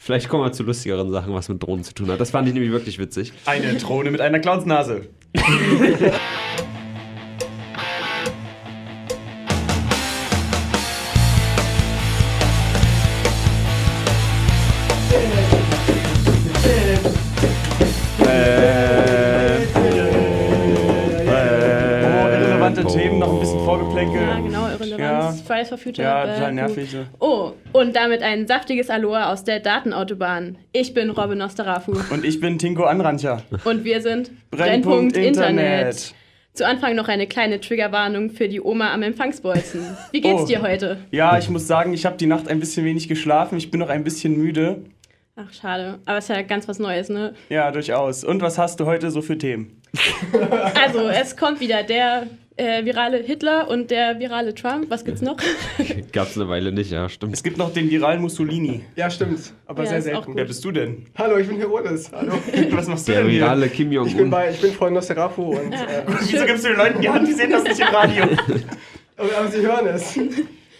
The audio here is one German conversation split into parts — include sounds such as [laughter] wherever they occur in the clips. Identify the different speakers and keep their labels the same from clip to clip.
Speaker 1: Vielleicht kommen wir zu lustigeren Sachen, was mit Drohnen zu tun hat. Das fand ich nämlich wirklich
Speaker 2: [laughs]
Speaker 1: witzig.
Speaker 2: Eine Drohne mit einer Clownsnase. Irrelevante Themen, noch ein bisschen Vorgeplänkel.
Speaker 3: Ja, genau, Irrelevanz,
Speaker 2: Ja.
Speaker 3: Fridays for Future.
Speaker 2: Ja,
Speaker 3: äh,
Speaker 2: total
Speaker 3: gut.
Speaker 2: nervig. so.
Speaker 3: Oh, und damit ein saftiges Aloha aus der Datenautobahn. Ich bin Robin Osterafu
Speaker 2: Und ich bin Tinko Anrancher.
Speaker 3: und
Speaker 2: [laughs]
Speaker 3: wir sind Zu Anfang noch eine kleine Triggerwarnung für die Oma am Empfangsbolzen. Wie geht's
Speaker 2: Oh.
Speaker 3: dir heute?
Speaker 2: Ja, ich muss sagen, ich habe die Nacht ein bisschen wenig geschlafen. Ich bin noch ein bisschen müde.
Speaker 3: Ach, schade. Aber ist ja ganz was Neues, ne?
Speaker 2: Ja, durchaus. Und was hast du heute so für Themen? [laughs]
Speaker 3: Also, es kommt wieder der äh, virale Hitler und der virale Trump. Was gibt's noch?
Speaker 1: Gab's eine Weile nicht, ja, stimmt.
Speaker 2: Es gibt noch den viralen Mussolini.
Speaker 4: Ja, stimmt. Aber
Speaker 3: Ja,
Speaker 4: sehr
Speaker 3: ist auch
Speaker 4: selten.
Speaker 3: gut.
Speaker 2: Wer bist du denn? [laughs]
Speaker 4: Hallo, ich bin Herodes. Hallo.
Speaker 2: Was machst du
Speaker 1: Der
Speaker 2: denn hier?
Speaker 1: reale Kim
Speaker 4: Ich bin
Speaker 1: Jong-un.
Speaker 4: bei, ich bin Freund Nosferatu und äh,
Speaker 2: Wieso gibst du den Leuten die Hand? Die sehen das nicht im Radio.
Speaker 4: aber, aber sie hören es.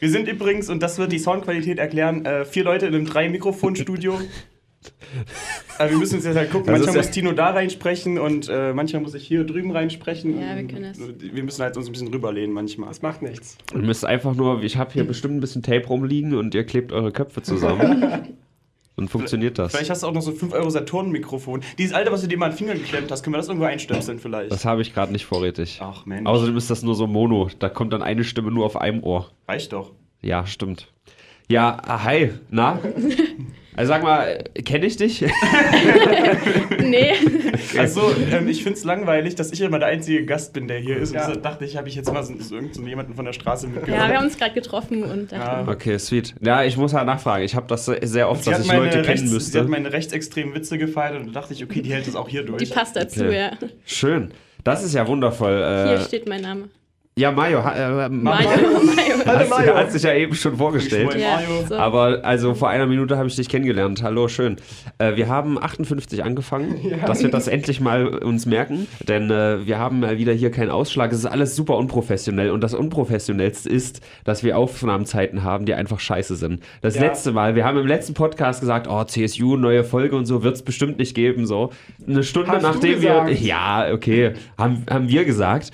Speaker 2: Wir sind übrigens, und das wird die Soundqualität erklären, äh, vier Leute in einem Drei-Mikrofon-Studio. Aber wir müssen uns jetzt halt gucken.
Speaker 1: Das
Speaker 2: Manchmal
Speaker 1: ist ja-
Speaker 2: muss Tino da reinsprechen und äh, manchmal muss ich hier drüben reinsprechen.
Speaker 3: Ja, wir können das.
Speaker 2: Wir müssen halt uns ein bisschen rüberlehnen manchmal.
Speaker 4: Das macht nichts.
Speaker 1: Ihr müsst einfach nur, ich habe hier
Speaker 2: Hm.
Speaker 1: bestimmt ein bisschen Tape rumliegen und ihr klebt eure Köpfe zusammen.
Speaker 2: [laughs]
Speaker 1: Und funktioniert das.
Speaker 2: Vielleicht hast du auch noch so ein 5-Euro-Saturn-Mikrofon. Dieses alte, was du dir mal an den Finger geklemmt hast, können wir das irgendwo einstöpseln vielleicht?
Speaker 1: Das habe ich gerade nicht vorrätig.
Speaker 2: Ach Mensch,
Speaker 1: Außerdem ist das nur so Mono. Da kommt dann eine Stimme nur auf einem Ohr.
Speaker 2: reicht doch.
Speaker 1: Ja, stimmt. Ja, ah, hi,
Speaker 2: [laughs]
Speaker 1: na? Also sag mal, kenne ich dich?
Speaker 3: [laughs] nee.
Speaker 2: Also, ähm, ich finde es langweilig, dass ich immer der einzige Gast bin, der hier ist. Und
Speaker 4: Ja.
Speaker 2: deshalb dachte ich, habe ich jetzt mal so, so irgend so jemanden von der Straße mitgenommen.
Speaker 3: Ja, wir haben uns gerade getroffen und dachten,
Speaker 1: Okay, sweet. Ja, ich muss halt nachfragen. Ich habe das sehr oft,
Speaker 2: Sie
Speaker 1: dass
Speaker 2: hat,
Speaker 1: ich
Speaker 2: meine
Speaker 1: Leute
Speaker 2: rechts,
Speaker 1: kennen
Speaker 2: sie hat
Speaker 1: müsste.
Speaker 2: meine rechtsextremen Witze gefeiert und da dachte ich, okay, die hält es auch hier durch.
Speaker 3: die passt dazu,
Speaker 1: Okay.
Speaker 3: ja.
Speaker 1: Schön. Das ist ja wundervoll.
Speaker 3: Hier
Speaker 1: Äh,
Speaker 3: steht mein Name.
Speaker 1: ja, Mayo, ha- äh, Mayo.
Speaker 2: [laughs]
Speaker 3: Mario. Mario.
Speaker 4: Hallo
Speaker 1: Hast, du-
Speaker 4: Mario.
Speaker 1: hat sich ja eben schon vorgestellt.
Speaker 2: Geschwollen. Mario.
Speaker 3: Ja, so.
Speaker 1: Aber also vor einer Minute habe ich dich kennengelernt. Hallo, schön. Äh, wir haben 58 angefangen, dass wir das endlich mal uns merken, denn äh, wir haben mal wieder hier keinen Ausschlag. Es ist alles super unprofessionell und das Unprofessionellste ist, dass wir Aufnahmezeiten haben, die einfach scheiße sind. Das
Speaker 2: Ja.
Speaker 1: letzte Mal, wir haben im letzten Podcast gesagt, oh, CSU, neue Folge und so, wird es bestimmt nicht geben, so. Eine Stunde
Speaker 4: Hast du
Speaker 1: nachdem wir...
Speaker 4: gesagt.
Speaker 1: Ja, okay, haben, haben wir gesagt.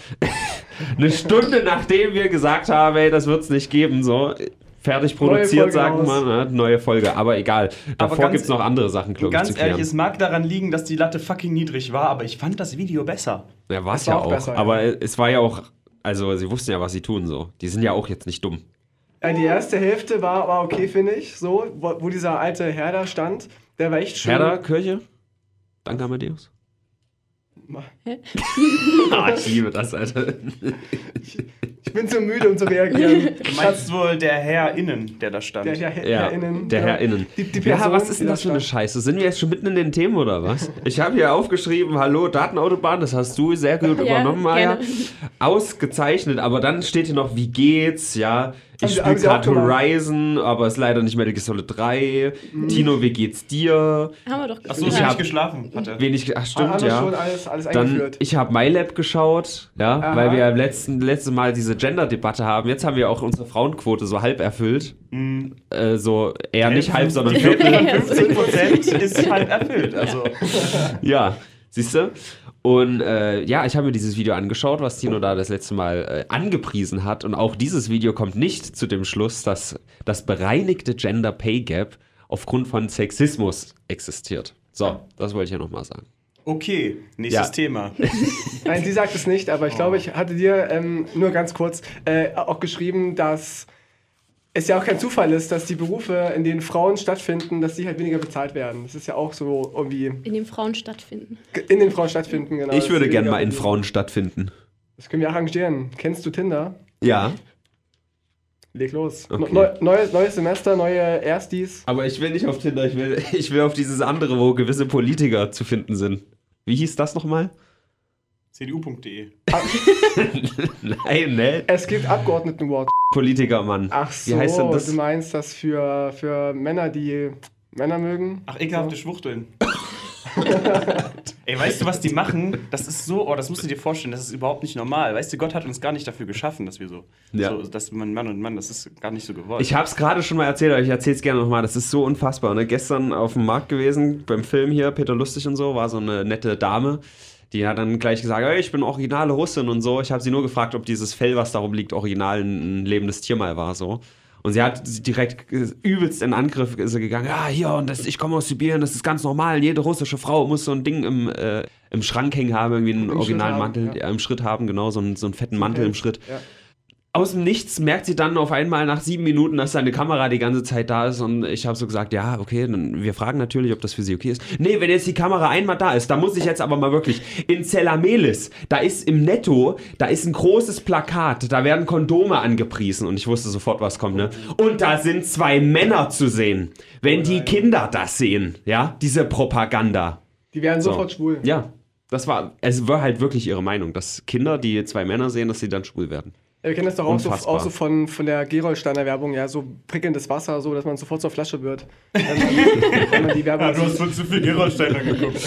Speaker 1: Eine Stunde nachdem wir gesagt haben, ey, das wird's nicht geben, so fertig produziert,
Speaker 4: Folge
Speaker 1: sagt
Speaker 4: raus.
Speaker 1: man, ne? neue Folge. Aber egal. Davor
Speaker 2: ganz-
Speaker 1: gibt's noch andere Sachen, glaube ich, zu
Speaker 2: Ganz ehrlich,
Speaker 1: klären.
Speaker 2: es mag daran liegen, dass die Latte fucking niedrig war, aber ich fand das Video besser.
Speaker 1: ja, war's
Speaker 4: war
Speaker 1: ja
Speaker 4: auch
Speaker 1: auch.
Speaker 4: besser, ja.
Speaker 1: aber es war ja auch, also sie wussten ja, was sie tun, so. Die sind ja auch jetzt nicht dumm.
Speaker 4: Ja, Äh, die erste Hälfte war, war okay, finde ich. So, wo, wo dieser alte Herr da stand, der war echt schön.
Speaker 1: Herder, Kirche? Danke, Amadeus. Ah, ich liebe das, Alter.
Speaker 4: Ich bin zu müde, um
Speaker 3: [laughs]
Speaker 4: zu reagieren.
Speaker 2: Du meinst wohl der Herr innen, der da stand?
Speaker 4: Der, der Herr,
Speaker 1: Ja,
Speaker 4: innen.
Speaker 1: der
Speaker 4: ja.
Speaker 1: Herr innen.
Speaker 4: Die, die
Speaker 1: ja,
Speaker 4: Person,
Speaker 1: was ist denn
Speaker 4: die
Speaker 1: das für eine
Speaker 4: stand.
Speaker 1: Scheiße? Sind wir jetzt schon mitten in den Themen oder
Speaker 4: [laughs]
Speaker 1: was? Ich habe hier aufgeschrieben, hallo, Datenautobahn, das hast du sehr
Speaker 4: [laughs]
Speaker 1: gut
Speaker 3: Ja,
Speaker 1: übernommen, Maja.
Speaker 3: gerne.
Speaker 1: Ausgezeichnet, aber dann steht hier noch, wie geht's, ja. Ich
Speaker 4: Sie-
Speaker 1: spiele
Speaker 4: haben Sie auch
Speaker 1: gerade
Speaker 4: gemacht?
Speaker 1: Horizon, aber ist leider nicht Metal Gear Solid 3.
Speaker 4: Mhm.
Speaker 1: Tino, wie geht's dir?
Speaker 3: Haben wir doch
Speaker 2: Achso,
Speaker 1: Ich
Speaker 2: ich
Speaker 1: hab-
Speaker 2: hab geschlafen hatte.
Speaker 1: Wenig, ach
Speaker 4: Ah, Haben
Speaker 1: stimmt,
Speaker 4: wir schon
Speaker 1: ja.
Speaker 4: alles, alles
Speaker 1: Dann,
Speaker 4: eingeführt.
Speaker 1: ich habe MyLab geschaut, ja,
Speaker 4: Aha.
Speaker 1: weil wir ja im letzten, letzten Mal diese Gender-Debatte haben. Jetzt haben wir auch unsere Frauenquote so halb erfüllt.
Speaker 4: Mhm.
Speaker 1: Äh, so eher nicht halb,
Speaker 4: [laughs]
Speaker 1: sondern
Speaker 2: Die Hälfte
Speaker 1: viertel.
Speaker 2: von 50% ist halt erfüllt. Also,
Speaker 1: Ja, siehst du? Und äh, ja, ich habe mir dieses Video angeschaut, was Tino da das letzte Mal äh, angepriesen hat. Und auch dieses Video kommt nicht zu dem Schluss, dass das bereinigte Gender Pay Gap aufgrund von Sexismus existiert. So, das wollte ich ja nochmal sagen.
Speaker 2: okay, nächstes
Speaker 1: Ja.
Speaker 2: Thema.
Speaker 4: Nein, sie sagt es nicht, aber ich glaube, ich hatte dir ähm, nur ganz kurz äh, auch geschrieben, dass es ja auch kein Zufall ist, dass die Berufe, in denen Frauen stattfinden, dass die halt weniger bezahlt werden. Das ist ja auch so irgendwie
Speaker 3: in dem Frauen stattfinden.
Speaker 4: ge- in den Frauen stattfinden. Genau,
Speaker 1: ich würde
Speaker 4: Dass
Speaker 1: gerne
Speaker 4: weniger-
Speaker 1: mal in Frauen stattfinden.
Speaker 4: Das können wir arrangieren. Kennst du Tinder?
Speaker 1: Ja.
Speaker 4: Leg los.
Speaker 1: Okay.
Speaker 4: Neu, neues, neues Semester, neue Erstis.
Speaker 1: Aber ich will nicht auf Tinder, ich will, ich will auf dieses andere, wo gewisse Politiker zu finden sind. Wie hieß das nochmal?
Speaker 2: CDU.de.
Speaker 1: Nein, ne?
Speaker 4: Es gibt Abgeordnetenwort.
Speaker 1: Politiker, Mann.
Speaker 4: Ach so,
Speaker 1: Wie heißt denn das?
Speaker 4: du meinst das für, für Männer, die Männer mögen?
Speaker 2: [laughs] Ach, ekelhafte Schwuchteln. Ey, weißt du, was die machen? Das ist so, oh, das musst du dir vorstellen, das ist überhaupt nicht normal. Weißt du, Gott hat uns gar nicht dafür geschaffen, dass wir so,
Speaker 1: Ja.
Speaker 2: so dass man Mann und Mann, das ist gar nicht so gewollt.
Speaker 1: Ich habe es gerade schon mal erzählt, aber ich erzähle es gerne nochmal. Das ist so unfassbar. Ne? Gestern auf dem Markt gewesen, beim Film hier, Peter Lustig und so, war so eine nette Dame. Die hat dann gleich gesagt, hey, ich bin originale Russin und so. Ich habe sie nur gefragt, ob dieses Fell, was darum liegt, original ein ein lebendes Tier mal war, so. Und sie hat direkt äh, übelst in Angriff ist sie gegangen. Ja, hier, und das, ich komme aus Sibirien, das ist ganz normal. Jede russische Frau muss so ein Ding im, äh, im Schrank hängen haben, irgendwie einen
Speaker 4: Im Schritt
Speaker 1: originalen
Speaker 4: haben,
Speaker 1: Mantel
Speaker 4: ja.
Speaker 1: ja, im Schritt haben, genau, so einen, so einen fetten Mantel im Schritt
Speaker 4: Ja.
Speaker 1: aus dem Nichts merkt sie dann auf einmal nach sieben Minuten, dass seine Kamera die ganze Zeit da ist und ich habe so gesagt, ja, okay, dann, wir fragen natürlich, ob das für sie okay ist. Nee, wenn jetzt die Kamera einmal da ist, da muss ich jetzt aber mal wirklich in Zellamelis, da ist im Netto, da ist ein großes Plakat, da werden Kondome angepriesen und ich wusste sofort, was kommt, ne? Und da sind zwei Männer zu sehen. Wenn die Kinder das sehen, ja, diese Propaganda.
Speaker 4: Die werden
Speaker 1: So.
Speaker 4: sofort schwul.
Speaker 1: Ja, das war, es war halt wirklich ihre Meinung, dass Kinder, die zwei Männer sehen, dass sie dann schwul werden.
Speaker 4: Ja, wir kennen das doch auch so,
Speaker 1: Unfassbar.
Speaker 4: auch so von, von der Gerolsteiner Werbung, ja, so prickelndes Wasser, so, dass man sofort zur Flasche wird.
Speaker 1: [laughs]
Speaker 4: Wenn man, wenn man die Werbung
Speaker 2: Ja, du hast wohl zu viel Gerolsteiner geguckt. [laughs]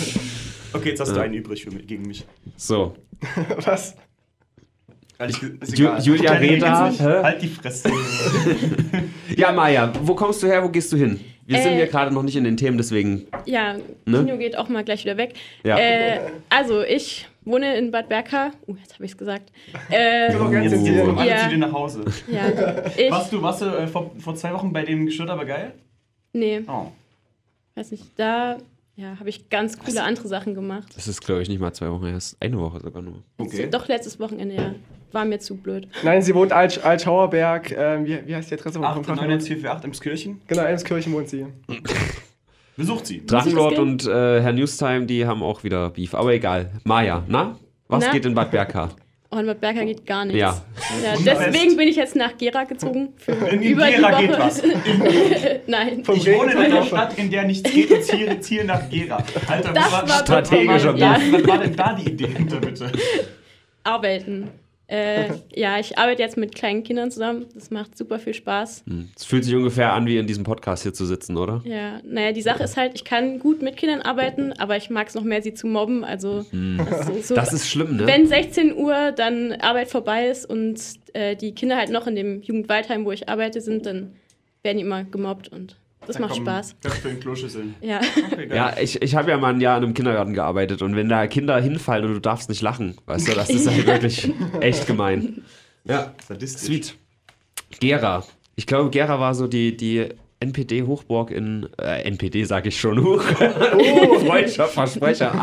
Speaker 2: Okay, jetzt hast du einen übrig für, mich- gegen mich.
Speaker 1: So,
Speaker 4: was?
Speaker 2: Ehrlich gesagt, ist
Speaker 1: Ju-
Speaker 2: egal.
Speaker 1: Julia
Speaker 2: Kleine
Speaker 1: Reda,
Speaker 2: geht's nicht.
Speaker 1: hä? Oh.
Speaker 2: Halt die Fresse.
Speaker 1: Ja, Maya, wo kommst du her, wo gehst du hin? Wir sind
Speaker 3: Äh.
Speaker 1: hier gerade noch nicht in den Themen, deswegen.
Speaker 3: Ja,
Speaker 1: Ne?
Speaker 3: Kino geht auch mal gleich wieder weg.
Speaker 1: Ja.
Speaker 3: Äh, also, ich wohne in Bad Berka. Uh, jetzt habe ich es gesagt. Äh,
Speaker 4: Doch, ganz
Speaker 1: Oh.
Speaker 2: Jetzt kommen
Speaker 4: oh.
Speaker 2: alle
Speaker 3: Ja.
Speaker 2: zu dir nach Hause.
Speaker 3: ja, ich.
Speaker 2: Warst du, warst du äh, vor, vor zwei Wochen bei dem Geschirr aber geil?
Speaker 3: Nee,
Speaker 2: Oh.
Speaker 3: weiß nicht. Da ja, habe ich ganz coole andere Sachen gemacht.
Speaker 1: Das ist, glaube ich, nicht mal zwei Wochen her, das ist eine Woche sogar nur.
Speaker 2: Okay.
Speaker 3: Doch letztes Wochenende, ja. War mir zu blöd.
Speaker 4: Nein, sie wohnt Alt, Altschauerberg, ähm, wie, wie heißt die Adresse?
Speaker 2: 89448 für 8 im Skirchen.
Speaker 4: Genau, Elmskirchen wohnt sie.
Speaker 2: Besucht sie.
Speaker 1: Drachenlord
Speaker 3: geht?
Speaker 1: und äh, Herr Newstime, die haben auch wieder Beef, aber egal. Maya, na? Was
Speaker 3: Na?
Speaker 1: geht in Bad Berka?
Speaker 3: Oh, in Bad Berka geht gar nichts.
Speaker 1: Ja.
Speaker 3: Ja,
Speaker 2: Wunderbar.
Speaker 3: deswegen bin ich jetzt nach Gera gezogen. Für
Speaker 2: In, in
Speaker 3: über
Speaker 2: Gera
Speaker 3: die
Speaker 2: geht was.
Speaker 3: Woche. [laughs] Nein.
Speaker 4: Vom
Speaker 2: Ich wohne in
Speaker 4: Regen-
Speaker 2: einer Stadt, in der nichts geht und ziehe, ziehe nach Gera. Alter,
Speaker 3: Das
Speaker 2: was
Speaker 3: war
Speaker 2: was
Speaker 1: strategischer
Speaker 2: war, was,
Speaker 3: Move.
Speaker 2: was war denn da die Idee hinter, bitte?
Speaker 3: Arbeiten. Äh, ja, ich arbeite jetzt mit kleinen Kindern zusammen. Das macht super viel Spaß.
Speaker 1: Hm, Es fühlt sich ungefähr an, wie in diesem Podcast hier zu sitzen, oder?
Speaker 3: Ja, naja, die Sache ist halt, ich kann gut mit Kindern arbeiten, aber ich mag es noch mehr, sie zu mobben. Also, das ist so.
Speaker 1: Mhm. Das ist schlimm, ne?
Speaker 3: wenn 16 Uhr dann Arbeit vorbei ist und äh, die Kinder halt noch in dem Jugendwaldheim, wo ich arbeite, sind, dann werden die immer gemobbt und das macht Spaß.
Speaker 2: Köpfe in Kloschüsseln.
Speaker 3: Ja.
Speaker 2: Okay, geil.
Speaker 1: ja, ich, ich habe ja mal ein Jahr in einem Kindergarten gearbeitet und wenn da Kinder hinfallen und du darfst nicht lachen, weißt du, das ist halt wirklich echt gemein. Ja,
Speaker 2: Sadistisch.
Speaker 1: Sweet. Gera. Ich glaube, Gera war so die, die NPD-Hochburg in. Äh, NPD sage ich schon. Huch. Oh, [laughs] Freundschaft, Versprecher.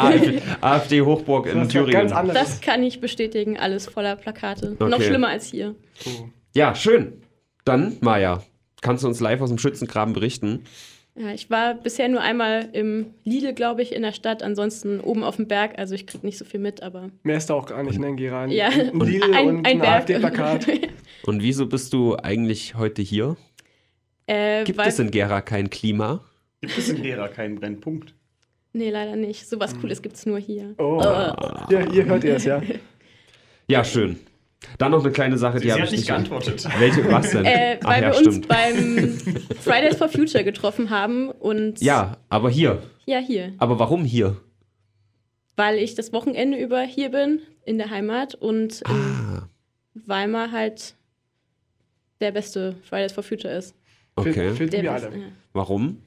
Speaker 1: AfD-Hochburg in
Speaker 4: Das ist was
Speaker 1: Thüringen.
Speaker 4: ganz anderes.
Speaker 3: Das kann ich bestätigen, alles voller Plakate.
Speaker 1: Okay.
Speaker 3: Noch schlimmer als hier.
Speaker 4: Oh,
Speaker 1: Ja, schön. Dann, Maja, kannst du uns live aus dem Schützengraben berichten?
Speaker 3: Ja, ich war bisher nur einmal im Lidl, glaube ich, in der Stadt, ansonsten oben auf dem Berg, also ich krieg nicht so viel mit, aber
Speaker 4: Mehr ist da auch gar nicht, ne, in Gera.
Speaker 3: ja,
Speaker 4: Ein Lidl und ein, AfD-Plakat. [laughs]
Speaker 1: Und wieso bist du eigentlich heute hier?
Speaker 3: äh,
Speaker 1: Gibt
Speaker 3: weil,
Speaker 1: es in Gera kein Klima?
Speaker 2: Gibt es in Gera keinen Brennpunkt?
Speaker 3: Nee, leider nicht. Sowas Cooles gibt's nur hier.
Speaker 4: Oh,
Speaker 3: Äh,
Speaker 4: hier, hier hört ihr es, ja.
Speaker 1: Ja, schön. Dann noch eine kleine Sache,
Speaker 2: Sie,
Speaker 1: die
Speaker 2: sie
Speaker 1: habe
Speaker 2: hat
Speaker 1: ich
Speaker 2: nicht
Speaker 1: nicht.
Speaker 2: geantwortet.
Speaker 1: Welche, was denn? [laughs]
Speaker 3: Äh,
Speaker 1: Ach
Speaker 3: weil
Speaker 1: Ah ja,
Speaker 3: wir uns
Speaker 1: stimmt.
Speaker 3: beim
Speaker 1: [laughs]
Speaker 3: Fridays for Future getroffen haben und
Speaker 1: Ja, aber hier.
Speaker 3: ja hier,
Speaker 1: Aber warum hier?
Speaker 3: weil ich das Wochenende über hier bin in der Heimat und in
Speaker 1: Ah,
Speaker 3: Weimar halt der beste Fridays for Future ist.
Speaker 4: Finden-
Speaker 1: okay.
Speaker 4: Finden
Speaker 3: Der
Speaker 4: wir
Speaker 3: beste,
Speaker 4: alle.
Speaker 3: ja.
Speaker 1: Warum?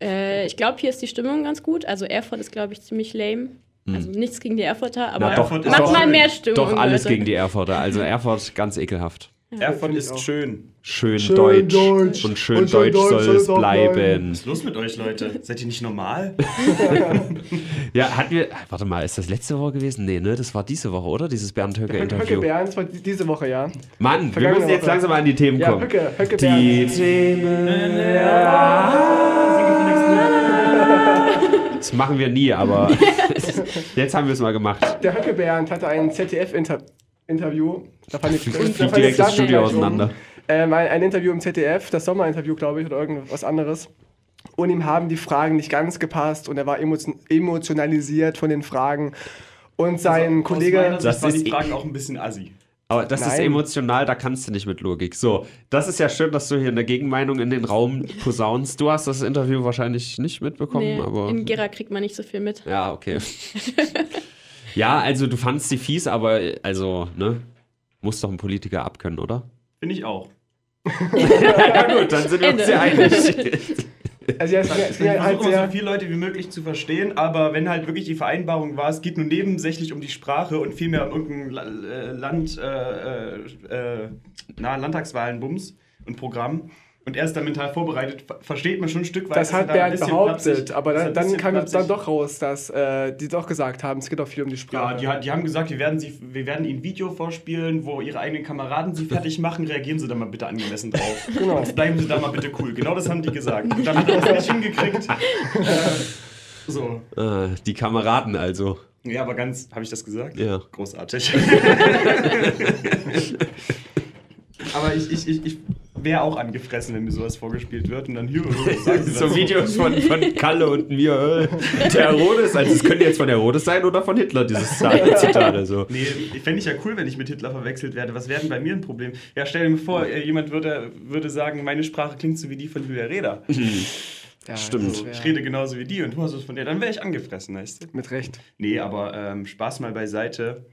Speaker 3: Äh, ich glaube, hier ist die Stimmung ganz gut. Also Erfurt ist, glaube ich, ziemlich lame. Also nichts gegen die Erfurter, aber
Speaker 1: Hm. doch,
Speaker 2: Erfurt ist
Speaker 3: macht
Speaker 2: doch-
Speaker 3: mal mehr Stimmung.
Speaker 1: Doch alles
Speaker 3: Leute.
Speaker 1: gegen die Erfurter.
Speaker 3: [laughs]
Speaker 1: Also Erfurt ganz ekelhaft.
Speaker 2: Erfurt
Speaker 4: Finde ich
Speaker 2: ist
Speaker 4: auch.
Speaker 2: schön.
Speaker 1: Schön,
Speaker 4: Schön
Speaker 1: deutsch.
Speaker 4: deutsch.
Speaker 1: Und schön
Speaker 4: Und schön
Speaker 1: deutsch,
Speaker 4: deutsch
Speaker 1: soll
Speaker 4: soll
Speaker 1: es
Speaker 4: es auch
Speaker 1: bleiben.
Speaker 2: Was ist los mit euch, Leute? Seid ihr nicht normal?
Speaker 1: Ja, hatten wir. Warte mal, ist das letzte Woche gewesen? Nee, ne? Das war diese Woche, oder? Dieses Bernd Höcke
Speaker 4: Höcke
Speaker 1: Interview.
Speaker 4: Höcke Berns war diese Woche, ja.
Speaker 1: Mann, wir
Speaker 4: Vergangene
Speaker 1: müssen jetzt
Speaker 4: Woche.
Speaker 1: langsam mal an die Themen
Speaker 4: Ja,
Speaker 1: kommen.
Speaker 4: Höcke, Höcke
Speaker 1: Die
Speaker 4: Berns.
Speaker 1: Themen. Das machen wir nie, aber [laughs] jetzt haben wir es mal gemacht.
Speaker 4: Der Höcke Bernd hatte ein ZDF-Interview. Da fand ich, da fand
Speaker 1: Fliegt
Speaker 4: ich
Speaker 1: direkt das
Speaker 4: Sascha
Speaker 1: Studio
Speaker 4: gleich um.
Speaker 1: auseinander.
Speaker 4: Ähm, ein, ein Interview im ZDF, das Sommerinterview, glaube ich, oder irgendwas anderes. Und ihm haben die Fragen nicht ganz gepasst und er war emotio- emotionalisiert von den Fragen. Und sein
Speaker 2: Also Aus meiner
Speaker 4: Kollege.
Speaker 2: Sicht
Speaker 1: Das
Speaker 2: waren
Speaker 1: ist
Speaker 2: die
Speaker 1: eh-
Speaker 2: Fragen auch ein bisschen assi.
Speaker 1: Aber das ist
Speaker 4: Nein.
Speaker 1: emotional, da kannst du nicht mit Logik. So, das ist ja schön, dass du hier eine Gegenmeinung in den Raum posaunst. Du hast das Interview wahrscheinlich nicht mitbekommen,
Speaker 3: Nee,
Speaker 1: aber.
Speaker 3: in Gera kriegt man nicht so viel mit.
Speaker 1: Ja, okay. [laughs] ja, also du fandst sie fies, aber äh, also, ne? Muss doch ein Politiker abkönnen, oder?
Speaker 2: Finde ich auch.
Speaker 1: Ja, gut, dann sind wir uns
Speaker 3: Ende.
Speaker 1: ja einig. [laughs]
Speaker 4: Also ja, es ging, es
Speaker 2: Ich
Speaker 4: ging halt
Speaker 2: versuche so
Speaker 4: sehr,
Speaker 2: viele Leute wie möglich zu verstehen, aber wenn halt wirklich die Vereinbarung war, es geht nur nebensächlich um die Sprache und vielmehr um irgendein La- äh, Land, äh, äh, äh, na, Landtagswahlenbums und Programm und er ist da mental vorbereitet, ver- versteht man schon ein Stück weit.
Speaker 4: das
Speaker 2: dass er
Speaker 4: hat
Speaker 2: da ein
Speaker 4: Bernd
Speaker 2: bisschen
Speaker 4: behauptet,
Speaker 2: flapsig-
Speaker 4: aber
Speaker 2: dass er
Speaker 4: dann,
Speaker 2: ein
Speaker 4: dann
Speaker 2: bisschen
Speaker 4: kam
Speaker 2: flapsig-
Speaker 4: dann doch raus, dass äh, die doch gesagt haben, es geht auch viel um die
Speaker 2: Ja,
Speaker 4: Sprache.
Speaker 2: die, hat- die haben gesagt, wir werden, sie, wir werden ihnen ein Video vorspielen, wo ihre eigenen Kameraden sie
Speaker 4: [laughs]
Speaker 2: fertig machen. Reagieren Sie da mal bitte angemessen drauf.
Speaker 4: Genau.
Speaker 2: Und bleiben Sie da mal bitte cool. Genau das haben die gesagt. Und dann hat er das nicht
Speaker 4: [laughs]
Speaker 2: hingekriegt. Äh, so.
Speaker 1: äh, die Kameraden also.
Speaker 2: Ja, aber ganz, habe ich das gesagt?
Speaker 1: Ja.
Speaker 2: Großartig. aber ich, ich, ich, ich wäre auch angefressen, wenn mir sowas vorgespielt wird. Und dann hier, sagen Sie das
Speaker 1: So Videos von, von Kalle und mir. äh, Der Herodes, also es könnte jetzt von Herodes sein oder von Hitler,
Speaker 3: [laughs]
Speaker 1: dieses Zitat. Zitat, Also.
Speaker 2: Nee, fände ich ja cool, wenn ich mit Hitler verwechselt werde. Was wäre denn bei mir ein Problem? Ja, stell dir mal vor, äh, jemand würde, würde sagen, meine Sprache klingt so wie die von Julia Reda.
Speaker 4: Ja,
Speaker 1: Stimmt.
Speaker 4: das wär-
Speaker 2: Ich rede genauso wie die und du hast es von der. Dann wäre ich angefressen, weißt du?
Speaker 4: Mit Recht.
Speaker 2: Nee, aber ähm, Spaß mal beiseite.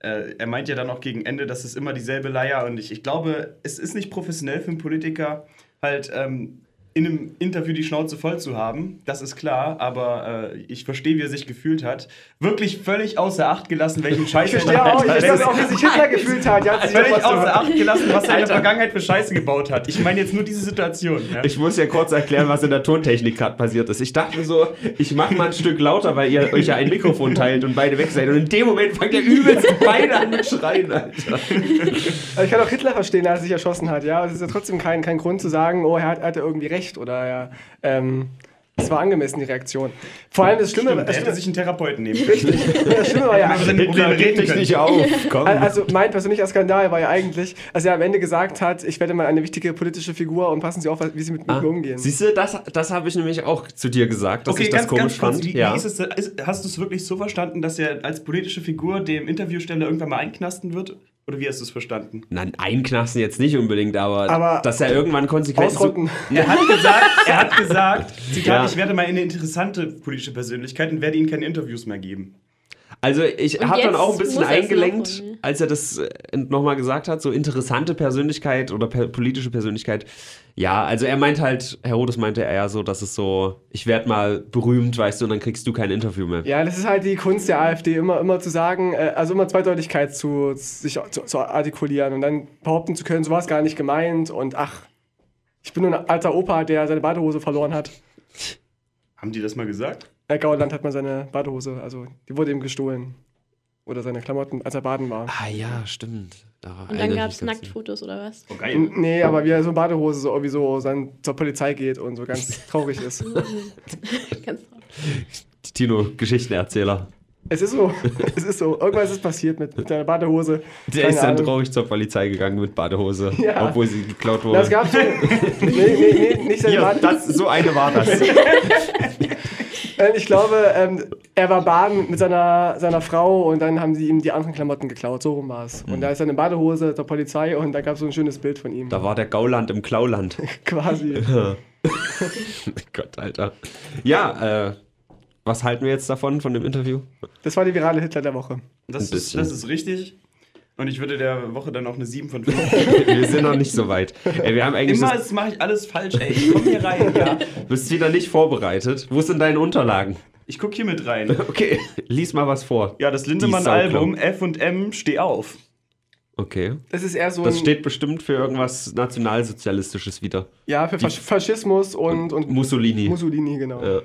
Speaker 2: Äh, er meint ja dann auch gegen Ende, das ist immer dieselbe Leier und ich, ich glaube, es ist nicht professionell für einen Politiker, halt ähm, in einem Interview die Schnauze voll zu haben. Das ist klar, aber äh, ich verstehe, wie er sich gefühlt hat. Wirklich völlig außer Acht gelassen, welchen
Speaker 4: [laughs]
Speaker 2: Scheiß
Speaker 4: Ich verstehe auch, oh, ich
Speaker 2: [laughs]
Speaker 4: verstehe auch, wie sich Hitler gefühlt hat. Ja, hat sich
Speaker 2: Völlig
Speaker 4: auch was
Speaker 2: außer Acht gelassen, was er in der
Speaker 1: Alter.
Speaker 2: Vergangenheit für Scheiße gebaut hat. Ich meine jetzt nur diese Situation. Ja?
Speaker 1: Ich muss ja kurz erklären, was in der Tontechnik gerade passiert ist. Ich dachte so, ich mache mal ein Stück lauter, weil ihr euch ja ein Mikrofon teilt und beide weg seid. Und in dem Moment fangt ihr übelst beide an mit Schreien, Alter.
Speaker 4: Aber Ich kann auch Hitler verstehen, als er sich erschossen hat. Ja, es ist ja trotzdem kein, kein Grund zu sagen, oh, er hat, hatte irgendwie recht oder ja, ähm, es war angemessen die Reaktion. Vor allem das Schlimme,
Speaker 2: Stimmt, er
Speaker 4: das
Speaker 2: hätte
Speaker 4: Schlimme,
Speaker 2: sich einen Therapeuten nehmen können. [laughs]
Speaker 4: das Schlimme war ja
Speaker 2: Aber seine
Speaker 1: Hitler
Speaker 2: Probleme
Speaker 1: reg
Speaker 2: reden
Speaker 1: dich
Speaker 2: können.
Speaker 1: nicht auf. Komm.
Speaker 4: Al- Also mein persönlicher Skandal war ja eigentlich, als er am Ende gesagt hat, ich werde mal eine wichtige politische Figur und passen Sie auf, wie Sie mit,
Speaker 1: Ah,
Speaker 4: mit mir umgehen.
Speaker 1: Siehst du, das, das habe ich nämlich auch zu dir gesagt, dass
Speaker 2: Okay,
Speaker 1: ich das
Speaker 2: ganz,
Speaker 1: komisch
Speaker 2: ganz kurz,
Speaker 1: fand.
Speaker 2: Wie,
Speaker 1: ja.
Speaker 2: wie ist es, denn- ist, hast du es wirklich so verstanden, dass er als politische Figur dem Interviewsteller irgendwann mal einknasten wird? Oder wie hast du es verstanden?
Speaker 1: Nein, einknasten jetzt nicht unbedingt, aber,
Speaker 4: Aber
Speaker 1: dass er irgendwann konsequent.
Speaker 4: Ausrotten.
Speaker 2: Er hat gesagt, [laughs] er hat gesagt Zitat,
Speaker 1: Ja.
Speaker 2: ich werde mal eine interessante politische Persönlichkeit und werde Ihnen keine Interviews mehr geben.
Speaker 1: Also ich
Speaker 3: Und
Speaker 1: habe dann
Speaker 3: jetzt
Speaker 1: auch ein bisschen
Speaker 3: muss er's
Speaker 1: eingelenkt,
Speaker 3: nachholen, ne?
Speaker 1: als er das äh, nochmal gesagt hat, so interessante Persönlichkeit oder per politische Persönlichkeit. Ja, also er meint halt, Herodes meinte er ja so, dass es so, ich werde mal berühmt, weißt du, und dann kriegst du kein Interview mehr.
Speaker 4: Ja, das ist halt die Kunst der AfD, immer, immer zu sagen, äh, also immer Zweideutigkeit zu, sich zu, zu artikulieren und dann behaupten zu können, so war es gar nicht gemeint und ach, ich bin nur ein alter Opa, der seine Badehose verloren hat.
Speaker 2: Haben die das mal gesagt?
Speaker 4: Herr Gauland hat mal seine Badehose, also die wurde ihm gestohlen. Oder seine Klamotten, als er baden war.
Speaker 1: Ah ja, stimmt. Da
Speaker 3: Und dann gab es Nacktfotos oder was?
Speaker 2: Oh, geil.
Speaker 4: N- Nee, aber wie er so in Badehose so irgendwie so dann zur Polizei geht und
Speaker 1: [laughs]
Speaker 4: so ganz traurig ist.
Speaker 3: Ganz drauf.
Speaker 1: Tino, Geschichtenerzähler.
Speaker 4: Es ist so, es ist so. Irgendwas ist passiert mit, mit deiner Badehose.
Speaker 1: Der
Speaker 4: Keine
Speaker 1: ist dann
Speaker 4: Ahnung.
Speaker 1: traurig zur Polizei gegangen mit Badehose,
Speaker 4: Ja.
Speaker 1: obwohl sie geklaut wurde.
Speaker 4: Das gab's schon. Nee, nee, nee, nicht seine
Speaker 1: Hier,
Speaker 4: Badehose.
Speaker 1: das, so eine war das.
Speaker 4: Ähm, Ich glaube, ähm, er war baden mit seiner, seiner Frau und dann haben sie ihm die anderen Klamotten geklaut. So rum war es.
Speaker 1: Mhm.
Speaker 4: Und da ist er in Badehose zur Polizei und da gab es so ein schönes Bild von ihm.
Speaker 1: Da war der Gauland im Klauland.
Speaker 4: [laughs] Quasi.
Speaker 1: Gott, Alter. Ja, äh, was halten wir jetzt davon, von dem Interview?
Speaker 4: Das war die virale Hitler der Woche.
Speaker 2: Das,
Speaker 1: Ein
Speaker 2: ist,
Speaker 1: bisschen.
Speaker 2: das ist richtig. Und ich würde der Woche dann auch eine 7
Speaker 1: [laughs]
Speaker 2: von 5.
Speaker 1: Wir sind noch nicht so weit. Ey, wir haben eigentlich
Speaker 2: Immer
Speaker 1: das,
Speaker 2: das mache ich alles falsch, ey. Ich komm hier rein, ja.
Speaker 1: bist wieder nicht vorbereitet. Wo sind deine Unterlagen?
Speaker 2: Ich guck hier mit rein.
Speaker 1: [laughs] Okay, lies mal was vor.
Speaker 2: Ja, das Lindemann-Album F&M, Steh auf.
Speaker 1: Okay.
Speaker 4: Das ist eher so
Speaker 1: Das
Speaker 4: ein,
Speaker 1: steht bestimmt für irgendwas Nationalsozialistisches wieder.
Speaker 4: ja, für Fasch Faschismus und, und
Speaker 1: Mussolini. Äh,
Speaker 4: Mussolini, genau.
Speaker 1: Ja.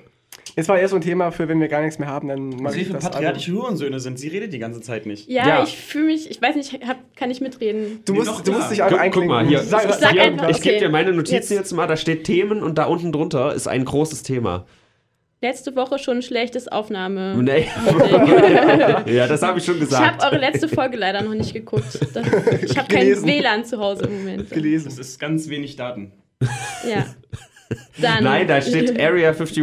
Speaker 4: Es war eher so ein Thema für, wenn wir gar nichts mehr haben, dann mache
Speaker 2: Sie
Speaker 4: ich
Speaker 2: für
Speaker 4: das Album.
Speaker 2: patriotische Hurensöhne sind. Sie redet die ganze Zeit nicht.
Speaker 3: Ja,
Speaker 1: Ja.
Speaker 3: ich fühle mich, ich weiß nicht, hab, kann ich mitreden.
Speaker 4: Du
Speaker 2: Nee,
Speaker 4: musst,
Speaker 2: doch,
Speaker 4: du
Speaker 2: klar.
Speaker 4: musst dich
Speaker 1: Guck,
Speaker 4: einfach
Speaker 1: guck
Speaker 4: einklinken.
Speaker 1: mal, hier.
Speaker 4: Sag,
Speaker 3: Ich sag
Speaker 4: hier
Speaker 3: einfach-
Speaker 1: Ich gebe
Speaker 3: Okay.
Speaker 1: dir meine Notizen jetzt.
Speaker 3: Jetzt.
Speaker 1: mal, da steht Themen und da unten drunter ist ein großes Thema.
Speaker 3: Letzte Woche schon ein schlechtes Aufnahme.
Speaker 1: Nee. Mhm. [laughs] ja, das habe ich schon
Speaker 3: Ich
Speaker 1: gesagt.
Speaker 3: habe eure letzte Folge leider noch nicht
Speaker 1: [laughs]
Speaker 3: geguckt. Das, ich habe kein
Speaker 4: Gelesen.
Speaker 3: WLAN zu Hause im Moment.
Speaker 2: Das
Speaker 4: gelesen.
Speaker 2: ist ganz wenig Daten.
Speaker 3: Ja. Dann,
Speaker 1: Nein, da
Speaker 3: [laughs]
Speaker 1: steht Area 51.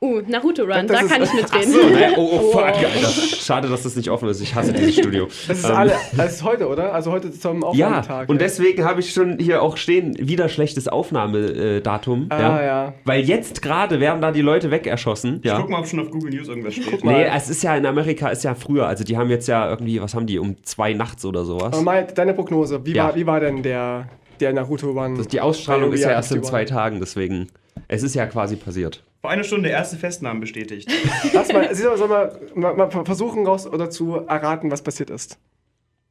Speaker 3: Uh, Naruto Run,
Speaker 4: Das
Speaker 3: da
Speaker 4: ist-
Speaker 3: kann ich mitreden.
Speaker 4: [laughs]
Speaker 1: So, ne? oh,
Speaker 3: [laughs]
Speaker 1: oh, fuck, Alter. Schade, dass das nicht offen ist. Ich hasse dieses Studio.
Speaker 4: [laughs] Das ist,
Speaker 1: Ähm,
Speaker 4: alle, das ist heute, oder? Also heute zum
Speaker 1: Ja,
Speaker 4: Aufnahmetag.
Speaker 1: und deswegen habe ich schon hier auch stehen, wieder schlechtes Aufnahmedatum.
Speaker 4: Ah, ja.
Speaker 1: Weil jetzt gerade werden da die Leute wegerschossen. Ja.
Speaker 2: Guck mal, ob schon auf Google News irgendwas steht.
Speaker 4: mal.
Speaker 1: Nee, es ist ja in Amerika ist ja früher. Also die haben jetzt ja irgendwie, was haben die, um zwei nachts oder sowas.
Speaker 4: Aber Mai, deine Prognose, wie,
Speaker 1: Ja.
Speaker 4: war, wie war denn der, der Naruto Run?
Speaker 1: Also die Ausstrahlung ist ja erst in
Speaker 4: Naruto
Speaker 1: zwei Tagen, deswegen. Es ist ja quasi passiert.
Speaker 2: Vor einer Stunde erste Festnahmen [laughs] bestätigt.
Speaker 4: Lass mal, sieh doch, soll mal, mal, mal versuchen raus oder zu erraten, was passiert ist.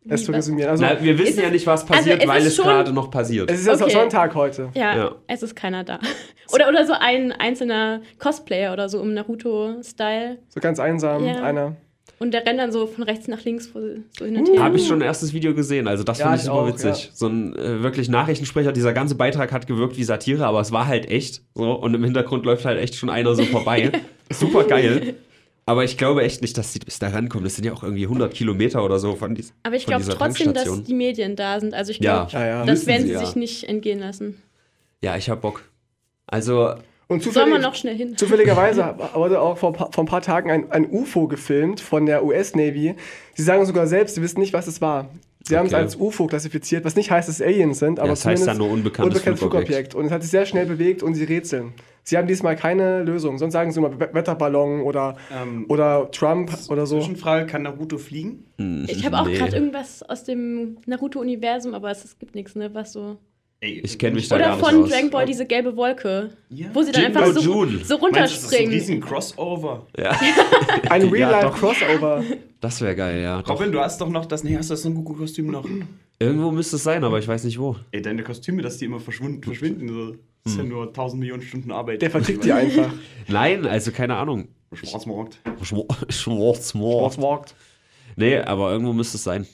Speaker 4: Es zu
Speaker 3: was?
Speaker 4: resümieren. Also,
Speaker 1: Na, wir wissen
Speaker 3: es-
Speaker 1: ja nicht, was
Speaker 3: also
Speaker 1: passiert,
Speaker 3: es
Speaker 1: weil
Speaker 3: ist
Speaker 1: es
Speaker 3: schon-
Speaker 1: gerade noch passiert.
Speaker 4: es ist ja
Speaker 3: Okay.
Speaker 4: Sonntag heute.
Speaker 3: Ja,
Speaker 1: Ja.
Speaker 3: es ist keiner da. [laughs] Oder, oder so ein einzelner Cosplayer oder so im Naruto-Style.
Speaker 4: So ganz einsam,
Speaker 3: Ja.
Speaker 4: einer.
Speaker 3: Und der rennt dann so von rechts nach links wo- so hin und her.
Speaker 1: Habe Uh. ich schon ein erstes Video gesehen, also das
Speaker 4: Ja,
Speaker 1: fand ich
Speaker 4: ich
Speaker 1: super
Speaker 4: auch,
Speaker 1: witzig.
Speaker 4: ja.
Speaker 1: So ein äh, wirklich Nachrichtensprecher, dieser ganze Beitrag hat gewirkt wie Satire, aber es war halt echt so und im Hintergrund läuft halt echt schon einer so vorbei.
Speaker 4: [laughs]
Speaker 1: super geil. Aber ich glaube echt nicht, dass sie bis da rankommen. Das sind ja auch irgendwie 100 Kilometer oder so von, dies,
Speaker 3: Aber ich
Speaker 1: von
Speaker 3: glaube
Speaker 1: dieser
Speaker 3: trotzdem, dass
Speaker 1: Tankstation.
Speaker 3: die Medien da sind. Also ich
Speaker 1: Ja.
Speaker 3: glaube,
Speaker 4: Ja, ja.
Speaker 3: das
Speaker 1: Müssen
Speaker 3: werden
Speaker 1: sie,
Speaker 3: sie,
Speaker 1: ja.
Speaker 3: sich nicht entgehen lassen.
Speaker 1: Ja, ich hab Bock. Also,
Speaker 4: Und
Speaker 3: Soll
Speaker 4: zufällig,
Speaker 3: man noch schnell hin?
Speaker 4: zufälligerweise wurde auch vor, pa- vor ein paar Tagen ein, ein UFO gefilmt von der US Navy. Sie sagen sogar selbst, sie wissen nicht, was es war. Sie haben es
Speaker 1: Okay.
Speaker 4: als UFO klassifiziert, was nicht heißt, dass es Aliens sind, aber
Speaker 1: Ja, es heißt
Speaker 4: zumindest
Speaker 1: dann nur unbekanntes Flugobjekt.
Speaker 4: Und es hat sich sehr schnell bewegt und sie rätseln. Sie haben diesmal keine Lösung. Sonst sagen sie immer We- Wetterballon oder,
Speaker 2: Ähm,
Speaker 4: oder Trump oder so.
Speaker 2: Zwischenfrage: Kann Naruto fliegen?
Speaker 1: [laughs]
Speaker 3: Ich habe auch
Speaker 1: Nee.
Speaker 3: gerade irgendwas aus dem Naruto-Universum, aber es, es gibt nichts, ne? Was so.
Speaker 2: Ey,
Speaker 1: Ich kenn mich da gar
Speaker 3: Oder
Speaker 1: nicht
Speaker 3: von
Speaker 1: aus.
Speaker 3: Dragon Ball diese gelbe Wolke,
Speaker 2: Ja.
Speaker 3: wo sie dann
Speaker 1: Jingo
Speaker 3: einfach so,
Speaker 1: oh, Jun.
Speaker 2: Meinst du, das ist
Speaker 3: so
Speaker 2: ein
Speaker 3: runterspringen.
Speaker 2: riesen Crossover.
Speaker 4: Ein
Speaker 1: doch.
Speaker 4: Real-Life-Crossover.
Speaker 1: das wäre geil, ja. Doch.
Speaker 2: Robin, du hast doch noch das. Nee, hast du das Son-Goku-Kostüm noch?
Speaker 1: Irgendwo müsste es sein, aber ich weiß nicht wo.
Speaker 2: Ey, deine Kostüme, dass die immer verschwunden, verschwinden. So. Das ist ja nur 1000 Millionen Stunden Arbeit.
Speaker 4: Der vertickt
Speaker 2: [laughs]
Speaker 4: die einfach.
Speaker 1: Nein, also keine Ahnung.
Speaker 2: Schwarzmarkt.
Speaker 1: [laughs] Schwar- Schwarzmoor.
Speaker 4: Was walked.
Speaker 1: Nee, aber irgendwo müsste es sein.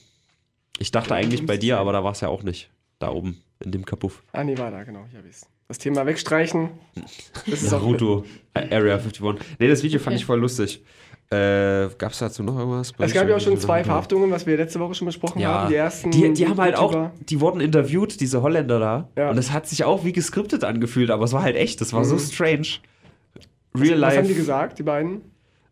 Speaker 1: Ich dachte eigentlich bei dir, aber da war es ja auch nicht. Da oben, in dem Kapuff.
Speaker 4: Ah, nee, war da, genau. Ich hab ich's. Das Thema wegstreichen. Das ist auch
Speaker 1: Naruto, äh, Area 51. Nee, das Video fand
Speaker 3: Okay.
Speaker 1: ich voll lustig. Äh, Gab es dazu noch irgendwas?
Speaker 4: Es gab ja auch schon zwei Verhaftungen, was wir letzte Woche schon besprochen
Speaker 1: Ja,
Speaker 4: haben. Die ersten.
Speaker 1: die, die haben halt auch,
Speaker 4: YouTuber.
Speaker 1: die wurden interviewt, diese Holländer da.
Speaker 4: Ja.
Speaker 1: Und das hat sich auch wie geskriptet angefühlt, aber es war halt echt, das war so
Speaker 4: Mhm. Also,
Speaker 1: strange. Real
Speaker 4: Was
Speaker 1: life.
Speaker 4: haben die gesagt, die beiden?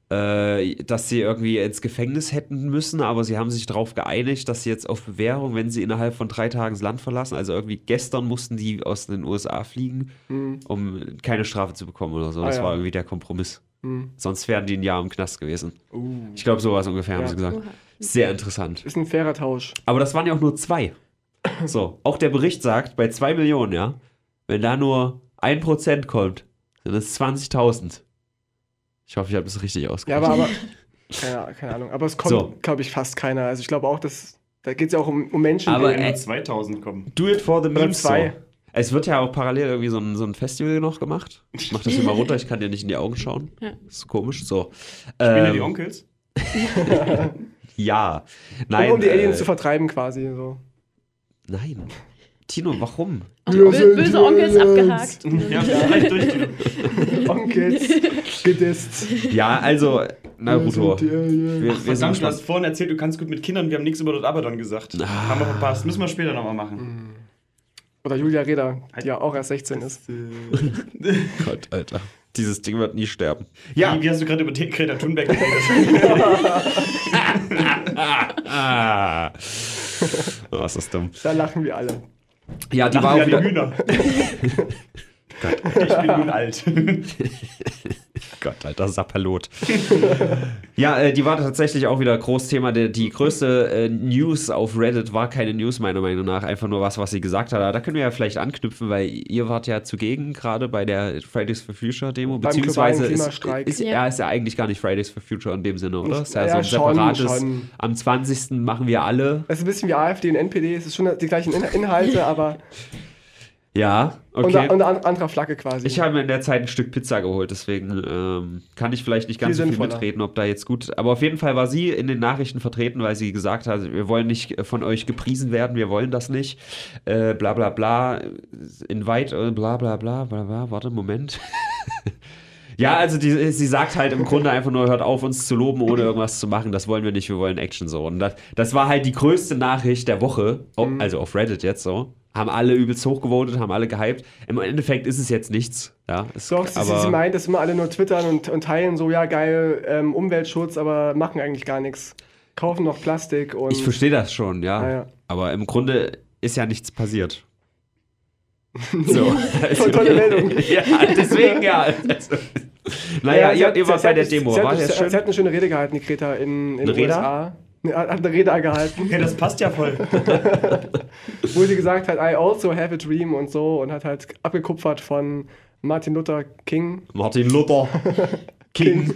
Speaker 1: äh, dass sie irgendwie ins Gefängnis hätten müssen, aber sie haben sich darauf geeinigt, dass sie jetzt auf Bewährung, wenn sie innerhalb von drei Tagen das Land verlassen, also irgendwie gestern mussten die aus den USA fliegen, um keine Strafe zu bekommen oder so.
Speaker 4: Mhm. Ah,
Speaker 1: das
Speaker 4: ja.
Speaker 1: war irgendwie der Kompromiss.
Speaker 4: Hm.
Speaker 1: Sonst wären die ein Jahr im Knast gewesen.
Speaker 4: Uh.
Speaker 1: Ich glaube, sowas ungefähr haben
Speaker 4: Ja.
Speaker 1: sie gesagt.
Speaker 3: Oha.
Speaker 1: Sehr interessant.
Speaker 4: Ist ein fairer Tausch.
Speaker 1: Aber das waren ja auch nur zwei. So, auch der Bericht sagt, bei zwei Millionen, ja, wenn da nur ein Prozent kommt, sind es 20.000. Ich hoffe, ich habe das richtig
Speaker 4: Ja,
Speaker 1: ausgedrückt.
Speaker 4: aber.
Speaker 1: [laughs]
Speaker 4: aber keine, Ah- keine Ahnung. Aber es kommt,
Speaker 1: So.
Speaker 4: glaube ich, fast keiner. Also, ich glaube auch, dass. Da geht es ja auch um, um Menschen.
Speaker 1: Aber,
Speaker 4: denen-
Speaker 1: äh,
Speaker 2: Nur 2000 kommen.
Speaker 1: Do it for the
Speaker 4: Oder
Speaker 1: memes.
Speaker 4: zwei.
Speaker 1: So. Es wird ja auch parallel irgendwie so ein, so ein Festival noch gemacht. Ich mach das hier mal runter, ich kann dir nicht in die Augen schauen.
Speaker 3: Ja.
Speaker 1: Ist komisch. So.
Speaker 2: Spielen ja
Speaker 1: Ähm,
Speaker 2: die Onkels?
Speaker 1: ja. Nein.
Speaker 4: um, um die Aliens
Speaker 1: äh,
Speaker 4: zu vertreiben, quasi.
Speaker 1: [laughs]
Speaker 4: So.
Speaker 1: Nein. Tino, warum?
Speaker 4: Wir
Speaker 3: Bö
Speaker 4: sind
Speaker 3: böse Onkel ist
Speaker 4: Aliens.
Speaker 1: [laughs]
Speaker 3: abgehakt.
Speaker 2: Ja, vielleicht [laughs] durch die.
Speaker 4: Onkels gedisst.
Speaker 1: Ja, also, Naruto.
Speaker 4: Wir sind die Aliens.
Speaker 1: Wir, wir sind
Speaker 2: Verdammt, du
Speaker 1: gespannt.
Speaker 2: hast vorhin erzählt, du kannst gut mit Kindern, wir haben nichts über Dort Abaddon gesagt. Haben wir verpasst. Müssen wir später nochmal machen.
Speaker 4: Oder Julia Reda, die ja auch erst 16 ist.
Speaker 1: Gott, Alter. Dieses Ding wird nie sterben. Ja.
Speaker 2: Wie, wie hast du gerade über T- Greta Thunberg geredet?
Speaker 1: Ah. Oh, ist das dumm.
Speaker 4: Da lachen wir alle.
Speaker 1: Ja, die war
Speaker 2: ja,
Speaker 1: auch
Speaker 2: die
Speaker 1: wieder.
Speaker 2: Hühner.
Speaker 1: [laughs]
Speaker 2: Ich bin nun [laughs] alt.
Speaker 1: Gott, alter Sapperlot. [laughs] ja, äh, die war tatsächlich auch wieder Großthema. Die, die größte äh, News auf Reddit war keine News, meiner Meinung nach. Einfach nur was, was sie gesagt hat. Aber da können wir ja vielleicht anknüpfen, weil ihr wart ja zugegen, gerade bei der Fridays for Future Demo.
Speaker 4: Beim
Speaker 1: beziehungsweise
Speaker 4: globalen
Speaker 1: ist,
Speaker 4: Klimastreik.
Speaker 1: ist,
Speaker 3: Ja.
Speaker 1: ja, ist ja eigentlich gar nicht Fridays for Future in dem Sinne, oder? Ist ja,
Speaker 4: Ja,
Speaker 1: so ein
Speaker 4: schon,
Speaker 1: separates.
Speaker 4: schon.
Speaker 1: Am 20. machen wir alle.
Speaker 4: Es ist ein bisschen wie AfD und NPD, es ist schon die gleichen In Inhalte, aber
Speaker 1: Ja, [laughs] okay.
Speaker 4: unter, unter an- anderer Flagge quasi.
Speaker 1: Ich habe mir in der Zeit ein Stück Pizza geholt, deswegen ähm, kann ich vielleicht nicht ganz
Speaker 4: Viel
Speaker 1: so viel
Speaker 4: sinnvoller.
Speaker 1: mitreden, ob da jetzt gut. Aber auf jeden Fall war sie in den Nachrichten vertreten, weil sie gesagt hat, wir wollen nicht von euch gepriesen werden, wir wollen das nicht. Äh, bla bla bla, invite, äh, bla bla bla, bla bla, warte, Moment. [laughs] Ja, also die, sie sagt halt im Grunde einfach nur, hört auf, uns zu loben, ohne irgendwas zu machen. Das wollen wir
Speaker 4: Mhm.
Speaker 1: nicht, wir wollen Action so. Und das, das war halt die größte Nachricht der Woche, au- also auf oh, Reddit jetzt so. haben alle übelst hochgevotet, haben alle gehypt. Im Endeffekt ist es jetzt nichts. Ja, es,
Speaker 4: So, sie, sie-
Speaker 1: aber-
Speaker 4: sie meint, dass immer alle nur twittern und, und teilen so, ja geil, ähm, Umweltschutz, aber machen eigentlich gar nichts. Kaufen noch Plastik und
Speaker 1: Ich verstehe das schon, ja.
Speaker 4: Ah, Ähm, ja.
Speaker 1: Aber im Grunde ist ja nichts
Speaker 4: [laughs]
Speaker 1: passiert. So.
Speaker 4: Voll tolle Meldung.
Speaker 1: [laughs] ja, deswegen ja. Also, naja,
Speaker 4: sie
Speaker 1: ihr,
Speaker 4: hat-
Speaker 1: ihr wart
Speaker 4: sie
Speaker 1: bei
Speaker 4: hat-
Speaker 1: der Demo.
Speaker 4: Sie
Speaker 1: War
Speaker 4: hat,
Speaker 1: das
Speaker 4: sie,
Speaker 1: schön?
Speaker 4: hat, sie hat eine schöne Rede gehalten, die Greta in, in
Speaker 1: Eine
Speaker 4: den
Speaker 1: Reda?
Speaker 4: USA. Ne, Hat hat eine
Speaker 1: [laughs]
Speaker 4: Rede gehalten,
Speaker 2: Ja, das passt ja voll.
Speaker 4: wo sie gesagt hat, I also have a dream und so und hat halt abgekupfert von Martin Luther King.
Speaker 1: Martin
Speaker 4: [laughs]
Speaker 1: Luther King.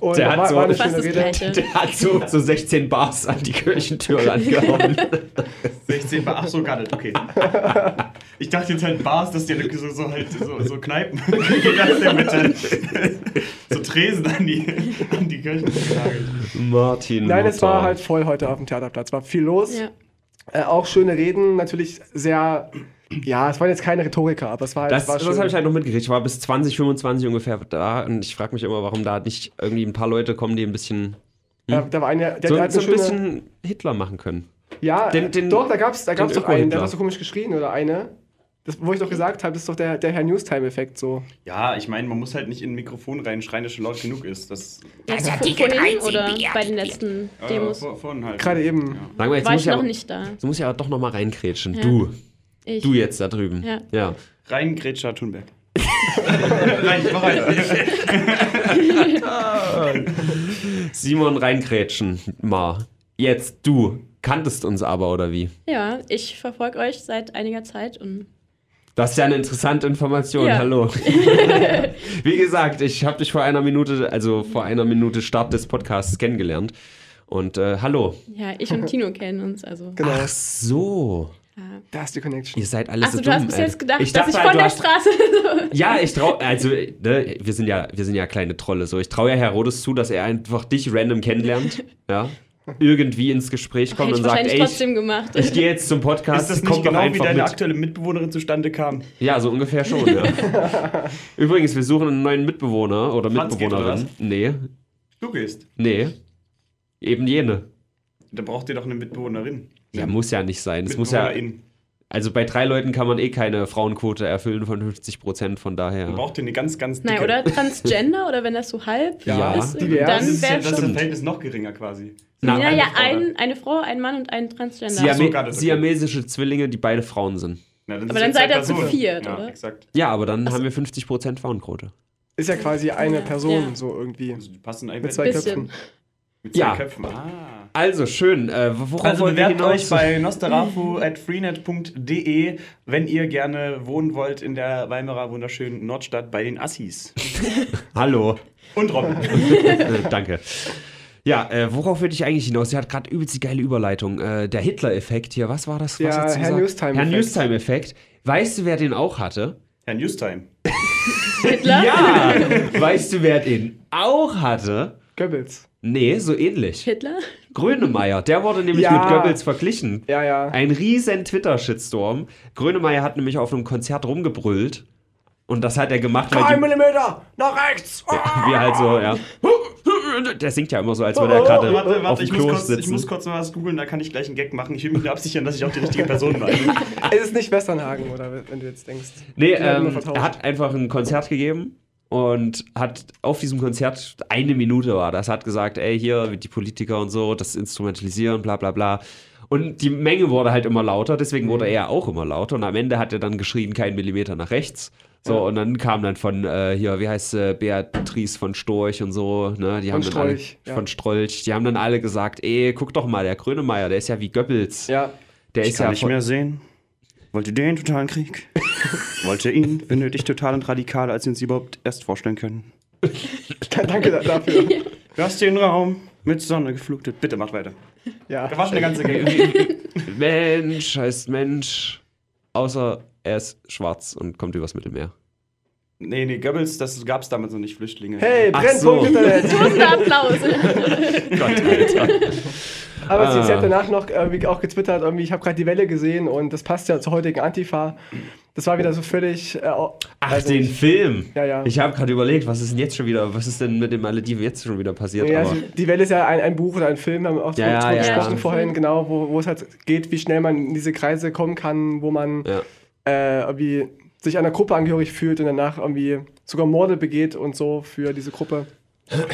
Speaker 4: Und
Speaker 1: Der hat
Speaker 4: war,
Speaker 1: so-
Speaker 4: war eine
Speaker 3: Fast
Speaker 4: schöne
Speaker 3: das
Speaker 1: [laughs]
Speaker 3: Gleiche.
Speaker 4: Rede.
Speaker 1: Der hat so, so 16 Bars an die Kirchentür rangehauen.
Speaker 2: 16 Bar. Ach so, gar nicht, okay. Ich dachte jetzt halt Bars, dass die so, so halt so, so Kneipen. [laughs] Wie das denn bitte? so Tresen an die, an die Kirche genagelt.
Speaker 1: [laughs] Martin
Speaker 4: Nein, es war
Speaker 1: Luther.
Speaker 4: halt voll heute auf dem Theaterplatz. War viel los.
Speaker 3: Ja.
Speaker 4: Äh, auch schöne Reden, natürlich sehr. Ja, es waren jetzt keine Rhetoriker, aber es war halt.
Speaker 1: Das,
Speaker 4: war
Speaker 1: das habe ich halt noch mitgekriegt. Ich war bis 20, 25 ungefähr da und ich frage mich immer, warum da nicht irgendwie ein paar Leute kommen, die ein bisschen
Speaker 4: ja, da war einer, der,
Speaker 1: Hm? so,
Speaker 4: der hat
Speaker 1: so
Speaker 4: eine
Speaker 1: ein
Speaker 4: schöne,
Speaker 1: bisschen Hitler machen können.
Speaker 4: Ja,
Speaker 1: den-
Speaker 4: äh,
Speaker 1: den-
Speaker 4: doch, da gab es da
Speaker 1: den
Speaker 4: gab's doch einen, der
Speaker 1: Öko-Hitler.
Speaker 4: hat so komisch geschrien oder eine. Das, wo ich doch gesagt habe, das ist doch der, der Herr Newstime-Effekt so.
Speaker 2: Ja, ich meine, man muss halt nicht in ein Mikrofon reinschreien, dass schon laut genug ist. Das
Speaker 3: Also vorhin oder bei den letzten
Speaker 2: äh,
Speaker 3: Demos
Speaker 2: vor- vorhin halt.
Speaker 4: Gerade eben.
Speaker 2: Ja.
Speaker 1: Sagen wir, jetzt
Speaker 3: war
Speaker 1: muss
Speaker 3: ich
Speaker 1: ja
Speaker 3: noch
Speaker 1: aber-
Speaker 3: nicht da.
Speaker 1: Jetzt muss ich aber doch nochmal reinkrätschen.
Speaker 3: Ja.
Speaker 1: Du,
Speaker 3: Ich.
Speaker 1: du jetzt da drüben.
Speaker 3: Ja.
Speaker 1: ja.
Speaker 2: Rein
Speaker 1: [laughs]
Speaker 2: Gretscher Thunberg. Nein, ich mach rein.
Speaker 1: Simon reinkrätschen, Ma. Jetzt du. Kanntest uns aber, oder wie?
Speaker 3: Ja, ich verfolge euch seit einiger Zeit und
Speaker 1: Das ist ja eine interessante Information.
Speaker 3: Ja. [laughs]
Speaker 1: Hallo. wie gesagt, ich habe dich vor einer Minute, also vor einer Minute Start des Podcasts kennengelernt. Und äh, hallo.
Speaker 3: ja,
Speaker 1: [laughs]
Speaker 3: ich und Tino kennen uns. Also
Speaker 4: Genau.
Speaker 1: Ach so.
Speaker 3: ja.
Speaker 4: Da ist die Connection.
Speaker 1: Ihr seid alle
Speaker 3: Achso,
Speaker 1: so
Speaker 3: du
Speaker 1: dumm.
Speaker 3: hast bis
Speaker 1: Alter.
Speaker 3: jetzt gedacht,
Speaker 1: ich
Speaker 3: dass
Speaker 1: dachte,
Speaker 3: ich
Speaker 1: halt,
Speaker 3: von
Speaker 1: du
Speaker 3: der
Speaker 1: hast
Speaker 3: Straße. [laughs]
Speaker 1: Ja,
Speaker 3: Äh,
Speaker 1: ich trau, also ne, wir sind ja, wir sind ja kleine Trolle. So, ich traue ja Herodes zu, dass er einfach dich random
Speaker 3: [laughs]
Speaker 1: kennenlernt, ja, irgendwie ins Gespräch kommt und
Speaker 3: Hätte ich
Speaker 1: sagt,
Speaker 3: wahrscheinlich
Speaker 1: ey, ich,
Speaker 3: trotzdem gemacht.
Speaker 1: [laughs] ich gehe jetzt zum
Speaker 2: Ist
Speaker 1: Podcast,
Speaker 2: das nicht
Speaker 1: komm doch
Speaker 2: genau, wie
Speaker 1: einfach
Speaker 2: deine
Speaker 1: mit.
Speaker 2: aktuelle Mitbewohnerin zustande kam?
Speaker 1: ja, so ungefähr schon.
Speaker 2: [laughs]
Speaker 1: Ja. Übrigens, wir suchen einen neuen Mitbewohner oder
Speaker 2: Franz geht, oder
Speaker 1: Mitbewohnerin. Nee,
Speaker 2: Du gehst.
Speaker 1: nee, eben jene.
Speaker 2: Da braucht ihr doch eine Mitbewohnerin.
Speaker 1: Ja, muss ja nicht sein. Es muss ja,
Speaker 2: Mitbewohnerin.
Speaker 1: also bei drei Leuten kann man eh keine Frauenquote erfüllen von 50 Prozent. Von
Speaker 2: Dann
Speaker 1: daher.
Speaker 2: braucht ihr eine ganz, ganz dicke.
Speaker 3: Nein, oder Transgender oder wenn das so halb
Speaker 1: Ja,
Speaker 3: ist,
Speaker 4: divers.
Speaker 2: Das
Speaker 3: dann
Speaker 2: ist ja
Speaker 3: wäre
Speaker 2: das ist das
Speaker 3: schon.
Speaker 2: Verhältnis noch geringer quasi.
Speaker 1: Na,
Speaker 3: Ja, ja,
Speaker 2: eine Frau,
Speaker 3: ein, eine Frau, ein Mann und ein Transgender. Also
Speaker 1: Siame
Speaker 2: Ach so, gar nicht, okay.
Speaker 1: Siamesische Zwillinge, die beide Frauen sind.
Speaker 2: Na,
Speaker 3: Aber
Speaker 2: sind
Speaker 3: dann
Speaker 2: zwei
Speaker 3: seid ihr zu
Speaker 2: Personen.
Speaker 3: viert,
Speaker 2: ja,
Speaker 3: oder?
Speaker 2: exakt.
Speaker 1: Ja, aber dann haben wir 50% Frauenquote.
Speaker 4: Ist ja quasi eine
Speaker 3: Ja.
Speaker 4: Person
Speaker 3: Ja.
Speaker 4: so irgendwie.
Speaker 2: Also die passen
Speaker 4: Mit
Speaker 2: eigentlich
Speaker 4: zwei
Speaker 3: Bisschen.
Speaker 4: Köpfen.
Speaker 2: mit zwei
Speaker 1: Ja.
Speaker 2: Köpfen. Ah.
Speaker 1: Also schön, äh, worauf
Speaker 2: Also
Speaker 1: wollen wir
Speaker 2: bewerbt
Speaker 1: hinaus?
Speaker 2: euch bei nosterafu.freenet.de, wenn ihr gerne wohnen wollt in der Weimarer wunderschönen Nordstadt bei den Assis.
Speaker 1: [laughs] Hallo,
Speaker 2: Und Robin.
Speaker 1: [laughs] äh, danke. Ja, äh, worauf würde ich eigentlich hinaus? Sie hat gerade übelst die geile Überleitung. Äh, der Hitler-Effekt hier, was war das? Was
Speaker 4: Ja,
Speaker 1: hast du
Speaker 4: Herr
Speaker 1: gesagt?
Speaker 4: Newstime-Effekt.
Speaker 1: Herr Newstime-Effekt. Weißt du, wer den auch hatte?
Speaker 2: Herr Newstime.
Speaker 1: Äh,
Speaker 3: Hitler?
Speaker 1: Ja! [laughs] weißt du, wer den auch hatte?
Speaker 4: Goebbels.
Speaker 1: Nee, so ähnlich.
Speaker 3: Hitler?
Speaker 1: Grönemeyer, der wurde nämlich
Speaker 4: Ja.
Speaker 1: mit Goebbels verglichen.
Speaker 4: Ja, ja.
Speaker 1: Ein riesen Twitter-Shitstorm. Grönemeyer hat nämlich auf einem Konzert rumgebrüllt. Und das hat er gemacht, weil
Speaker 4: Drei
Speaker 1: die
Speaker 4: Millimeter! Nach rechts!
Speaker 1: [laughs]
Speaker 4: Ah!
Speaker 1: Wir halt so, ja. [laughs] Der singt ja immer so, als [laughs] würde er
Speaker 4: Oh,
Speaker 1: gerade
Speaker 2: Warte,
Speaker 1: auf
Speaker 2: warte,
Speaker 1: dem
Speaker 2: ich muss,
Speaker 1: Klo
Speaker 2: kurz, ich muss
Speaker 1: sitzen.
Speaker 2: kurz mal was googeln, da kann ich gleich einen Gag machen. Ich will mich nur absichern, dass ich auch die richtige
Speaker 1: [laughs]
Speaker 2: Person war.
Speaker 4: Es [laughs] ist nicht Westernhagen, oder wenn du jetzt denkst.
Speaker 1: Nee,
Speaker 4: Die werden nur
Speaker 1: ähm,
Speaker 4: vertauscht.
Speaker 1: er hat einfach ein Konzert gegeben und hat auf diesem Konzert, eine Minute war das, hat gesagt, ey, hier, die Politiker und so, das instrumentalisieren, bla bla bla. Und die Menge wurde halt immer lauter, deswegen
Speaker 4: Mhm.
Speaker 1: wurde er auch immer lauter. Und am Ende hat er dann geschrien, kein Millimeter nach rechts. So, und dann kam dann von, äh, hier, wie heißt sie, Beatrice von Storch und so, ne? Die haben dann alle-
Speaker 4: Von Strolch, ja.
Speaker 1: Von Strolch. Die haben dann alle gesagt, ey, guck doch mal, der Grönemeyer, der ist ja wie Goebbels.
Speaker 4: Ja. [laughs]
Speaker 1: Der ist ja voll-
Speaker 2: sehen. Wollte den totalen [laughs] Krieg. Wollte ihn, benötigt total und radikal, als wir uns überhaupt erst vorstellen können.
Speaker 4: Danke da- dafür.
Speaker 3: [laughs]
Speaker 2: Lasst den Raum mit Sonne geflutet. Bitte macht weiter. Da war
Speaker 4: Ja.
Speaker 2: schon der ganze Gag.
Speaker 1: Mensch heißt Mensch. Außer er ist schwarz und kommt übers Mittelmeer.
Speaker 2: [laughs] Nee, nee, Goebbels, das gab's damals noch nicht, Flüchtlinge.
Speaker 4: Hey,
Speaker 1: Ach
Speaker 4: Brennpunkt
Speaker 1: so.
Speaker 4: Internet!
Speaker 3: [laughs] Tausender
Speaker 4: [laughs]
Speaker 3: Applaus.
Speaker 1: [laughs] Also
Speaker 4: Aber sie,
Speaker 1: Ah.
Speaker 4: sie äh, hat danach noch irgendwie auch getwittert, irgendwie, ich habe gerade die Welle gesehen und das passt ja zur heutigen Antifa. Das war wieder so völlig. Äh, au-
Speaker 1: Ach,
Speaker 4: weiß
Speaker 1: den
Speaker 4: nicht.
Speaker 1: Film.
Speaker 4: Ja, ja.
Speaker 1: Ich habe gerade überlegt, was ist denn jetzt schon wieder, was ist denn mit den Malediven jetzt schon wieder passiert?
Speaker 4: Ja,
Speaker 1: aber
Speaker 4: also die Welle ist ja ein, ein Buch oder ein Film, haben wir auch
Speaker 1: Ja, ja,
Speaker 4: drüber
Speaker 1: ja,
Speaker 4: gesprochen
Speaker 3: ja.
Speaker 4: vorhin, genau, wo, wo es halt geht, wie schnell man in diese Kreise kommen kann, wo man
Speaker 1: Ja.
Speaker 4: äh, irgendwie sich einer Gruppe angehörig fühlt und danach irgendwie sogar Morde begeht und so für diese Gruppe.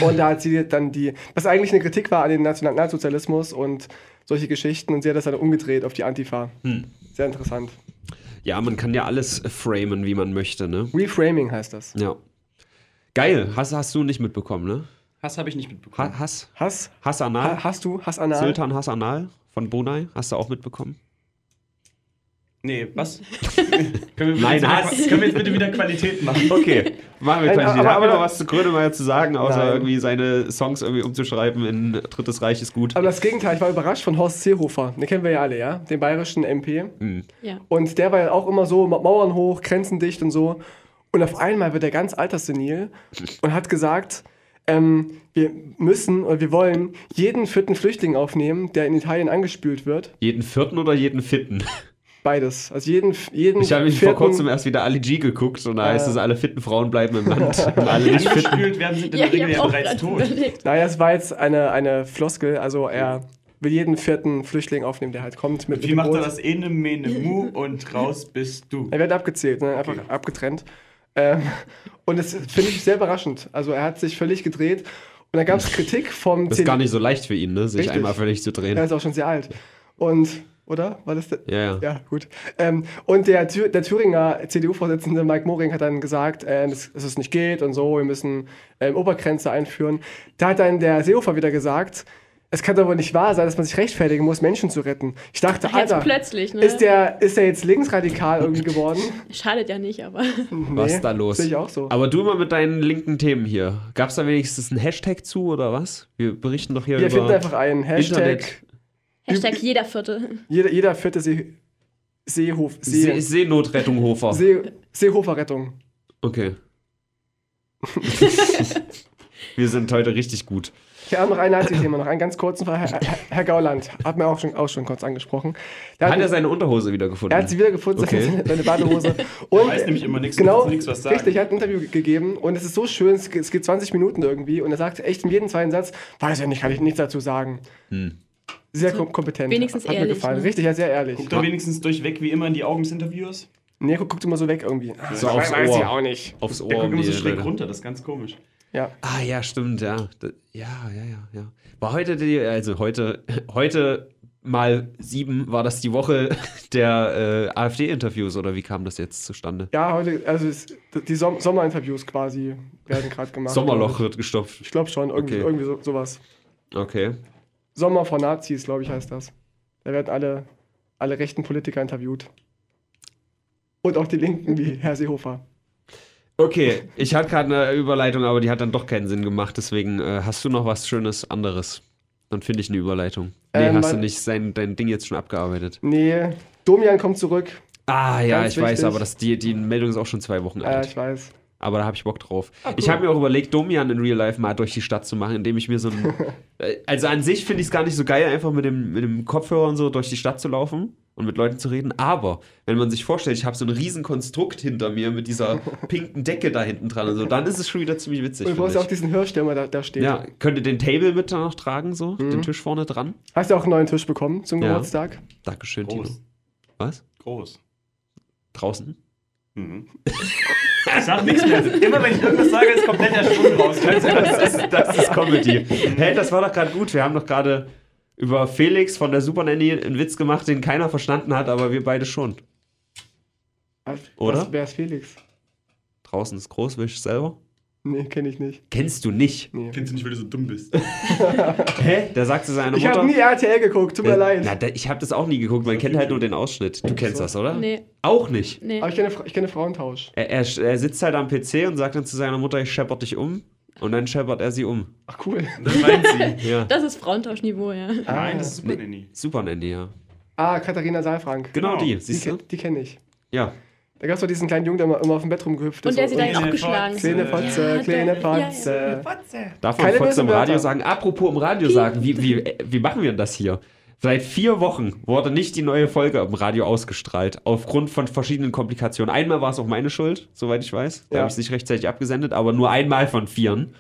Speaker 4: Und da hat sie dann die, was eigentlich eine Kritik war an den Nationalsozialismus und solche Geschichten und sie hat das dann umgedreht auf die Antifa.
Speaker 1: Hm.
Speaker 4: Sehr interessant.
Speaker 1: ja, man kann ja alles framen, wie man möchte, ne?
Speaker 4: Reframing heißt das.
Speaker 1: Ja. Geil, Hass hast du nicht mitbekommen, ne?
Speaker 2: Hass habe ich nicht mitbekommen.
Speaker 1: Ha Hass?
Speaker 4: Hass?
Speaker 1: Hassanal?
Speaker 4: Ha hast du? Hass anal?
Speaker 1: Sultan Hassanal von Brunei, hast du auch mitbekommen?
Speaker 2: Nee, was? [laughs] können wir
Speaker 1: Nein,
Speaker 2: bitte-
Speaker 1: Hass.
Speaker 2: Können wir jetzt bitte wieder Qualität machen?
Speaker 1: Okay, machen wir
Speaker 4: Nein,
Speaker 1: Qualität.
Speaker 4: aber-
Speaker 1: Haben wir
Speaker 4: aber-
Speaker 1: noch was zu Grönemeyer zu sagen, außer
Speaker 4: Nein.
Speaker 1: irgendwie seine Songs irgendwie umzuschreiben in Drittes Reich ist gut?
Speaker 4: Aber das Gegenteil, ich war überrascht von Horst Seehofer. Den kennen wir ja alle, ja? Den bayerischen MP.
Speaker 3: Ja.
Speaker 4: Und der war ja auch immer so, Ma- Mauern hoch, Grenzen dicht und so. Und auf einmal wird er
Speaker 1: [laughs]
Speaker 4: ganz alterssenil und hat gesagt, ähm, wir müssen und wir wollen jeden vierten Flüchtling aufnehmen, der in Italien angespült wird.
Speaker 1: jeden vierten oder jeden
Speaker 4: [laughs]
Speaker 1: fitten?
Speaker 4: Beides. Also jeden, jeden
Speaker 1: Ich habe mich vor
Speaker 4: vierten-
Speaker 1: kurzem erst wieder Ali G geguckt und da heißt es, alle fitten Frauen bleiben im
Speaker 4: [laughs]
Speaker 1: Land und alle nicht fitten.
Speaker 2: Gespült werden sind in
Speaker 3: Ja,
Speaker 2: der Regel
Speaker 3: ich
Speaker 2: ja
Speaker 3: habe auch
Speaker 2: bereits
Speaker 3: gerade
Speaker 2: tot.
Speaker 3: überlegt.
Speaker 4: Naja, es war jetzt eine, eine Floskel. Also er will jeden vierten Flüchtling aufnehmen, der halt kommt. Mit, mit
Speaker 2: Wie
Speaker 4: dem
Speaker 2: macht er
Speaker 4: Boot.
Speaker 2: das? Ene, mene, mu und raus bist du.
Speaker 4: Er wird abgezählt, ne? einfach abgetrennt. Ähm, [laughs] und das finde ich sehr überraschend. Also er hat sich völlig gedreht und da gab es Kritik vom
Speaker 1: Das ist gar nicht so leicht für ihn, ne? sich
Speaker 4: Richtig.
Speaker 1: einmal völlig zu
Speaker 4: Er
Speaker 1: drehen.
Speaker 4: ist auch schon sehr alt. Und, oder? War das der?
Speaker 1: Ja, ja.
Speaker 4: Ja, gut. Ähm, und der, Thür der Thüringer CDU-Vorsitzende Mike Moring hat dann gesagt, äh, dass, dass es nicht geht und so, wir müssen ähm, Obergrenze einführen. Da hat dann der Seehofer wieder gesagt, es kann doch wohl nicht wahr sein, dass man sich rechtfertigen muss, Menschen zu retten. Ich dachte,
Speaker 3: Jetzt
Speaker 4: Alter,
Speaker 3: plötzlich, ne?
Speaker 4: ist, der, ist der jetzt linksradikal irgendwie geworden?
Speaker 3: Schadet ja nicht,
Speaker 4: [laughs]
Speaker 3: aber.
Speaker 1: Was
Speaker 4: Nee,
Speaker 1: da los?
Speaker 4: Sehe ich auch so.
Speaker 1: Aber du immer mit deinen linken Themen hier. Gab es da wenigstens einen Hashtag zu oder was? Wir berichten doch hier
Speaker 4: Wir
Speaker 1: über
Speaker 4: finden einfach einen Hashtag.
Speaker 1: genau. Internet.
Speaker 3: Hashtag jeder Vierte.
Speaker 4: Jeder, jeder vierte See, Seehof, See,
Speaker 1: See Seenotrettung Hofer.
Speaker 4: See, Seehoferrettung. [laughs]
Speaker 1: okay. Wir sind heute richtig gut.
Speaker 4: Ich habe noch ein Nazi-Thema, noch einen ganz kurzen Fall. Herr, Herr- Herr Gauland, hat mir auch schon, auch schon kurz angesprochen. Der
Speaker 1: Hat er
Speaker 4: hat,
Speaker 1: seine Unterhose
Speaker 4: er
Speaker 1: wiedergefunden?
Speaker 4: hat sie wiedergefunden,
Speaker 1: Okay.
Speaker 4: seine, [laughs]
Speaker 1: [laughs]
Speaker 4: seine Badehose. Und
Speaker 2: weiß nämlich immer nichts,
Speaker 4: genau,
Speaker 2: muss nichts was sagen.
Speaker 4: Richtig, er hat ein Interview ge- gegeben und es ist so schön, es, ge- es geht 20 Minuten irgendwie und er sagt echt in jedem zweiten Satz, weiß ich nicht, kann ich nichts dazu sagen.
Speaker 1: Hm.
Speaker 4: Sehr kom kompetent.
Speaker 3: wenigstens
Speaker 4: hat mir
Speaker 3: ehrlich,
Speaker 4: gefallen.
Speaker 3: ne?
Speaker 4: Richtig, ja, sehr ehrlich.
Speaker 2: Guckt er wenigstens durchweg wie immer in die Augen des Interviews?
Speaker 4: Nee, guck- guckt immer so weg irgendwie.
Speaker 1: so aufs
Speaker 4: weiß ich
Speaker 1: Ohr.
Speaker 4: auch nicht.
Speaker 1: Aufs Ohr.
Speaker 2: Der guckt
Speaker 1: um
Speaker 2: immer
Speaker 1: die
Speaker 2: so schräg
Speaker 1: Leute.
Speaker 2: runter, das ist ganz komisch.
Speaker 4: Ja.
Speaker 1: Ah ja, stimmt, ja. Da- Ja, ja, ja, ja. War heute die, also heute, [laughs] heute mal sieben war das die Woche [laughs] der äh, AfD-Interviews oder wie kam das jetzt zustande?
Speaker 4: Ja, heute, also es, die Som Sommerinterviews quasi werden gerade gemacht.
Speaker 1: Sommerloch wird gestopft.
Speaker 4: Ich glaube schon, irgendwie,
Speaker 1: Okay.
Speaker 4: irgendwie so, sowas.
Speaker 1: Okay.
Speaker 4: Sommer vor Nazis, glaube ich, heißt das. Da werden alle, alle rechten Politiker interviewt. Und auch die Linken, wie Herr Seehofer.
Speaker 1: Okay, ich hatte gerade eine Überleitung, aber die hat dann doch keinen Sinn gemacht. Deswegen äh, hast du noch was Schönes anderes. Dann finde ich eine Überleitung. Nee,
Speaker 4: Ähm,
Speaker 1: hast du
Speaker 4: weil-
Speaker 1: nicht sein, dein Ding jetzt schon abgearbeitet.
Speaker 4: Nee, Domian kommt zurück.
Speaker 1: Ah ja,
Speaker 4: Ganz
Speaker 1: ich weiß,
Speaker 4: wichtig. Äh,
Speaker 1: aber das, die, die Meldung ist auch schon zwei Wochen
Speaker 4: Ja,
Speaker 1: alt.
Speaker 4: ich weiß.
Speaker 1: Aber da habe ich Bock drauf. Ich habe mir auch überlegt, Domian in Real Life mal durch die Stadt zu machen, indem ich mir so
Speaker 4: [laughs]
Speaker 1: ein. Äh, also an sich finde ich es gar nicht so geil, einfach mit dem, mit dem Kopfhörer und so durch die Stadt zu laufen und mit Leuten zu reden. Aber wenn man sich vorstellt, ich habe so ein riesen Konstrukt hinter mir mit
Speaker 4: [laughs]
Speaker 1: dieser pinken Decke da hinten dran und so, dann ist es schon wieder ziemlich witzig.
Speaker 4: Und du
Speaker 1: finde
Speaker 4: brauchst ja
Speaker 1: ich.
Speaker 4: auch diesen Hörstürmer, der da steht.
Speaker 1: ja, könnte den Table mit danach tragen, so,
Speaker 4: Mhm.
Speaker 1: den Tisch vorne dran.
Speaker 4: Hast du auch einen neuen Tisch bekommen zum
Speaker 1: Ja.
Speaker 4: Geburtstag?
Speaker 1: Dankeschön, Tino.
Speaker 2: Groß.
Speaker 1: Was?
Speaker 2: Groß.
Speaker 1: Draußen?
Speaker 2: Mhm. Ich [laughs] sag nichts mehr. Immer wenn ich irgendwas sage, ist komplett der Schwung [laughs] raus. Kannst du das?
Speaker 1: Das, das ist Comedy. Hey, das war doch gerade gut. Wir haben doch gerade über Felix von der Super Nanny einen Witz gemacht, den keiner verstanden hat, aber wir beide schon. Oder?
Speaker 4: Das- Wer ist Felix?
Speaker 1: Draußen ist Großwisch selber.
Speaker 4: Nee, kenne ich nicht.
Speaker 1: Kennst du nicht?
Speaker 4: Nee.
Speaker 2: Kennst du nicht, weil du so dumm bist.
Speaker 1: Hä? Der sagte seiner
Speaker 4: Ich
Speaker 1: Mutter.
Speaker 4: habe nie RTL geguckt, tut mir leid.
Speaker 1: Na, da, ich habe das auch nie geguckt. Man kennt halt nur den Ausschnitt. Du kennst das, oder?
Speaker 3: Nee.
Speaker 1: Auch nicht.
Speaker 3: Nee.
Speaker 4: Aber ich kenne, Fra- ich kenne Frauentausch.
Speaker 1: Er, er, er sitzt halt am PC und sagt dann zu seiner Mutter, ich scheppert dich um. Und dann scheppert er sie um.
Speaker 4: Ach, cool.
Speaker 2: Das meint sie.
Speaker 1: Ja.
Speaker 3: Das ist Frauentauschniveau, ja.
Speaker 2: Nein, das ist super, Nanny.
Speaker 1: Super Nanny, ja.
Speaker 4: Ah, Katharina Saalfrank.
Speaker 1: Genau,
Speaker 2: Genau.
Speaker 1: die,
Speaker 4: Die,
Speaker 1: siehst du?
Speaker 4: ke- die kenne ich.
Speaker 1: Ja.
Speaker 4: Da gab es doch diesen kleinen Jungen, der immer, immer auf dem Bett rumgehüpft
Speaker 3: Und der sie dann
Speaker 2: Kleine
Speaker 3: auch geschlagen
Speaker 2: Fotze.
Speaker 4: Kleine
Speaker 3: hat.
Speaker 4: Fotze,
Speaker 3: Ja,
Speaker 4: kleine
Speaker 3: der- ja, ja.
Speaker 4: Fotze.
Speaker 1: Darf man
Speaker 4: Keine
Speaker 1: kurz
Speaker 4: bösen
Speaker 1: im Radio
Speaker 4: Wörter.
Speaker 1: sagen? Apropos im Radio sagen, wie, wie, äh, wie machen wir denn das hier? Seit vier Wochen wurde nicht die neue Folge im Radio ausgestrahlt, aufgrund von verschiedenen Komplikationen. Einmal war es auch meine Schuld, soweit ich weiß. Da
Speaker 4: Ja.
Speaker 1: habe ich es nicht rechtzeitig abgesendet, aber nur einmal von vieren.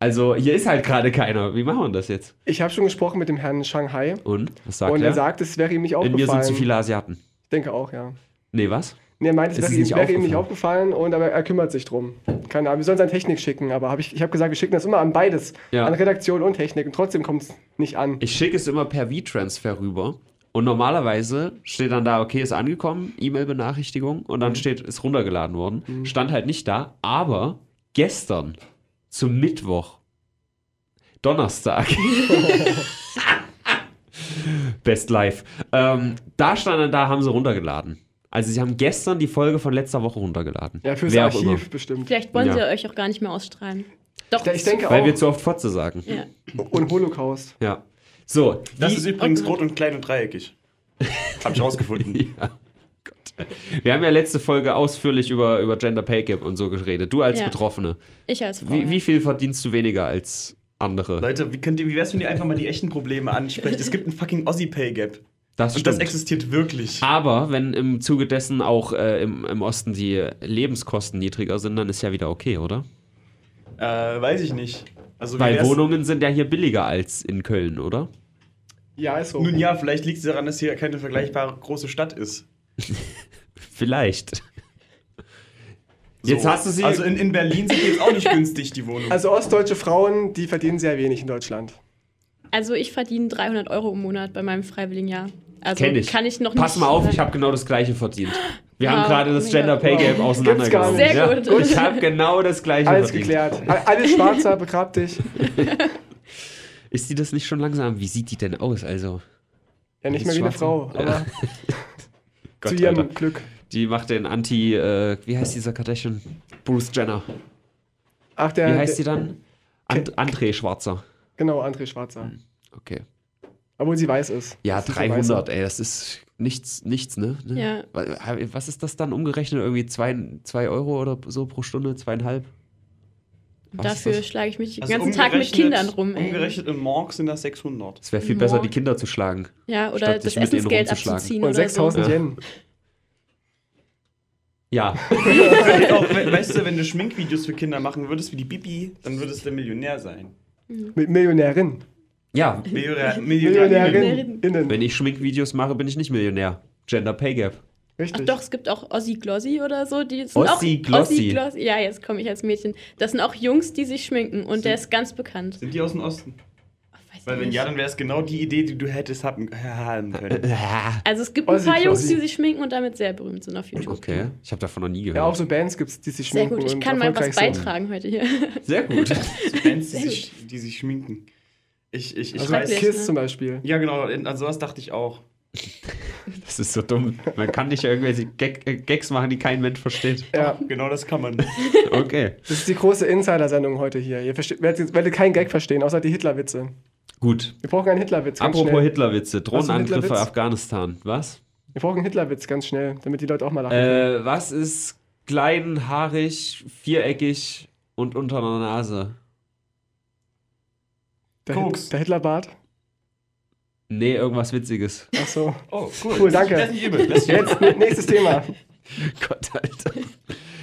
Speaker 1: Also hier ist halt gerade keiner. Wie machen wir das jetzt?
Speaker 4: Ich habe schon gesprochen mit dem Herrn Shanghai
Speaker 1: Und? Was sagt
Speaker 4: und
Speaker 1: er?
Speaker 4: er sagt, es wäre ihm nicht
Speaker 1: In
Speaker 4: aufgefallen.
Speaker 1: mir sind zu viele Asiaten.
Speaker 4: Ich denke auch, ja.
Speaker 1: Nee, was?
Speaker 4: Nee, er meint, es
Speaker 1: Ist
Speaker 4: wäre
Speaker 1: es
Speaker 4: ihm,
Speaker 1: nicht
Speaker 4: wäre ihm nicht aufgefallen und aber er kümmert sich drum. Keine Ahnung, wir sollen es an Technik schicken, aber hab ich, ich habe gesagt, wir schicken das immer an beides.
Speaker 1: Ja.
Speaker 4: An Redaktion und Technik und trotzdem kommt es nicht an.
Speaker 1: Ich schicke es immer per V-Transfer rüber. Und normalerweise steht dann da, okay, ist angekommen, E-Mail-Benachrichtigung und
Speaker 4: Mhm.
Speaker 1: dann steht, ist runtergeladen worden. Stand halt nicht da, aber gestern zum Mittwoch, Donnerstag, [laughs] Best Life, ähm, da stand dann da, haben sie runtergeladen. Also sie haben gestern die Folge von letzter Woche runtergeladen.
Speaker 4: ja, fürs
Speaker 1: Wer auch immer.
Speaker 4: Archiv bestimmt.
Speaker 3: Vielleicht wollen
Speaker 1: Ja.
Speaker 3: sie euch auch gar nicht mehr ausstrahlen. Doch,
Speaker 4: Ich denke
Speaker 1: Weil
Speaker 4: auch.
Speaker 1: wir zu oft Fotze sagen.
Speaker 3: ja.
Speaker 4: und Holocaust.
Speaker 1: Ja. So,
Speaker 2: Das
Speaker 1: die-
Speaker 2: ist übrigens rot und klein und [laughs] dreieckig. Hab ich rausgefunden.
Speaker 1: Ja. Gott. Wir haben ja letzte Folge ausführlich über, über Gender Pay Gap und so geredet. Du als
Speaker 3: Ja.
Speaker 1: Betroffene,
Speaker 3: ich als Frau.
Speaker 1: wie, wie viel verdienst du weniger als andere?
Speaker 2: Leute, wie, könnt ihr, wie wär's, wenn ihr einfach mal die echten Probleme ansprecht? Es gibt ein fucking Aussie-Pay-Gap.
Speaker 1: Das
Speaker 2: Und das
Speaker 1: stimmt.
Speaker 2: existiert wirklich.
Speaker 1: Aber wenn im Zuge dessen auch äh, im, im Osten die Lebenskosten niedriger sind, dann ist ja wieder okay, oder?
Speaker 2: Äh, weiß ich nicht. Also, wie
Speaker 1: Weil
Speaker 2: wär's-
Speaker 1: Wohnungen sind ja hier billiger als in Köln, oder?
Speaker 4: Ja, ist so.
Speaker 2: Nun ja, vielleicht liegt es daran, dass hier keine vergleichbare große Stadt ist.
Speaker 1: Vielleicht.
Speaker 2: So.
Speaker 1: Jetzt hast du sie.
Speaker 2: Also in, in Berlin sind die jetzt [laughs] auch nicht günstig, die Wohnungen.
Speaker 4: Also ostdeutsche Frauen, die verdienen sehr wenig in Deutschland.
Speaker 3: Also ich verdiene 300 Euro im Monat bei meinem freiwilligen Jahr. Also
Speaker 1: Kenn ich.
Speaker 3: kann ich noch
Speaker 1: Pass
Speaker 3: nicht
Speaker 1: mal auf, ich
Speaker 3: sagen.
Speaker 1: habe genau das gleiche verdient. Wir haben
Speaker 3: Wow,
Speaker 1: gerade das
Speaker 3: mega.
Speaker 1: Gender Pay Gap
Speaker 4: Wow.
Speaker 1: auseinandergenommen.
Speaker 4: Gibt's
Speaker 3: gar nicht. Sehr
Speaker 1: Ja,
Speaker 3: gut.
Speaker 1: ich habe genau das gleiche
Speaker 4: Alles
Speaker 1: verdient.
Speaker 4: geklärt. A- Alles Schwarzer, begrab dich.
Speaker 1: Ist die das nicht schon langsam? Wie sieht die denn aus? Also,
Speaker 4: Ja, nicht mehr
Speaker 1: Alles
Speaker 4: wie eine Frau,
Speaker 1: Schwarzer.
Speaker 4: aber
Speaker 1: Ja.
Speaker 4: zu
Speaker 1: [laughs] Gott,
Speaker 4: ihrem
Speaker 1: Alter.
Speaker 4: Glück.
Speaker 1: Die macht den Anti, äh, wie heißt dieser Kardashian? Bruce Jenner.
Speaker 4: Ach,
Speaker 1: Wie
Speaker 4: der,
Speaker 1: heißt die
Speaker 4: der,
Speaker 1: dann? And André Schwarzer.
Speaker 4: Genau, André Schwarzer.
Speaker 1: Okay.
Speaker 4: Obwohl sie weiß ist.
Speaker 1: Ja,
Speaker 4: Das ist eine Weiße.
Speaker 1: 300, ey, das ist nichts, nichts, ne?
Speaker 3: Ja.
Speaker 1: ne? Wa- Was ist das dann umgerechnet? Irgendwie 2 Euro oder so pro Stunde, zweieinhalb?
Speaker 3: Und
Speaker 1: Was ist
Speaker 3: dafür
Speaker 1: das?
Speaker 3: schlage ich mich den
Speaker 2: Also
Speaker 3: ganzen Tag mit
Speaker 2: umgerechnet-
Speaker 3: Kindern rum. Ey.
Speaker 2: Umgerechnet in Morgs sind das 600.
Speaker 3: [laughs]
Speaker 1: Es wäre viel
Speaker 3: Boah.
Speaker 1: besser, die Kinder zu schlagen.
Speaker 3: Ja, oder
Speaker 1: statt
Speaker 3: das
Speaker 1: dich mit ihnen
Speaker 3: Essensgeld
Speaker 1: rumzuschlagen.
Speaker 3: abzuziehen.
Speaker 4: Und
Speaker 3: oder
Speaker 4: 6000
Speaker 1: Ja.
Speaker 4: Yen.
Speaker 1: Ja,
Speaker 2: Vielleicht auch, we- weißt du, wenn du Schminkvideos für Kinder machen würdest, wie die Bibi, dann würdest du Millionär sein.
Speaker 4: Mit Millionärin.
Speaker 1: [laughs] ja.
Speaker 2: Millionär, Millionär.
Speaker 4: Millionärin.
Speaker 3: Millionärin.
Speaker 4: Innen.
Speaker 1: Wenn ich Schminkvideos mache, bin ich nicht Millionär. Gender Pay Gap.
Speaker 3: Ach
Speaker 4: Richtig.
Speaker 3: doch, es gibt auch Ossi Glossi oder so. Die sind
Speaker 1: Ossi
Speaker 3: auch
Speaker 1: Glossi.
Speaker 3: Ossi Glossi. Ja, jetzt komme ich als Mädchen. Das sind auch Jungs, die sich schminken und der ist ganz bekannt.
Speaker 2: Sind die aus dem Osten?
Speaker 3: Ach, weiß
Speaker 2: Weil
Speaker 3: ich
Speaker 2: wenn
Speaker 3: nicht.
Speaker 2: ja, dann wäre es genau die Idee, die du hättest haben,
Speaker 1: [laughs]
Speaker 2: haben können.
Speaker 3: also es gibt
Speaker 4: Ossi
Speaker 3: ein paar Jungs,
Speaker 4: Glossi.
Speaker 3: die sich schminken und damit sehr berühmt sind auf YouTube.
Speaker 1: Okay, ich habe davon noch nie gehört.
Speaker 4: Ja, auch so Bands gibt es, die sich
Speaker 3: Sehr
Speaker 4: schminken.
Speaker 3: gut, ich
Speaker 4: und
Speaker 3: kann mal was
Speaker 4: erfolgreich sind.
Speaker 3: beitragen heute hier. [laughs]
Speaker 1: Sehr [laughs] gut.
Speaker 2: So Bands, die sich, die sich schminken. Ich, ich, ich
Speaker 4: Also
Speaker 2: weiß.
Speaker 3: Schrecklich.
Speaker 4: Kiss zum Beispiel.
Speaker 2: Ja, genau, an sowas dachte ich auch.
Speaker 1: Das ist so dumm. Man kann nicht irgendwelche Gag äh, Gags machen, die kein Mensch versteht.
Speaker 4: Ja,
Speaker 3: Oh.
Speaker 2: Genau das kann
Speaker 3: [laughs]
Speaker 2: man.
Speaker 1: Okay.
Speaker 4: das ist die große Insider-Sendung heute hier. Ihr versteht, werdet, jetzt- werdet keinen Gag verstehen, außer die Hitlerwitze.
Speaker 1: Gut.
Speaker 4: Wir brauchen einen Hitlerwitz ganz
Speaker 1: Apropos
Speaker 4: schnell.
Speaker 1: Hitlerwitze, Drohnenangriffe
Speaker 4: Hitlerwitz?
Speaker 1: Afghanistan. Was?
Speaker 4: Wir brauchen einen Hitlerwitz ganz schnell, damit die Leute auch mal lachen.
Speaker 1: Äh, was ist klein, haarig, viereckig und unter der Nase?
Speaker 4: der,
Speaker 2: Koks.
Speaker 4: der Hitlerbart.
Speaker 1: Nee, irgendwas [laughs] Witziges.
Speaker 4: Ach so.
Speaker 2: Oh, cool.
Speaker 4: Cool, danke.
Speaker 1: [laughs]
Speaker 2: Das ist nicht übel. Das ist
Speaker 4: Jetzt n- nächstes Thema.
Speaker 1: Oh Gott, Alter.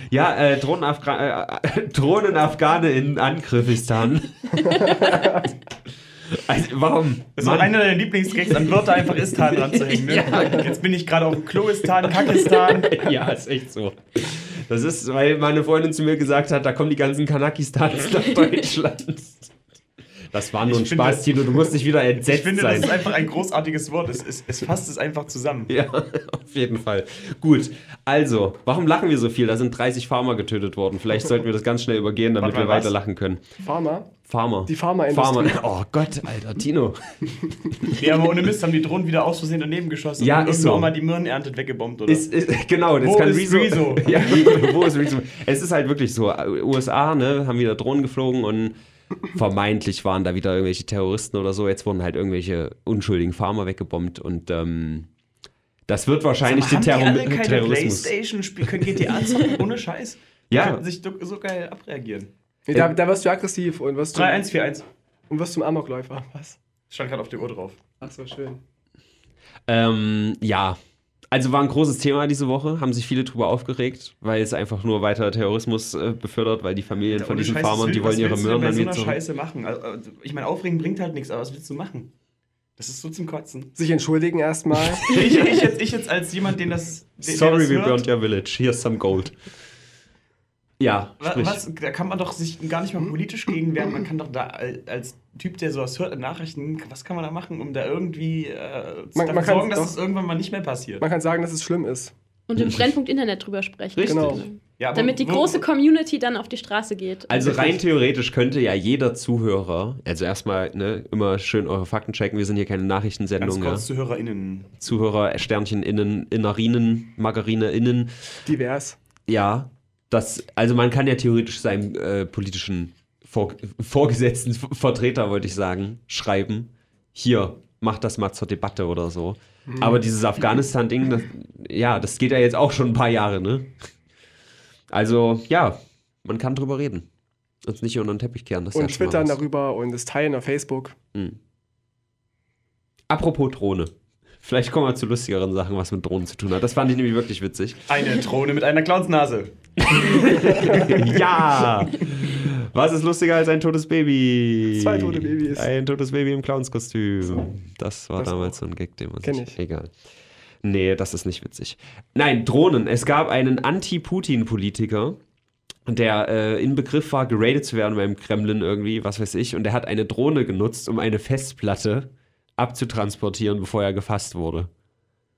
Speaker 1: Ja, äh, Drohnen, Afga äh, Drohnen Afghane in [laughs] Angriffistan. also, warum?
Speaker 2: Das war einer der Lieblingsgags, an Wörter einfach Istan ranzuhängen.
Speaker 3: [laughs]
Speaker 2: Ne? Jetzt bin ich gerade auf dem Klo Istan, Kakistan.
Speaker 1: [laughs] ja, ist echt so. Das ist, weil meine Freundin zu mir gesagt hat, da kommen die ganzen Kanakistans
Speaker 2: [laughs]
Speaker 1: nach Deutschland. Das war nur ein
Speaker 2: Ich finde-
Speaker 1: Spaß, Tino, du musst nicht wieder entsetzt
Speaker 2: Ich finde, das
Speaker 1: sein.
Speaker 2: ist einfach ein großartiges Wort. Es, es, es fasst es einfach zusammen.
Speaker 1: [laughs] ja, auf jeden Fall. Gut, also, warum lachen wir so viel? Da sind 30 Farmer getötet worden. Vielleicht sollten wir das ganz schnell übergehen, damit
Speaker 2: Warte
Speaker 1: wir
Speaker 2: mal,
Speaker 1: weiter
Speaker 2: was?
Speaker 1: lachen können.
Speaker 4: Pharma.
Speaker 1: Farmer.
Speaker 4: Die Pharmaindustrie.
Speaker 1: Farmer. Oh Gott, Alter, Tino.
Speaker 2: Nee, aber ohne Mist haben die Drohnen wieder aus Versehen daneben geschossen.
Speaker 1: Ja,
Speaker 2: und
Speaker 1: ist
Speaker 2: irgendwo
Speaker 1: so.
Speaker 2: auch mal die Möhren erntet weggebombt, oder?
Speaker 1: Ist, ist, [laughs] genau, jetzt
Speaker 2: Wo
Speaker 1: kann
Speaker 2: ist
Speaker 1: Rezo.
Speaker 2: Rezo?
Speaker 1: [laughs] ja, wo ist Rezo? Es ist halt wirklich so, USA, ne, haben wieder Drohnen geflogen und vermeintlich waren da wieder irgendwelche Terroristen oder so. Jetzt wurden halt irgendwelche unschuldigen Farmer weggebombt und ähm, das wird wahrscheinlich den Terror
Speaker 2: haben die alle keine
Speaker 1: Terrorismus.
Speaker 2: Playstation spielen, können
Speaker 1: [laughs]
Speaker 2: GTA zocken, ohne Scheiß. Die
Speaker 1: Ja.
Speaker 2: könnten sich so- so geil abreagieren.
Speaker 4: Nee, da, da wirst du aggressiv und wirst, zum,
Speaker 2: 3141.
Speaker 4: und wirst zum Amokläufer. [laughs] Was?
Speaker 2: Stand gerade auf der Uhr drauf.
Speaker 4: Ach so, schön.
Speaker 1: Ähm, ja. Also war ein großes Thema diese Woche, haben sich viele drüber aufgeregt, weil es einfach nur weiter Terrorismus äh, befördert, weil die Familien von
Speaker 2: Ohne
Speaker 1: diesen
Speaker 2: Scheiß, was
Speaker 1: Farmern,
Speaker 2: will-
Speaker 1: die wollen
Speaker 2: was
Speaker 1: ihre
Speaker 2: willst du
Speaker 1: Möhren
Speaker 2: denn
Speaker 1: dann wieder
Speaker 2: bei so einer
Speaker 1: zurück.
Speaker 2: Scheiße machen. Also, Also, ich meine, aufregen bringt halt nichts, aber was willst du machen? Das ist so
Speaker 1: [laughs]
Speaker 2: zum Kotzen.
Speaker 4: Sich entschuldigen erstmal. [laughs]
Speaker 2: ich, ich, jetzt, ich jetzt als jemand, den das. Den,
Speaker 1: Sorry, we
Speaker 2: der das
Speaker 1: burnt your village. Here's some gold. Ja,
Speaker 2: Wa-
Speaker 1: sprich.
Speaker 2: Was, da kann man doch sich gar nicht mal politisch gegen wehren. Man kann doch da al- als Typ, der sowas hört in Nachrichten, was kann man da machen, um da irgendwie äh, zu
Speaker 4: Man-
Speaker 2: dafür
Speaker 4: man kann
Speaker 2: sorgen, dass
Speaker 4: doch-
Speaker 2: es irgendwann mal nicht mehr passiert?
Speaker 4: Man kann sagen, dass es schlimm ist.
Speaker 3: Und im Brennpunkt Internet drüber sprechen.
Speaker 1: Richtig.
Speaker 4: Genau.
Speaker 2: Ja, aber
Speaker 3: Damit die
Speaker 2: wo-
Speaker 3: große Community dann auf die Straße geht.
Speaker 1: Also rein theoretisch könnte ja jeder Zuhörer, also erstmal ne, immer schön eure Fakten checken, wir sind hier keine
Speaker 2: Ganz
Speaker 1: Nachrichtensendung. Ja.
Speaker 2: kurz zu HörerInnen.
Speaker 1: Zuhörer, Sternchen innen, Innarinen, Margarine innen.
Speaker 4: Divers.
Speaker 1: Ja, das, also man kann ja theoretisch seinem äh, politischen Vor Vorgesetzten, V- Vertreter, wollte ich sagen, schreiben, hier, mach das mal zur Debatte oder so.
Speaker 4: Mhm.
Speaker 1: Aber dieses Afghanistan-Ding, das, ja, das geht ja jetzt auch schon ein paar Jahre, ne? Also, ja, man kann drüber reden. Uns nicht unter den Teppich kehren. Das ist ja
Speaker 4: Und
Speaker 1: schon mal
Speaker 4: twittern
Speaker 1: was.
Speaker 4: darüber und es teilen auf Facebook.
Speaker 1: Apropos Drohne. Vielleicht kommen wir zu lustigeren Sachen, was mit Drohnen zu tun hat. Das fand ich nämlich wirklich witzig.
Speaker 2: Eine Drohne mit einer Clownsnase.
Speaker 4: [laughs]
Speaker 1: ja! Was ist lustiger als ein totes Baby?
Speaker 4: Zwei tote Babys.
Speaker 1: Ein totes Baby im Clownskostüm. Das war
Speaker 4: Das
Speaker 1: damals so ein Gag, den man
Speaker 4: Kenn
Speaker 1: sich...
Speaker 4: ich.
Speaker 1: Egal. Nee, das ist nicht witzig. Nein, Drohnen. Es gab einen Anti-Putin-Politiker, der äh, in Begriff war, geradet zu werden beim Kremlin irgendwie, was weiß ich. Und der hat eine Drohne genutzt, um eine Festplatte abzutransportieren, bevor er gefasst wurde.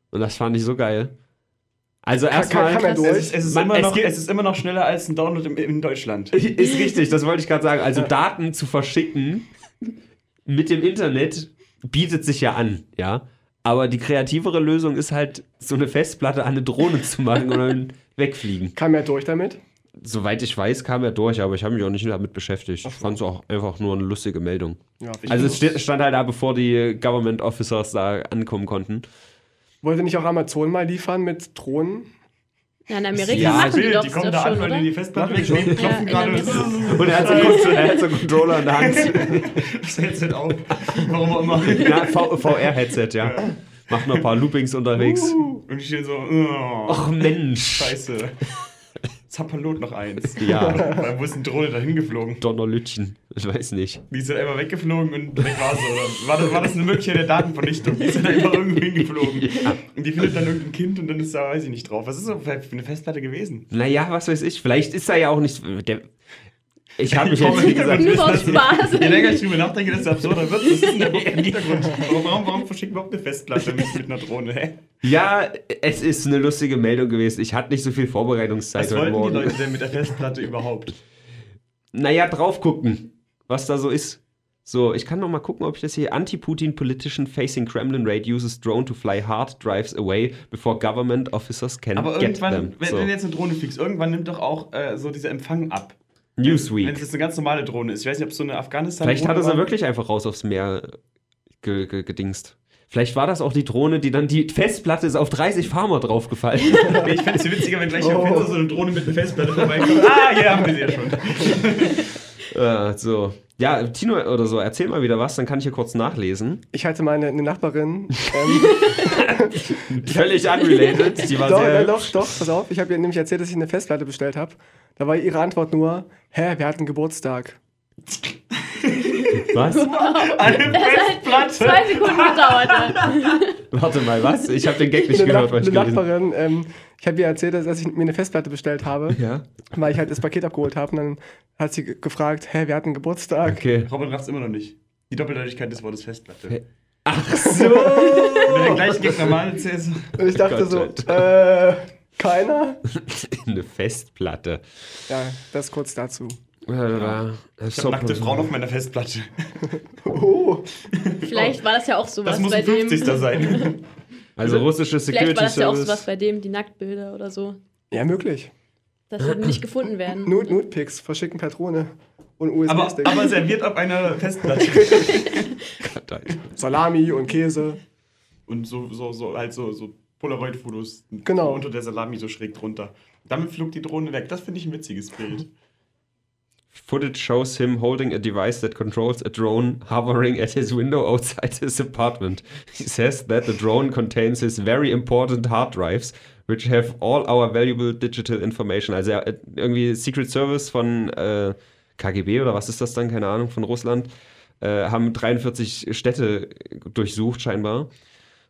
Speaker 1: Und das fand ich so geil. Also erstmal...
Speaker 4: kann man
Speaker 2: Es ist,
Speaker 4: durch?
Speaker 2: es, ist
Speaker 1: Man-
Speaker 2: immer
Speaker 1: es
Speaker 2: noch,
Speaker 1: gibt-
Speaker 2: es ist immer noch schneller als ein Download im, in
Speaker 1: [laughs]
Speaker 2: Deutschland.
Speaker 1: Ist richtig, das wollte ich gerade sagen. Also Daten zu verschicken mit dem Internet bietet sich ja an, ja. Aber die kreativere Lösung ist halt, so eine Festplatte an eine Drohne zu machen und dann [laughs] wegfliegen.
Speaker 4: Kam ja durch damit.
Speaker 1: Soweit ich weiß, kam er durch, aber ich habe mich auch nicht damit beschäftigt. Ich fand es auch einfach nur eine lustige Meldung.
Speaker 4: Ja,
Speaker 2: Ich-
Speaker 1: Also es ste- stand halt da, bevor die Government Officers da ankommen konnten.
Speaker 4: Wollte nicht auch Amazon mal liefern mit Drohnen?
Speaker 3: Ja, in Amerika
Speaker 1: Ja,
Speaker 3: machen die
Speaker 2: Bild,
Speaker 3: doch
Speaker 2: die
Speaker 3: das
Speaker 2: kommen
Speaker 3: schon,
Speaker 2: da an,
Speaker 3: oder?
Speaker 2: wollen die die Festplatte
Speaker 4: Machen die
Speaker 2: wegnehmen,
Speaker 3: schon.
Speaker 2: klopfen
Speaker 3: Ja, in
Speaker 2: gerade.
Speaker 3: der
Speaker 1: Und er hat so, einen- er hat so einen Controller in der Hand.
Speaker 2: Das hält halt auf. Warum auch immer.
Speaker 1: [laughs] Ja, V- VR-Headset, ja. Uh. Macht noch ein paar Loopings unterwegs.
Speaker 2: [laughs] Und ich stehe so,
Speaker 1: [laughs]
Speaker 2: oh,
Speaker 1: Och Mensch. [laughs]
Speaker 2: scheiße. Zappalot noch eins.
Speaker 1: Ja.
Speaker 2: Weil wo ist eine Drohne dahin geflogen?
Speaker 1: Donnerlütchen. Ich weiß nicht.
Speaker 2: Die sind einfach weggeflogen und weg war sie. Oder war das, war das eine Möglichkeit der Datenvernichtung? Die sind einfach irgendwo hingeflogen. Und die findet dann irgendein Kind und dann ist da, weiß ich nicht, drauf. Was ist so für eine Festplatte gewesen?
Speaker 1: Naja, was weiß ich. Vielleicht ist da ja auch nicht. Der ich habe mich jetzt,
Speaker 2: Komm,
Speaker 1: wie gesagt.
Speaker 3: Nur aus Spaß.
Speaker 2: Je länger ich drüber nachdenke, desto absurder wird es. Das ist der
Speaker 1: [laughs]
Speaker 2: Hintergrund. Warum, warum, warum verschicken wir überhaupt eine Festplatte mit, mit einer Drohne? Hä?
Speaker 1: Ja, es ist eine lustige Meldung gewesen. Ich hatte nicht so viel
Speaker 2: Was
Speaker 1: Vorbereitungszeit heute
Speaker 2: wollten die
Speaker 1: Morgen.
Speaker 2: Leute denn mit der Festplatte überhaupt?
Speaker 1: Naja, drauf gucken, was da so ist. So, ich kann noch mal gucken, ob ich das hier Anti-Putin Politician facing Kremlin raid uses drone to fly hard drives away before government officers can
Speaker 2: Aber
Speaker 1: get
Speaker 2: irgendwann,
Speaker 1: them.
Speaker 2: wenn,
Speaker 1: So.
Speaker 2: wenn du jetzt eine Drohne fliegst, irgendwann nimmt doch auch äh, so dieser Empfang ab. Wenn es
Speaker 1: Newsweek.
Speaker 2: jetzt eine ganz normale Drohne ist. Ich weiß nicht, ob es so eine afghanistan
Speaker 1: Vielleicht hat er sie
Speaker 2: war.
Speaker 1: wirklich einfach raus aufs Meer ge ge gedingst. Vielleicht war das auch die Drohne, die dann die Festplatte ist auf 30 Farmer draufgefallen.
Speaker 4: [laughs]
Speaker 1: [laughs]
Speaker 2: Ich fände es witziger, wenn gleich
Speaker 4: Oh.
Speaker 2: auf Fenster so eine Drohne mit einer Festplatte vorbeikommt. Ah, hier haben wir sie ja
Speaker 1: [laughs]
Speaker 2: schon.
Speaker 1: äh, so. Ja, Tino oder so, erzähl mal wieder was, dann kann ich hier kurz
Speaker 4: [laughs]
Speaker 1: nachlesen.
Speaker 4: Ich hatte mal eine,
Speaker 1: [laughs]
Speaker 4: eine Nachbarin. Ähm,
Speaker 1: Völlig unrelated. Die war
Speaker 4: [laughs] doch,
Speaker 1: sehr.
Speaker 4: nein, doch, doch, pass auf. Ich habe ihr nämlich erzählt, dass ich eine Festplatte bestellt habe. Da war ihre Antwort nur, hä, wir hatten Geburtstag.
Speaker 1: Was?
Speaker 2: Eine
Speaker 3: halt
Speaker 2: Festplatte.
Speaker 3: [laughs] Zwei Sekunden
Speaker 2: [laughs]
Speaker 3: gedauert hat.
Speaker 1: Warte mal, was? Ich habe den Gag nicht
Speaker 4: Eine,
Speaker 1: gehört,
Speaker 4: Nach
Speaker 1: weil ich
Speaker 4: eine
Speaker 1: gelesen
Speaker 4: Nachbarin, ähm, ich habe ihr erzählt, dass, dass ich mir eine Festplatte bestellt habe,
Speaker 1: Ja,
Speaker 4: weil ich halt das Paket abgeholt habe. Und dann hat sie ge- gefragt, hä, wir hatten Geburtstag.
Speaker 1: okay. [laughs]
Speaker 2: Robin rafft es immer noch nicht. Die Doppeldeutigkeit des Wortes Festplatte.
Speaker 1: So!
Speaker 2: Wenn der gleiche Gegner mal CS.
Speaker 4: Und ich dachte
Speaker 1: Gott,
Speaker 4: so,
Speaker 1: Gott.
Speaker 4: äh, keiner?
Speaker 1: Eine Festplatte.
Speaker 4: Ja, das kurz dazu.
Speaker 2: Ich hab nackte Frauen auf meiner Festplatte.
Speaker 4: Oh,
Speaker 3: Vielleicht war das ja auch sowas
Speaker 2: Das muss
Speaker 3: bei
Speaker 2: ein
Speaker 3: dem.
Speaker 2: 50. sein.
Speaker 3: [laughs]
Speaker 1: Also russische Security
Speaker 3: Vielleicht war das ja auch
Speaker 1: Service.
Speaker 3: sowas bei dem, die Nacktbilder oder so.
Speaker 4: ja, möglich.
Speaker 3: Dass sie nicht gefunden werden.
Speaker 4: Nude, Nudepics verschicken per Drohne und
Speaker 2: Aber,
Speaker 4: USB-Stick.
Speaker 2: aber serviert auf einer Festplatte.
Speaker 1: Gott, Alter.
Speaker 4: Salami und Käse.
Speaker 2: Und so, so, so halt so, so Polaroid-Fotos.
Speaker 4: Genau.
Speaker 2: Unter der Salami so schräg drunter. Damit flog die Drohne weg. Das finde ich ein witziges Bild.
Speaker 1: Footage shows him holding a device that controls a drone hovering at his window outside his apartment. He says that the drone contains his very important hard drives, which have all our valuable digital information. Also er, irgendwie Secret Service von äh, KGB oder was ist das dann? Keine Ahnung, von Russland. Äh, haben 43 Städte durchsucht scheinbar.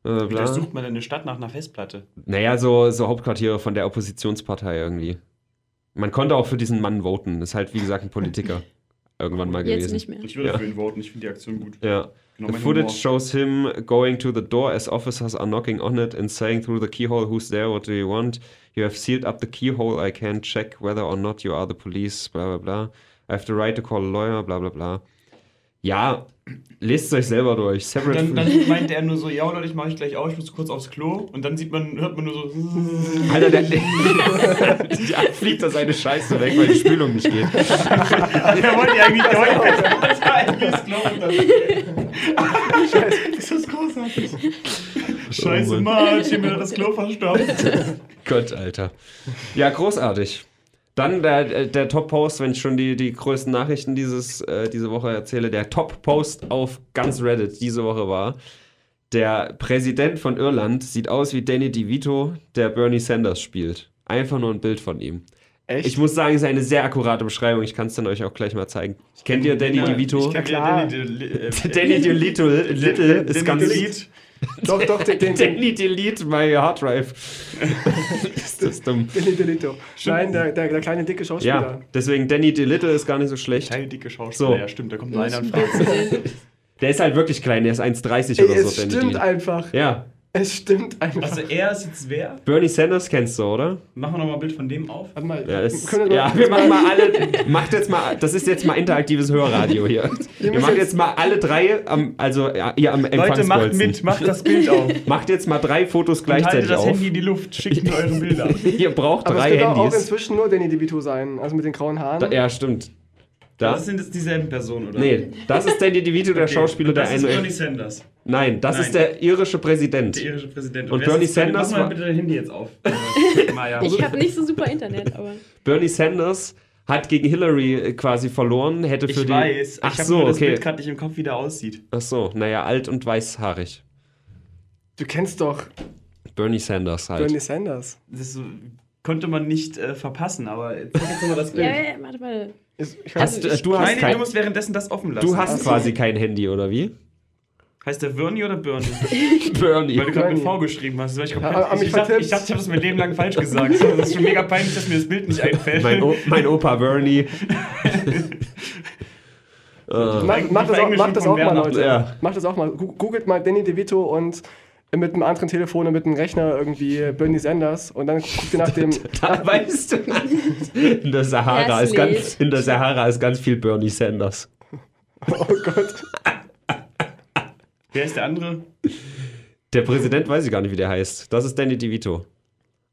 Speaker 1: Äh, bla.
Speaker 2: Vielleicht sucht man eine Stadt nach einer Festplatte.
Speaker 1: Naja, so, so Hauptquartiere von der Oppositionspartei irgendwie. Man konnte auch für diesen Mann voten. Ist halt, wie gesagt, ein
Speaker 3: [laughs]
Speaker 1: Politiker. Irgendwann mal
Speaker 3: Jetzt
Speaker 1: gewesen.
Speaker 3: nicht mehr.
Speaker 2: Ich würde
Speaker 1: Ja.
Speaker 2: für ihn voten, ich finde die Aktion gut.
Speaker 1: Ja.
Speaker 2: Genau
Speaker 1: the
Speaker 2: mein
Speaker 1: footage
Speaker 2: Humor.
Speaker 1: shows him going to the door as officers are knocking on it and saying through the keyhole, Who's there? What do you want? You have sealed up the keyhole. I can't check whether or not you are the police. Bla bla bla. I have the right to call a lawyer. Bla bla bla. Ja, lest euch selber durch. Separate
Speaker 2: Dann, dann meinte er nur so, ja Leute, ich mache ich gleich auf, ich muss kurz aufs Klo. Und dann sieht man, hört man nur so.
Speaker 1: [laughs] Alter, der, ja, fliegt da seine Scheiße weg, weil die Spülung nicht geht.
Speaker 2: der wollte ja eigentlich, der wollte [laughs] das war eigentlich das Klo.
Speaker 1: [laughs]
Speaker 2: und dann- Das ist [laughs] großartig. Scheiße,
Speaker 1: Mann.
Speaker 2: Martin, mir hat das Klo verstopft.
Speaker 1: Gott, Alter. Ja, großartig. Dann der, der Top-Post, wenn ich schon die, die größten Nachrichten dieses, äh, diese Woche erzähle, der Top-Post auf ganz Reddit diese Woche war, der Präsident von Irland sieht aus wie Danny DeVito, der Bernie Sanders spielt. Einfach nur ein Bild von ihm.
Speaker 4: Echt?
Speaker 1: Ich muss sagen, es ist eine sehr akkurate Beschreibung. Ich kann es dann euch auch gleich mal zeigen. Kennt ihr [laughs] Danny DeVito?
Speaker 2: Ich kenn
Speaker 4: klar.
Speaker 2: Danny De- äh,
Speaker 1: [laughs] Danny DeVito Little ist ganz
Speaker 2: Lied.
Speaker 4: doch, doch, den, den, den,
Speaker 1: [laughs] Danny delete my hard drive. [laughs] ist das dumm.
Speaker 4: den Delito. Nein, der, der, der kleine dicke
Speaker 1: Ja,
Speaker 4: Schauspieler.
Speaker 1: deswegen Danny DeLittle ist gar nicht so schlecht.
Speaker 2: Kleine dicke Schauspieler,
Speaker 1: So.
Speaker 2: ja stimmt, da kommt nur
Speaker 3: Das
Speaker 2: einer und
Speaker 3: ist
Speaker 2: fragt.
Speaker 1: [laughs]
Speaker 3: ein
Speaker 1: Der ist halt wirklich klein, der ist 1,30
Speaker 4: Ey,
Speaker 1: oder
Speaker 4: es
Speaker 1: so, Danny
Speaker 4: stimmt
Speaker 1: DeLittle.
Speaker 4: einfach.
Speaker 1: Ja,
Speaker 4: Es stimmt einfach.
Speaker 2: Also er ist jetzt wer?
Speaker 1: Bernie Sanders kennst du, oder?
Speaker 2: Machen wir nochmal ein Bild von dem auf.
Speaker 4: Warte mal,
Speaker 1: Ja, ist,
Speaker 4: können wir
Speaker 1: ja
Speaker 4: mal-
Speaker 1: wir machen mal alle, macht jetzt mal, das ist jetzt mal interaktives Hörradio hier. Wir
Speaker 4: müsst
Speaker 1: machen
Speaker 4: jetzt-
Speaker 1: jetzt mal alle drei, am, also ja, ihr am
Speaker 2: Leute, macht
Speaker 1: Empfangsbolzen.
Speaker 2: mit, macht das Bild [laughs] auf.
Speaker 1: Macht jetzt mal drei Fotos
Speaker 2: Und haltet
Speaker 1: gleichzeitig
Speaker 2: das
Speaker 1: auf.
Speaker 2: Handy in die Luft, schickt mir eure Bilder.
Speaker 1: Ihr braucht
Speaker 4: aber
Speaker 1: drei
Speaker 4: es könnte auch
Speaker 1: Handys.
Speaker 4: inzwischen nur Danny DeVito sein, also mit den grauen Haaren.
Speaker 1: Da, ja, stimmt. [laughs] Da,
Speaker 2: ne? Das sind jetzt dieselben Personen, oder?
Speaker 1: nee, das ist Danny DeVito, der
Speaker 2: Okay,
Speaker 1: Schauspieler,
Speaker 2: und
Speaker 1: der
Speaker 2: das ist Bernie
Speaker 1: einen.
Speaker 2: Sanders,
Speaker 1: Nein, das
Speaker 2: Nein.
Speaker 1: ist der irische Präsident.
Speaker 2: der irische Präsident.
Speaker 1: Und
Speaker 2: wer ist
Speaker 1: Bernie Sanders
Speaker 2: das? Bitte, Mach mal
Speaker 1: war-
Speaker 2: bitte dein Handy jetzt auf.
Speaker 1: [laughs]
Speaker 2: Maja.
Speaker 3: ich habe nicht so super Internet,
Speaker 2: [laughs]
Speaker 3: aber
Speaker 1: Bernie Sanders hat gegen Hillary äh, quasi verloren, hätte für
Speaker 2: Ich
Speaker 1: die.
Speaker 2: weiß,
Speaker 1: Ach
Speaker 2: ich habe
Speaker 1: so,
Speaker 2: nur das
Speaker 1: okay.
Speaker 2: Bild gerade nicht im Kopf, wie der aussieht.
Speaker 1: Ach so, naja, alt und weißhaarig.
Speaker 4: Du kennst doch
Speaker 1: Halt. Bernie Sanders halt.
Speaker 4: Bernie Sanders.
Speaker 2: Das ist so, konnte man nicht äh, verpassen, aber jetzt zeig jetzt nochmal das Bild.
Speaker 3: [laughs] ja, ja, warte mal.
Speaker 4: Ist- Ich weiß
Speaker 1: hast,
Speaker 4: nicht,
Speaker 1: äh, du hast,
Speaker 2: Nein, nee,
Speaker 1: kein,
Speaker 2: du musst währenddessen das offen lassen.
Speaker 1: du hast
Speaker 4: Ach so.
Speaker 1: quasi kein Handy, oder wie? [laughs]
Speaker 2: Heißt der Bernie oder Bernie?
Speaker 1: Bernie.
Speaker 2: Weil du gerade mit
Speaker 4: Bernie.
Speaker 2: V geschrieben hast. weil Ich,
Speaker 4: Ja, hab
Speaker 2: komplett,
Speaker 4: mich
Speaker 2: ich, dachte,
Speaker 4: vertippt.
Speaker 2: ich dachte, ich habe das mein Leben lang falsch gesagt. Das ist schon mega peinlich, dass mir das Bild nicht einfällt.
Speaker 1: Mein, o mein Opa Bernie. Äh,
Speaker 4: mach, mach, das auch, mach das auch mal,
Speaker 2: Verenglischt
Speaker 4: Leute.
Speaker 1: Ja.
Speaker 4: Mach das auch mal. Gu- Googelt mal Danny DeVito und äh, mit einem anderen Telefon und mit einem Rechner irgendwie Bernie Sanders und dann guckt ihr nach [laughs] dem.
Speaker 1: da [laughs] weißt du. In der Sahara
Speaker 3: Das
Speaker 1: ist ganz,
Speaker 3: Lied.
Speaker 1: in der Sahara ist ganz viel Bernie Sanders.
Speaker 4: Oh Gott.
Speaker 2: Wer ist der andere?
Speaker 1: Der Präsident weiß ich gar nicht, wie der heißt. Das ist Danny DeVito.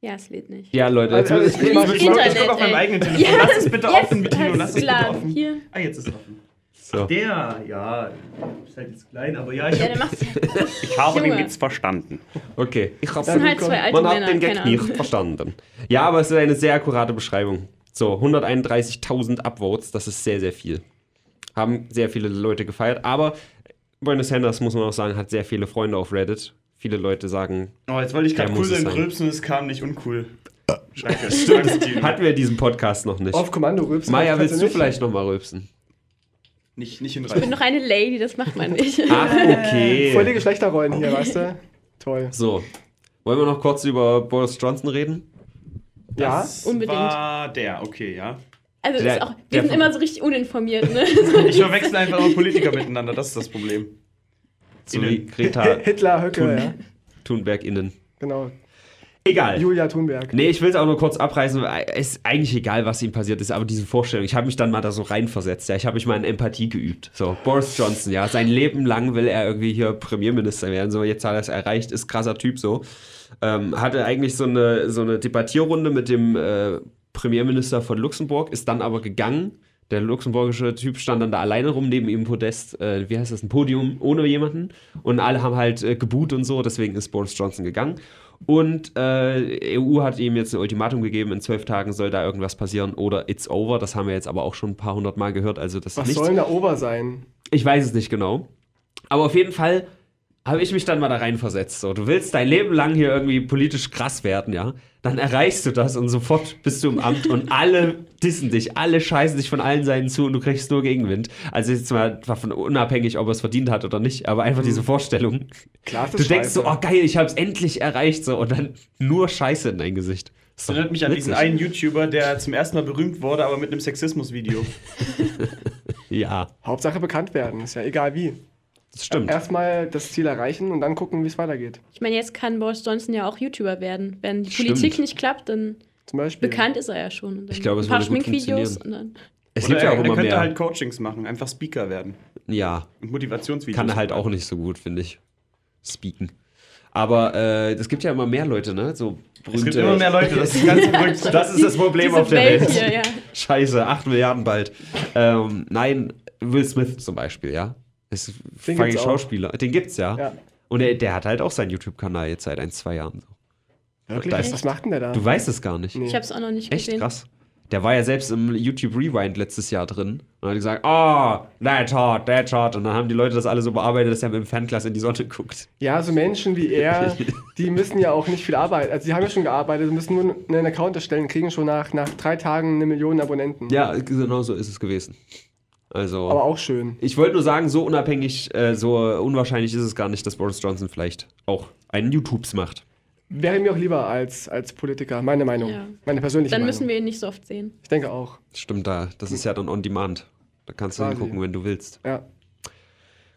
Speaker 3: Ja, es lädt nicht.
Speaker 1: Ja, Leute,
Speaker 4: Also,
Speaker 1: jetzt-
Speaker 4: also, ich mach- ich mach-
Speaker 2: Ich guck auf meinem eigenen Telefon. Lass es bitte offen, Bettino, lass
Speaker 3: Alles
Speaker 2: es bitte
Speaker 3: klar.
Speaker 2: offen.
Speaker 3: Hier.
Speaker 2: Ah, jetzt ist es offen.
Speaker 1: so.
Speaker 2: Der, ja, ist halt jetzt klein, aber ja, ich,
Speaker 3: Ja,
Speaker 2: hab,
Speaker 3: der macht's.
Speaker 2: ich habe den
Speaker 3: Junge.
Speaker 2: Witz verstanden.
Speaker 1: Okay. Ich hab's
Speaker 3: Das sind halt zwei alte
Speaker 1: Man hat
Speaker 3: Männer,
Speaker 1: den
Speaker 3: keine
Speaker 1: Gag nicht
Speaker 3: Ahnung.
Speaker 1: verstanden. Ja, aber es ist eine sehr akkurate Beschreibung. So, 131.000 Upvotes, das ist sehr, sehr viel. Haben sehr viele Leute gefeiert, aber Bernie Sanders, muss man auch sagen, hat sehr viele Freunde auf Reddit. Viele Leute sagen,
Speaker 2: Oh, jetzt wollte ich gerade
Speaker 1: Der
Speaker 2: cool
Speaker 1: muss es
Speaker 2: sein,
Speaker 1: sein. Äh,
Speaker 2: gröbsen und es kam nicht uncool.
Speaker 1: [laughs]
Speaker 2: Scheiße, stimmt.
Speaker 1: hatten wir diesen Podcast noch nicht.
Speaker 4: Auf Kommando rübst.
Speaker 1: Maja,
Speaker 4: Kannst
Speaker 1: willst du
Speaker 4: nicht?
Speaker 1: vielleicht nochmal rülpsen?
Speaker 2: Nicht, nicht in
Speaker 3: Ich bin
Speaker 2: Reifen.
Speaker 3: noch eine Lady, das macht man nicht.
Speaker 2: Ah.
Speaker 1: Ach,
Speaker 4: Äh, Voll die
Speaker 1: okay.
Speaker 4: Geschlechterrollen hier, weißt du? Toll.
Speaker 1: So, wollen wir noch kurz über Boris Johnson reden?
Speaker 4: Ja.
Speaker 2: Das
Speaker 3: Unbedingt.
Speaker 2: war der, okay, ja.
Speaker 3: Also
Speaker 1: Der-
Speaker 3: ist auch,
Speaker 1: der
Speaker 3: wir sind
Speaker 1: von-
Speaker 3: immer so richtig uninformiert,
Speaker 1: [laughs]
Speaker 3: ne?
Speaker 2: Ich verwechsel einfach immer Politiker miteinander, das ist das Problem.
Speaker 1: So wie
Speaker 4: [laughs]
Speaker 1: Greta
Speaker 4: Hitler, Höcke,
Speaker 1: Thun-
Speaker 4: ja.
Speaker 1: Thunberg innen.
Speaker 4: Genau.
Speaker 1: Egal.
Speaker 4: Julia Thunberg.
Speaker 1: Nee, ich will es auch nur kurz abreißen. weil Es ist eigentlich egal, was ihm passiert ist, aber diese Vorstellung, ich habe mich dann mal da so reinversetzt. Ja, ich habe mich mal in Empathie geübt. So, Boris Johnson, ja, sein Leben lang will er irgendwie hier Premierminister werden. So, jetzt hat er es erreicht, ist krasser Typ so. Ähm, hatte eigentlich so eine, so eine Debattierrunde mit dem äh, Premierminister von Luxemburg, ist dann aber gegangen. Der luxemburgische Typ stand dann da alleine rum, neben ihm ein Podest, äh, wie heißt das, ein Podium ohne jemanden. Und alle haben halt äh, geboot und so, deswegen ist Boris Johnson gegangen. Und äh, EU hat ihm jetzt ein Ultimatum gegeben, in zwölf Tagen soll da irgendwas passieren oder it's over. Das haben wir jetzt aber auch schon ein paar hundert Mal gehört. Also das ist
Speaker 4: Was
Speaker 1: nichts.
Speaker 4: soll denn da Ober sein?
Speaker 1: Ich weiß es nicht genau. Aber auf jeden Fall habe ich mich dann mal da reinversetzt. So, du willst dein Leben lang hier irgendwie politisch krass werden, ja? Dann erreichst du das und sofort bist du im Amt und alle dissen dich, alle scheißen dich von allen Seiten zu und du kriegst nur Gegenwind. Also jetzt mal davon unabhängig, ob er es verdient hat oder nicht, aber einfach
Speaker 2: Mhm.
Speaker 1: diese Vorstellung.
Speaker 4: Klar, ist das
Speaker 1: Du denkst
Speaker 4: scheiße.
Speaker 1: so, oh geil, ich habe es endlich erreicht, so und dann nur Scheiße in dein Gesicht. Das
Speaker 2: Das erinnert mich an diesen einen YouTuber, der zum ersten Mal berühmt wurde, aber mit einem Sexismusvideo.
Speaker 1: Ja,
Speaker 4: Hauptsache bekannt werden, ist ja egal wie.
Speaker 1: das stimmt.
Speaker 4: Erstmal das Ziel erreichen und dann gucken, wie es weitergeht.
Speaker 3: Ich meine, jetzt kann Boris Johnson ja auch YouTuber werden. Wenn die
Speaker 1: Stimmt.
Speaker 3: Politik nicht klappt, dann
Speaker 4: Zum Beispiel.
Speaker 3: bekannt ist er ja schon. Und dann
Speaker 1: Ich glaube, es
Speaker 3: ein paar
Speaker 1: würde gut
Speaker 3: Schminkvideos und
Speaker 1: funktionieren.
Speaker 3: dann.
Speaker 1: Es
Speaker 2: Oder
Speaker 1: gibt ja
Speaker 2: er,
Speaker 1: auch
Speaker 2: er
Speaker 1: immer
Speaker 2: könnte
Speaker 1: mehr.
Speaker 2: halt Coachings machen, einfach Speaker werden
Speaker 1: ja,
Speaker 2: und Motivationsvideos.
Speaker 1: kann er halt auch nicht so gut, finde ich. Speaken. Aber äh, es gibt ja immer mehr Leute, ne? So berühmte.
Speaker 2: Es gibt immer mehr Leute, das ist ganz
Speaker 1: [laughs]
Speaker 2: verrückt.
Speaker 1: Das ist das Problem
Speaker 3: Diese
Speaker 1: auf der
Speaker 3: Welt
Speaker 1: Welt.
Speaker 3: hier, ja.
Speaker 1: Scheiße, 8 Milliarden bald. Ähm, nein, Will Smith zum Beispiel, ja? Ist
Speaker 4: Den
Speaker 1: fucking
Speaker 4: gibt's auch.
Speaker 1: Schauspieler. Den gibt's ja.
Speaker 4: Ja.
Speaker 1: Und der, der hat halt auch seinen YouTube-Kanal jetzt seit ein, zwei Jahren.
Speaker 4: Wirklich?
Speaker 1: Da ist-
Speaker 4: Was macht denn der da?
Speaker 1: Du weißt es gar nicht.
Speaker 4: Nee.
Speaker 3: Ich habe es auch noch nicht
Speaker 1: Echt
Speaker 3: gesehen.
Speaker 1: krass. Der war ja selbst im YouTube Rewind letztes Jahr drin und hat gesagt, ah, that's hot, that's hot. Und dann haben die Leute das alle so bearbeitet, dass er mit dem Fernglas in die Sonne guckt.
Speaker 4: Ja, so Menschen wie er, die müssen ja auch nicht viel arbeiten. Also die haben ja schon gearbeitet, müssen nur einen Account erstellen, kriegen schon nach, nach drei Tagen eine Million Abonnenten.
Speaker 1: Ja, genau so ist es gewesen. Also,
Speaker 4: Aber auch schön.
Speaker 1: ich wollte nur sagen, so unabhängig, äh, so unwahrscheinlich ist es gar nicht, dass Boris Johnson vielleicht auch einen YouTubes macht.
Speaker 4: Wäre mir auch lieber als, als Politiker, meine Meinung.
Speaker 3: Ja.
Speaker 4: Meine persönliche
Speaker 3: Dann
Speaker 4: Meinung.
Speaker 3: müssen wir ihn nicht so oft sehen.
Speaker 4: ich denke auch.
Speaker 1: Stimmt da, das ist ja dann on demand. Da kannst du
Speaker 4: Quasi.
Speaker 1: hingucken, wenn du willst.
Speaker 4: Ja.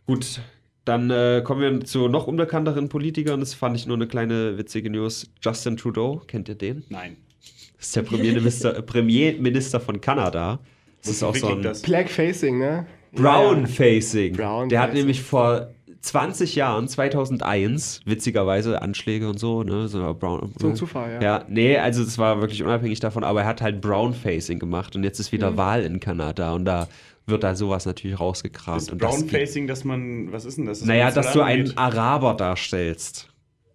Speaker 1: Gut, dann äh, kommen wir zu noch unbekannteren Politikern. Das fand ich nur eine kleine witzige News. Justin Trudeau, kennt ihr den?
Speaker 2: Nein.
Speaker 1: Das ist der Premierminister,
Speaker 4: [laughs]
Speaker 1: äh, Premierminister von Kanada. Das ist auch so ein
Speaker 2: Das.
Speaker 4: Black Facing, ne?
Speaker 1: Brown
Speaker 4: Ja,
Speaker 1: Facing.
Speaker 4: Brown
Speaker 1: der hat
Speaker 4: Facing.
Speaker 1: nämlich vor 20 Jahren, 2001, witzigerweise Anschläge und so, ne? So, Brown,
Speaker 4: So ein Zufall, ja.
Speaker 1: Ja, nee, also es war wirklich unabhängig davon, aber er hat halt Brown Facing gemacht und jetzt ist
Speaker 4: Mhm.
Speaker 1: wieder Wahl in Kanada und da wird da sowas natürlich rausgekramt.
Speaker 2: Das
Speaker 1: und das-
Speaker 2: Brownfacing, dass man, was ist denn das? Dass
Speaker 1: Naja,
Speaker 2: man
Speaker 1: dass du einen
Speaker 2: angeht.
Speaker 1: Araber darfst.
Speaker 4: ja.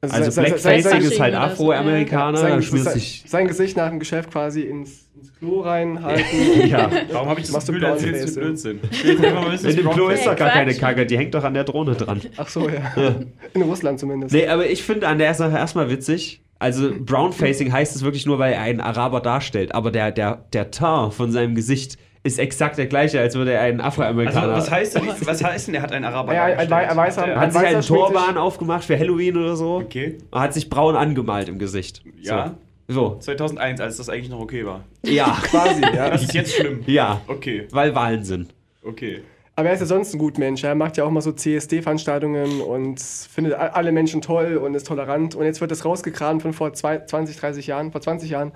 Speaker 1: Also
Speaker 4: sein-
Speaker 1: Black
Speaker 4: sein- sein-
Speaker 1: Facing ist halt
Speaker 3: Fasching oder so,
Speaker 1: Afroamerikaner,
Speaker 4: sein,
Speaker 1: da
Speaker 4: sein,
Speaker 1: schmierst
Speaker 4: sein,
Speaker 1: sich. [laughs]
Speaker 4: sein Gesicht nach dem Geschäft quasi ins, ins Klo reinhalten.
Speaker 1: [laughs] Ja.
Speaker 2: Warum habe ich das
Speaker 4: Machst du
Speaker 2: Gefühl, da erzählst du
Speaker 4: Brownfacing?
Speaker 2: Blödsinn? Erzähl mir mal, was
Speaker 1: In
Speaker 2: ist
Speaker 1: dem Klo ist
Speaker 2: Brownfacing?
Speaker 1: doch gar
Speaker 3: Quatsch.
Speaker 1: keine Kacke, die hängt doch an der Drohne dran.
Speaker 4: Ach so, ja. In Russland zumindest.
Speaker 1: Nee, aber ich finde an der Sache erstmal witzig. Also
Speaker 2: Mhm.
Speaker 1: Brownfacing heißt es wirklich nur, weil er einen Araber darstellt. Aber der, der, der Tar von seinem Gesicht ist exakt der gleiche, als würde er einen
Speaker 2: Also,
Speaker 1: Afroamerikaner.
Speaker 2: was heißt denn, was heißt denn, er hat einen Araber
Speaker 4: Ja, ein- ein
Speaker 2: dargestellt?
Speaker 4: wei- ein weißer-
Speaker 2: Hat er-
Speaker 1: er hat sich halt
Speaker 4: Weißer
Speaker 1: einen
Speaker 4: schminkt sich-
Speaker 1: Turban aufgemacht für Halloween oder so.
Speaker 2: Okay.
Speaker 1: Und hat sich braun angemalt im Gesicht.
Speaker 2: Ja.
Speaker 1: So.
Speaker 2: 2001, als das eigentlich noch okay war.
Speaker 1: so.
Speaker 2: [laughs]
Speaker 1: Ja.
Speaker 4: Quasi, ja.
Speaker 2: Das ist jetzt schlimm.
Speaker 1: ja.
Speaker 2: Okay,
Speaker 1: Weil Wahlen sind.
Speaker 2: okay.
Speaker 4: Aber er ist ja sonst ein gut Mensch. Er macht ja auch mal so CSD-Veranstaltungen und findet a- alle Menschen toll und ist tolerant. Und jetzt wird das rausgekramt von vor zwei, 20, 30 Jahren, vor 20 Jahren.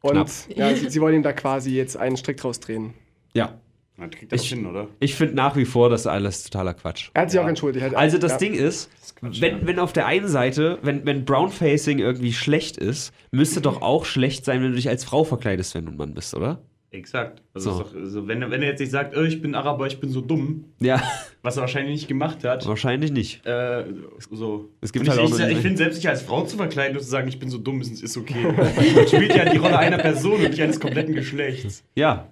Speaker 1: Knapp.
Speaker 4: Und ja, sie, sie wollen ihm da quasi jetzt einen Strick draus drehen.
Speaker 1: Ja.
Speaker 2: Man kriegt das
Speaker 1: Ich-
Speaker 2: hin, oder?
Speaker 1: Ich finde nach wie vor, das alles totaler Quatsch.
Speaker 4: Er hat sich auch entschuldigt. Er hat-
Speaker 1: Also das
Speaker 4: ja.
Speaker 1: Ding ist,
Speaker 2: Quatsch,
Speaker 1: wenn,
Speaker 2: ja.
Speaker 1: wenn auf der einen Seite, wenn, wenn Brownfacing irgendwie schlecht ist, müsste doch auch schlecht sein, wenn du dich als Frau verkleidest, wenn du ein Mann bist, oder?
Speaker 2: Exakt. Also,
Speaker 1: So.
Speaker 2: ist doch, also wenn, er- wenn er jetzt nicht sagt, oh, ich bin Araber, ich bin so dumm,
Speaker 1: Ja,
Speaker 2: was er wahrscheinlich nicht gemacht hat,
Speaker 1: wahrscheinlich nicht.
Speaker 2: äh, so.
Speaker 1: Es gibt
Speaker 2: Und
Speaker 1: halt
Speaker 2: ich,
Speaker 1: auch
Speaker 2: ich,
Speaker 1: noch-
Speaker 2: ich finde, selbst sich als Frau zu verkleiden und zu sagen, ich bin so dumm, ist, ist okay. Man spielt ja die Rolle einer Person und nicht eines kompletten Geschlechts.
Speaker 1: Ja.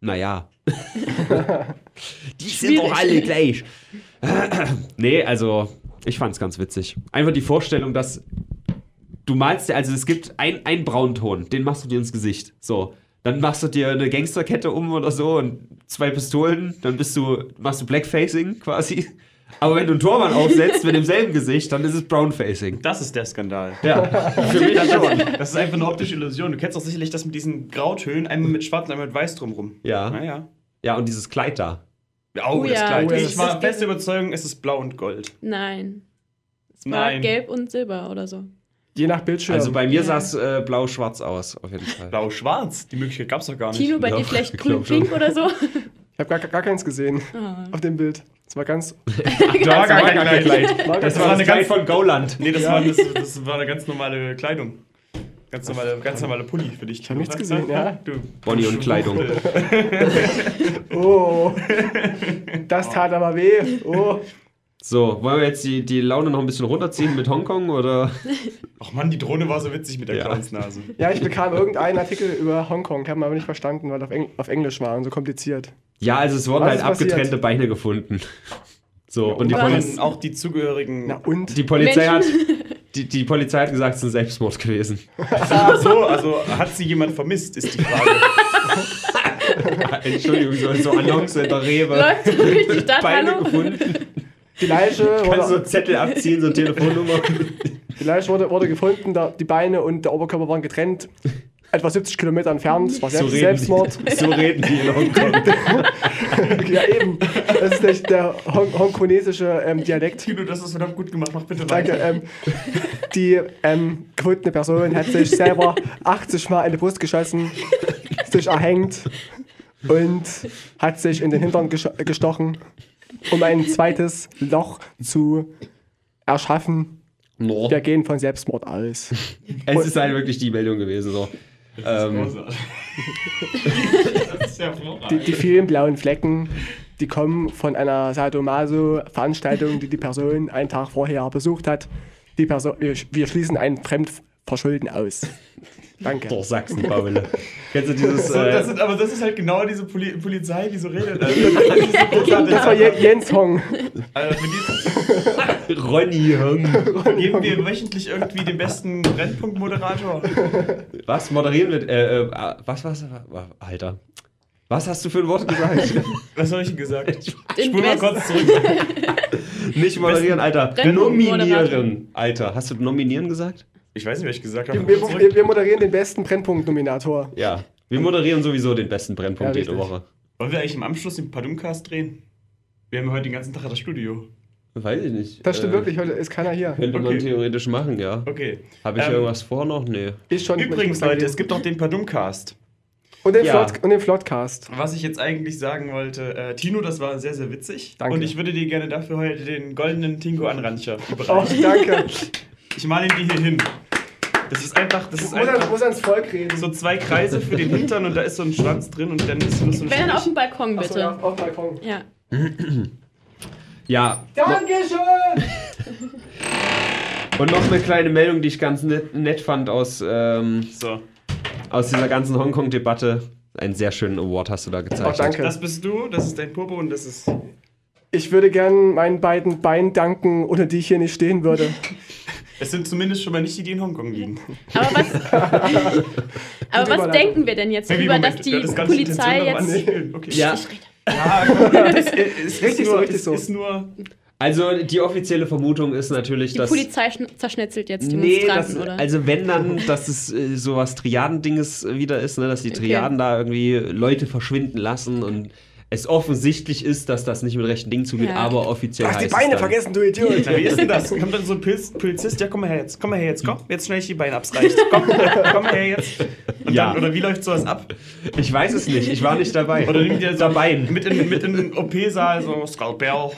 Speaker 1: Naja. [laughs] die sind
Speaker 3: Schwierig.
Speaker 1: doch alle gleich. [clears throat] nee, also ich fand's ganz witzig. Einfach die Vorstellung, dass du malst dir, also es gibt ein- einen Braunton, den machst du dir ins Gesicht. So. Dann machst du dir eine Gangsterkette um oder so und zwei Pistolen, dann bist du, machst du Blackfacing quasi. Aber wenn du einen [laughs] Torwand aufsetzt mit demselben Gesicht, dann ist es Brownfacing.
Speaker 2: Das ist der Skandal.
Speaker 1: Ja. [laughs]
Speaker 2: Für mich schon. Das ist einfach eine optische Illusion. Du kennst doch sicherlich das mit diesen Grautönen, einmal mit schwarz und einmal mit weiß drumrum.
Speaker 1: Ja.
Speaker 2: Naja.
Speaker 1: Ja, und dieses Kleid da.
Speaker 2: Oh,
Speaker 3: Oh
Speaker 2: das
Speaker 3: ja,
Speaker 2: Kleid.
Speaker 4: das
Speaker 2: Ich
Speaker 4: ist-
Speaker 2: war feste Überzeugung, es ist blau und gold.
Speaker 3: Nein. Es war
Speaker 2: Nein.
Speaker 3: gelb und silber oder so.
Speaker 4: Je nach Bildschirm.
Speaker 1: Also bei mir
Speaker 3: Ja.
Speaker 1: sah's äh, blau-schwarz aus, auf jeden Fall.
Speaker 2: Blau-schwarz? Die Möglichkeit gab's doch gar nicht.
Speaker 3: Tino, bei
Speaker 1: glaub-
Speaker 3: dir vielleicht
Speaker 1: ich glaub
Speaker 3: grün-pink
Speaker 1: schon.
Speaker 3: oder so?
Speaker 4: ich habe gar, gar keins gesehen
Speaker 3: Ah.
Speaker 4: auf dem Bild. Das war ganz.
Speaker 2: Da war gar
Speaker 1: war
Speaker 2: kein
Speaker 1: gar kein
Speaker 2: Kleid.
Speaker 4: War
Speaker 2: Das
Speaker 4: ganz
Speaker 2: war eine ganz,
Speaker 1: von Gauland.
Speaker 2: nee, das, war, das, das war eine ganz normale Kleidung. Ganz normale, ganz normale Pulli für dich. Ich
Speaker 4: hab nichts gesehen, ja.
Speaker 2: [laughs] Du.
Speaker 1: Bonnie und Kleidung.
Speaker 4: oh. Das tat aber weh. Oh.
Speaker 1: So, wollen wir jetzt die, die Laune noch ein bisschen runterziehen mit Hongkong oder?
Speaker 2: Ach man, die Drohne war so witzig mit der
Speaker 1: Ja.
Speaker 2: Clownsnase.
Speaker 4: Ja, ich bekam irgendeinen Artikel über Hongkong, haben aber nicht verstanden, weil er auf, Eng auf Englisch war und so kompliziert.
Speaker 1: Ja, also es wurden
Speaker 4: Was
Speaker 1: halt
Speaker 4: ist passiert?
Speaker 1: abgetrennte Beine gefunden. So, [laughs] und die,
Speaker 3: was?
Speaker 1: Poliz
Speaker 2: Und auch die zugehörigen.
Speaker 4: Na und?
Speaker 1: die Polizei hat die, die Polizei hat gesagt, es ist ein Selbstmord gewesen.
Speaker 2: Ach so, also hat sie jemand vermisst, ist die Frage.
Speaker 1: Entschuldigung, so, so Annons in der Rewe.
Speaker 3: [laughs] Läuft so durch die Stadt,
Speaker 1: Beine
Speaker 3: hallo?
Speaker 1: gefunden.
Speaker 4: Die Leiche
Speaker 1: [laughs] Kannst so
Speaker 4: wurde,
Speaker 1: einen Zettel abziehen, so eine Telefonnummer.
Speaker 4: die Leiche wurde, wurde gefunden, da, die Beine und der Oberkörper
Speaker 1: [laughs]
Speaker 4: waren getrennt. Etwa 70 Kilometer entfernt, es war
Speaker 1: So
Speaker 4: selbst,
Speaker 1: reden
Speaker 4: Selbstmord.
Speaker 1: [laughs]
Speaker 4: [laughs]
Speaker 1: Die, [laughs] so reden die in
Speaker 2: [laughs]
Speaker 1: Hongkong.
Speaker 4: Ja, eben. Das ist echt der Hong hongkonesische ähm, Dialekt.
Speaker 2: Tino, das ist verdammt gut gemacht, mach bitte
Speaker 4: Danke.
Speaker 2: weiter.
Speaker 4: Ähm, die ähm, gefundene Person hat sich selber 80 Mal in die Brust geschossen, sich erhängt und hat sich in den Hintern gesch- gestochen, um ein zweites Loch zu erschaffen.
Speaker 1: No.
Speaker 4: Wir gehen von Selbstmord aus.
Speaker 1: Es ist halt wirklich die Meldung gewesen. So. Ähm, [laughs]
Speaker 2: Das ist ja
Speaker 4: Die, die vielen blauen Flecken, die kommen von einer Sadomaso-Veranstaltung, die die Person einen Tag vorher besucht hat. Die Person, wir, wir schließen ein Fremdverschulden aus. Danke.
Speaker 1: doch Sachsen, Paule. Kennst du dieses.
Speaker 2: So,
Speaker 1: Äh,
Speaker 2: das sind, aber das ist halt genau diese Poli Polizei, die so redet. Also,
Speaker 1: [laughs]
Speaker 2: das ist
Speaker 1: Genau.
Speaker 2: so großartig.
Speaker 4: Das war Je- Jens Hong.
Speaker 2: also, für die
Speaker 4: [laughs]
Speaker 1: Ronny Hirn.
Speaker 2: geben wir wöchentlich irgendwie den besten Brennpunkt-Moderator.
Speaker 1: Was? Moderieren wir. Äh, äh, was, was? was- Alter. Was hast du für ein Wort gesagt?
Speaker 2: Was habe ich denn gesagt?
Speaker 3: Den
Speaker 2: Spul mal
Speaker 3: besten-
Speaker 2: kurz zurück.
Speaker 1: Nicht moderieren, Alter.
Speaker 3: Besten
Speaker 1: Nominieren. Alter. Hast du nominieren gesagt?
Speaker 2: Ich weiß nicht, was ich gesagt habe.
Speaker 4: Wir, wir, wir-
Speaker 2: Zurück.
Speaker 4: wir moderieren den besten Brennpunkt-Nominator.
Speaker 1: Ja. Wir moderieren sowieso den besten Brennpunkt
Speaker 4: Ja,
Speaker 1: jede
Speaker 4: richtig.
Speaker 1: Woche.
Speaker 2: Wollen wir eigentlich im Anschluss den Padumcast drehen? Wir haben ja heute den ganzen Tag das Studio.
Speaker 1: Weiß ich nicht.
Speaker 4: Das stimmt
Speaker 1: Äh,
Speaker 4: wirklich, heute ist keiner hier.
Speaker 1: Könnte man
Speaker 2: Okay.
Speaker 1: theoretisch machen, ja.
Speaker 2: Okay.
Speaker 1: Habe ich
Speaker 2: Ähm,
Speaker 1: irgendwas vor noch? Nee.
Speaker 4: Ich schon.
Speaker 2: Übrigens,
Speaker 4: ich muss
Speaker 2: Leute,
Speaker 4: sagen,
Speaker 2: es gibt noch den Padumcast.
Speaker 4: Und den,
Speaker 1: Ja.
Speaker 4: Flot und den Flotcast.
Speaker 2: Was ich jetzt eigentlich sagen wollte, äh, Tino, das war sehr, sehr witzig.
Speaker 4: Danke.
Speaker 2: Und ich würde dir gerne dafür heute den goldenen Tingo-Anrancher
Speaker 4: Oh,
Speaker 2: überreichen. [laughs]
Speaker 4: danke.
Speaker 2: Ich male ihn dir hier hin. Das ist einfach, das
Speaker 4: Ich muss,
Speaker 2: ist
Speaker 4: ans,
Speaker 2: einfach
Speaker 4: muss ans Volk reden.
Speaker 2: so zwei Kreise für den Hintern und da ist so ein Schwanz drin und dann ist nur so ein
Speaker 3: Wenn dann auf
Speaker 2: Strich.
Speaker 3: dem Balkon,
Speaker 4: Ach so, ja,
Speaker 3: bitte.
Speaker 4: auf dem Balkon.
Speaker 3: Ja.
Speaker 1: Ja,
Speaker 4: Dankeschön!
Speaker 1: und noch eine kleine Meldung, die ich ganz nett, nett fand aus, ähm,
Speaker 2: So,
Speaker 1: aus dieser ganzen Hongkong-Debatte. Einen sehr schönen Award hast du da
Speaker 4: Oh,
Speaker 1: gezeichnet. [laughs]
Speaker 4: danke.
Speaker 2: das bist du, das ist dein Popo und das ist.
Speaker 4: Ich würde gern meinen beiden Beinen danken, ohne die ich hier nicht stehen würde.
Speaker 2: Es sind zumindest schon mal nicht die, die in Hongkong liegen.
Speaker 3: Aber was, [laughs] aber was
Speaker 4: Überleitung.
Speaker 3: denken wir denn jetzt darüber, dass die
Speaker 2: ja, das ganze
Speaker 3: Polizei
Speaker 2: Intention
Speaker 3: jetzt.
Speaker 2: noch an- Okay.
Speaker 1: Ja,
Speaker 2: ja komm, es, es, es ist
Speaker 4: Richtig so,
Speaker 2: nur,
Speaker 4: richtig
Speaker 2: es
Speaker 4: so.
Speaker 2: Ist nur,
Speaker 1: also die offizielle Vermutung ist natürlich,
Speaker 3: Die
Speaker 1: dass.
Speaker 3: Polizei schn- zerschnetzelt jetzt die
Speaker 1: Nee,
Speaker 3: Demonstranten,
Speaker 1: das,
Speaker 3: oder?
Speaker 1: also wenn dann,
Speaker 3: [laughs]
Speaker 1: dass es äh, so was Triaden-Dinges wieder ist, ne, dass die
Speaker 3: Okay.
Speaker 1: Triaden da irgendwie Leute verschwinden lassen und es offensichtlich ist, dass das nicht mit rechten Dingen zugeht,
Speaker 3: Ja.
Speaker 1: aber offiziell
Speaker 4: Du hast die
Speaker 1: heißt es
Speaker 4: Beine
Speaker 1: dann,
Speaker 4: vergessen, du Idiot!
Speaker 2: [laughs] na, wie ist denn das? Kommt dann so ein Pilz, Polizist, ja komm mal her jetzt, komm mal her jetzt, komm, jetzt schnell ich die Beine ab, es reicht. Komm, komm mal her jetzt. Und
Speaker 1: Ja.
Speaker 2: dann, oder wie läuft sowas ab?
Speaker 1: Ich weiß es nicht, ich war nicht dabei.
Speaker 2: Oder nimmt ihr so
Speaker 1: dabei.
Speaker 2: mit in, mit in den OP-Saal so Skalpell.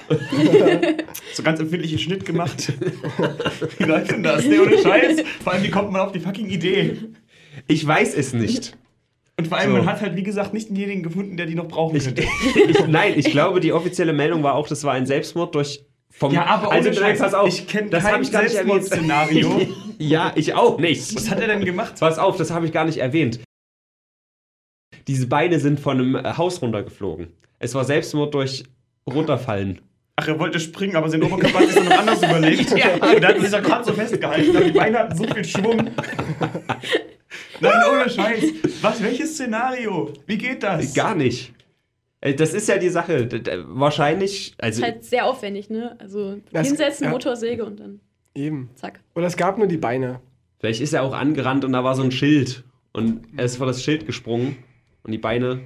Speaker 2: so ganz empfindlichen
Speaker 1: [laughs]
Speaker 2: Schnitt gemacht. Wie läuft denn das? Nee, ohne Scheiß. Vor allem, wie kommt man auf die fucking Idee?
Speaker 1: Ich weiß es nicht.
Speaker 2: Und vor allem,
Speaker 1: So.
Speaker 2: man hat halt, wie gesagt, nicht denjenigen gefunden, der die noch brauchen
Speaker 1: Ich,
Speaker 2: könnte.
Speaker 1: [laughs] ich, nein, ich glaube, die offizielle Meldung war auch, das war ein Selbstmord durch vom.
Speaker 2: Ja, aber
Speaker 1: also,
Speaker 2: ohne
Speaker 1: nein,
Speaker 2: Scheiß,
Speaker 1: pass auf,
Speaker 2: ich kenn
Speaker 1: das
Speaker 2: kein
Speaker 1: habe ich gar nicht erwähnt.
Speaker 2: Selbstmordszenario.
Speaker 1: [laughs] ja, ich auch
Speaker 2: [laughs]
Speaker 1: nicht.
Speaker 2: Was hat er denn gemacht?
Speaker 1: Pass auf, das habe ich gar nicht erwähnt. Diese Beine sind von einem äh, Haus runtergeflogen. Es war Selbstmord durch runterfallen.
Speaker 2: Ach, er wollte springen, aber sein Oberkörper hat sich dann noch anders überlegt.
Speaker 1: [laughs]
Speaker 2: Und da hat er sich ja gerade so festgehalten. Aber die Beine hatten so
Speaker 1: [laughs]
Speaker 2: viel Schwung. Nein, ohne Scheiß. Was, welches Szenario? Wie geht das?
Speaker 1: Gar nicht. Äh, Das ist ja die Sache. D- d- Wahrscheinlich, also
Speaker 3: ist halt sehr aufwendig, ne? Also
Speaker 4: Das-
Speaker 3: hinsetzen,
Speaker 4: ja.
Speaker 3: Motorsäge und dann
Speaker 4: Eben.
Speaker 3: zack.
Speaker 4: Oder es gab nur die Beine.
Speaker 1: vielleicht ist er auch angerannt und da war so ein Schild. Und er ist vor das Schild gesprungen und die Beine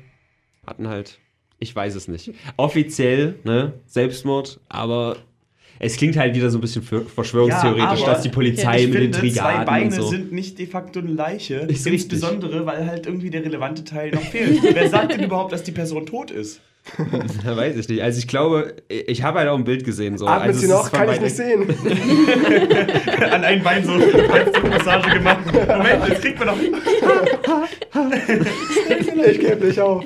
Speaker 1: hatten halt, ich weiß es nicht. Offiziell, ne, Selbstmord, aber es klingt halt wieder so ein bisschen für- verschwörungstheoretisch,
Speaker 2: Ja, aber
Speaker 1: dass die Polizei
Speaker 2: ich
Speaker 1: mit den
Speaker 2: finde, zwei
Speaker 1: Triaden
Speaker 2: Beine
Speaker 1: und so.
Speaker 2: sind nicht de facto eine Leiche.
Speaker 1: Ist richtig.
Speaker 2: Insbesondere, weil halt irgendwie der relevante Teil noch fehlt. [laughs] Wer sagt denn überhaupt, dass die Person tot ist? [laughs]
Speaker 1: Ja, [laughs] weiß ich nicht. Also ich glaube, ich habe halt auch ein Bild gesehen. So.
Speaker 4: Atmet
Speaker 1: also
Speaker 4: sie
Speaker 1: es
Speaker 4: noch?
Speaker 1: ist von
Speaker 4: Kann ich
Speaker 1: beiden-
Speaker 4: nicht sehen. [laughs]
Speaker 2: An einem Bein so eine Massage gemacht. Moment, das kriegt man doch hin.
Speaker 4: Ich gebe nicht auf.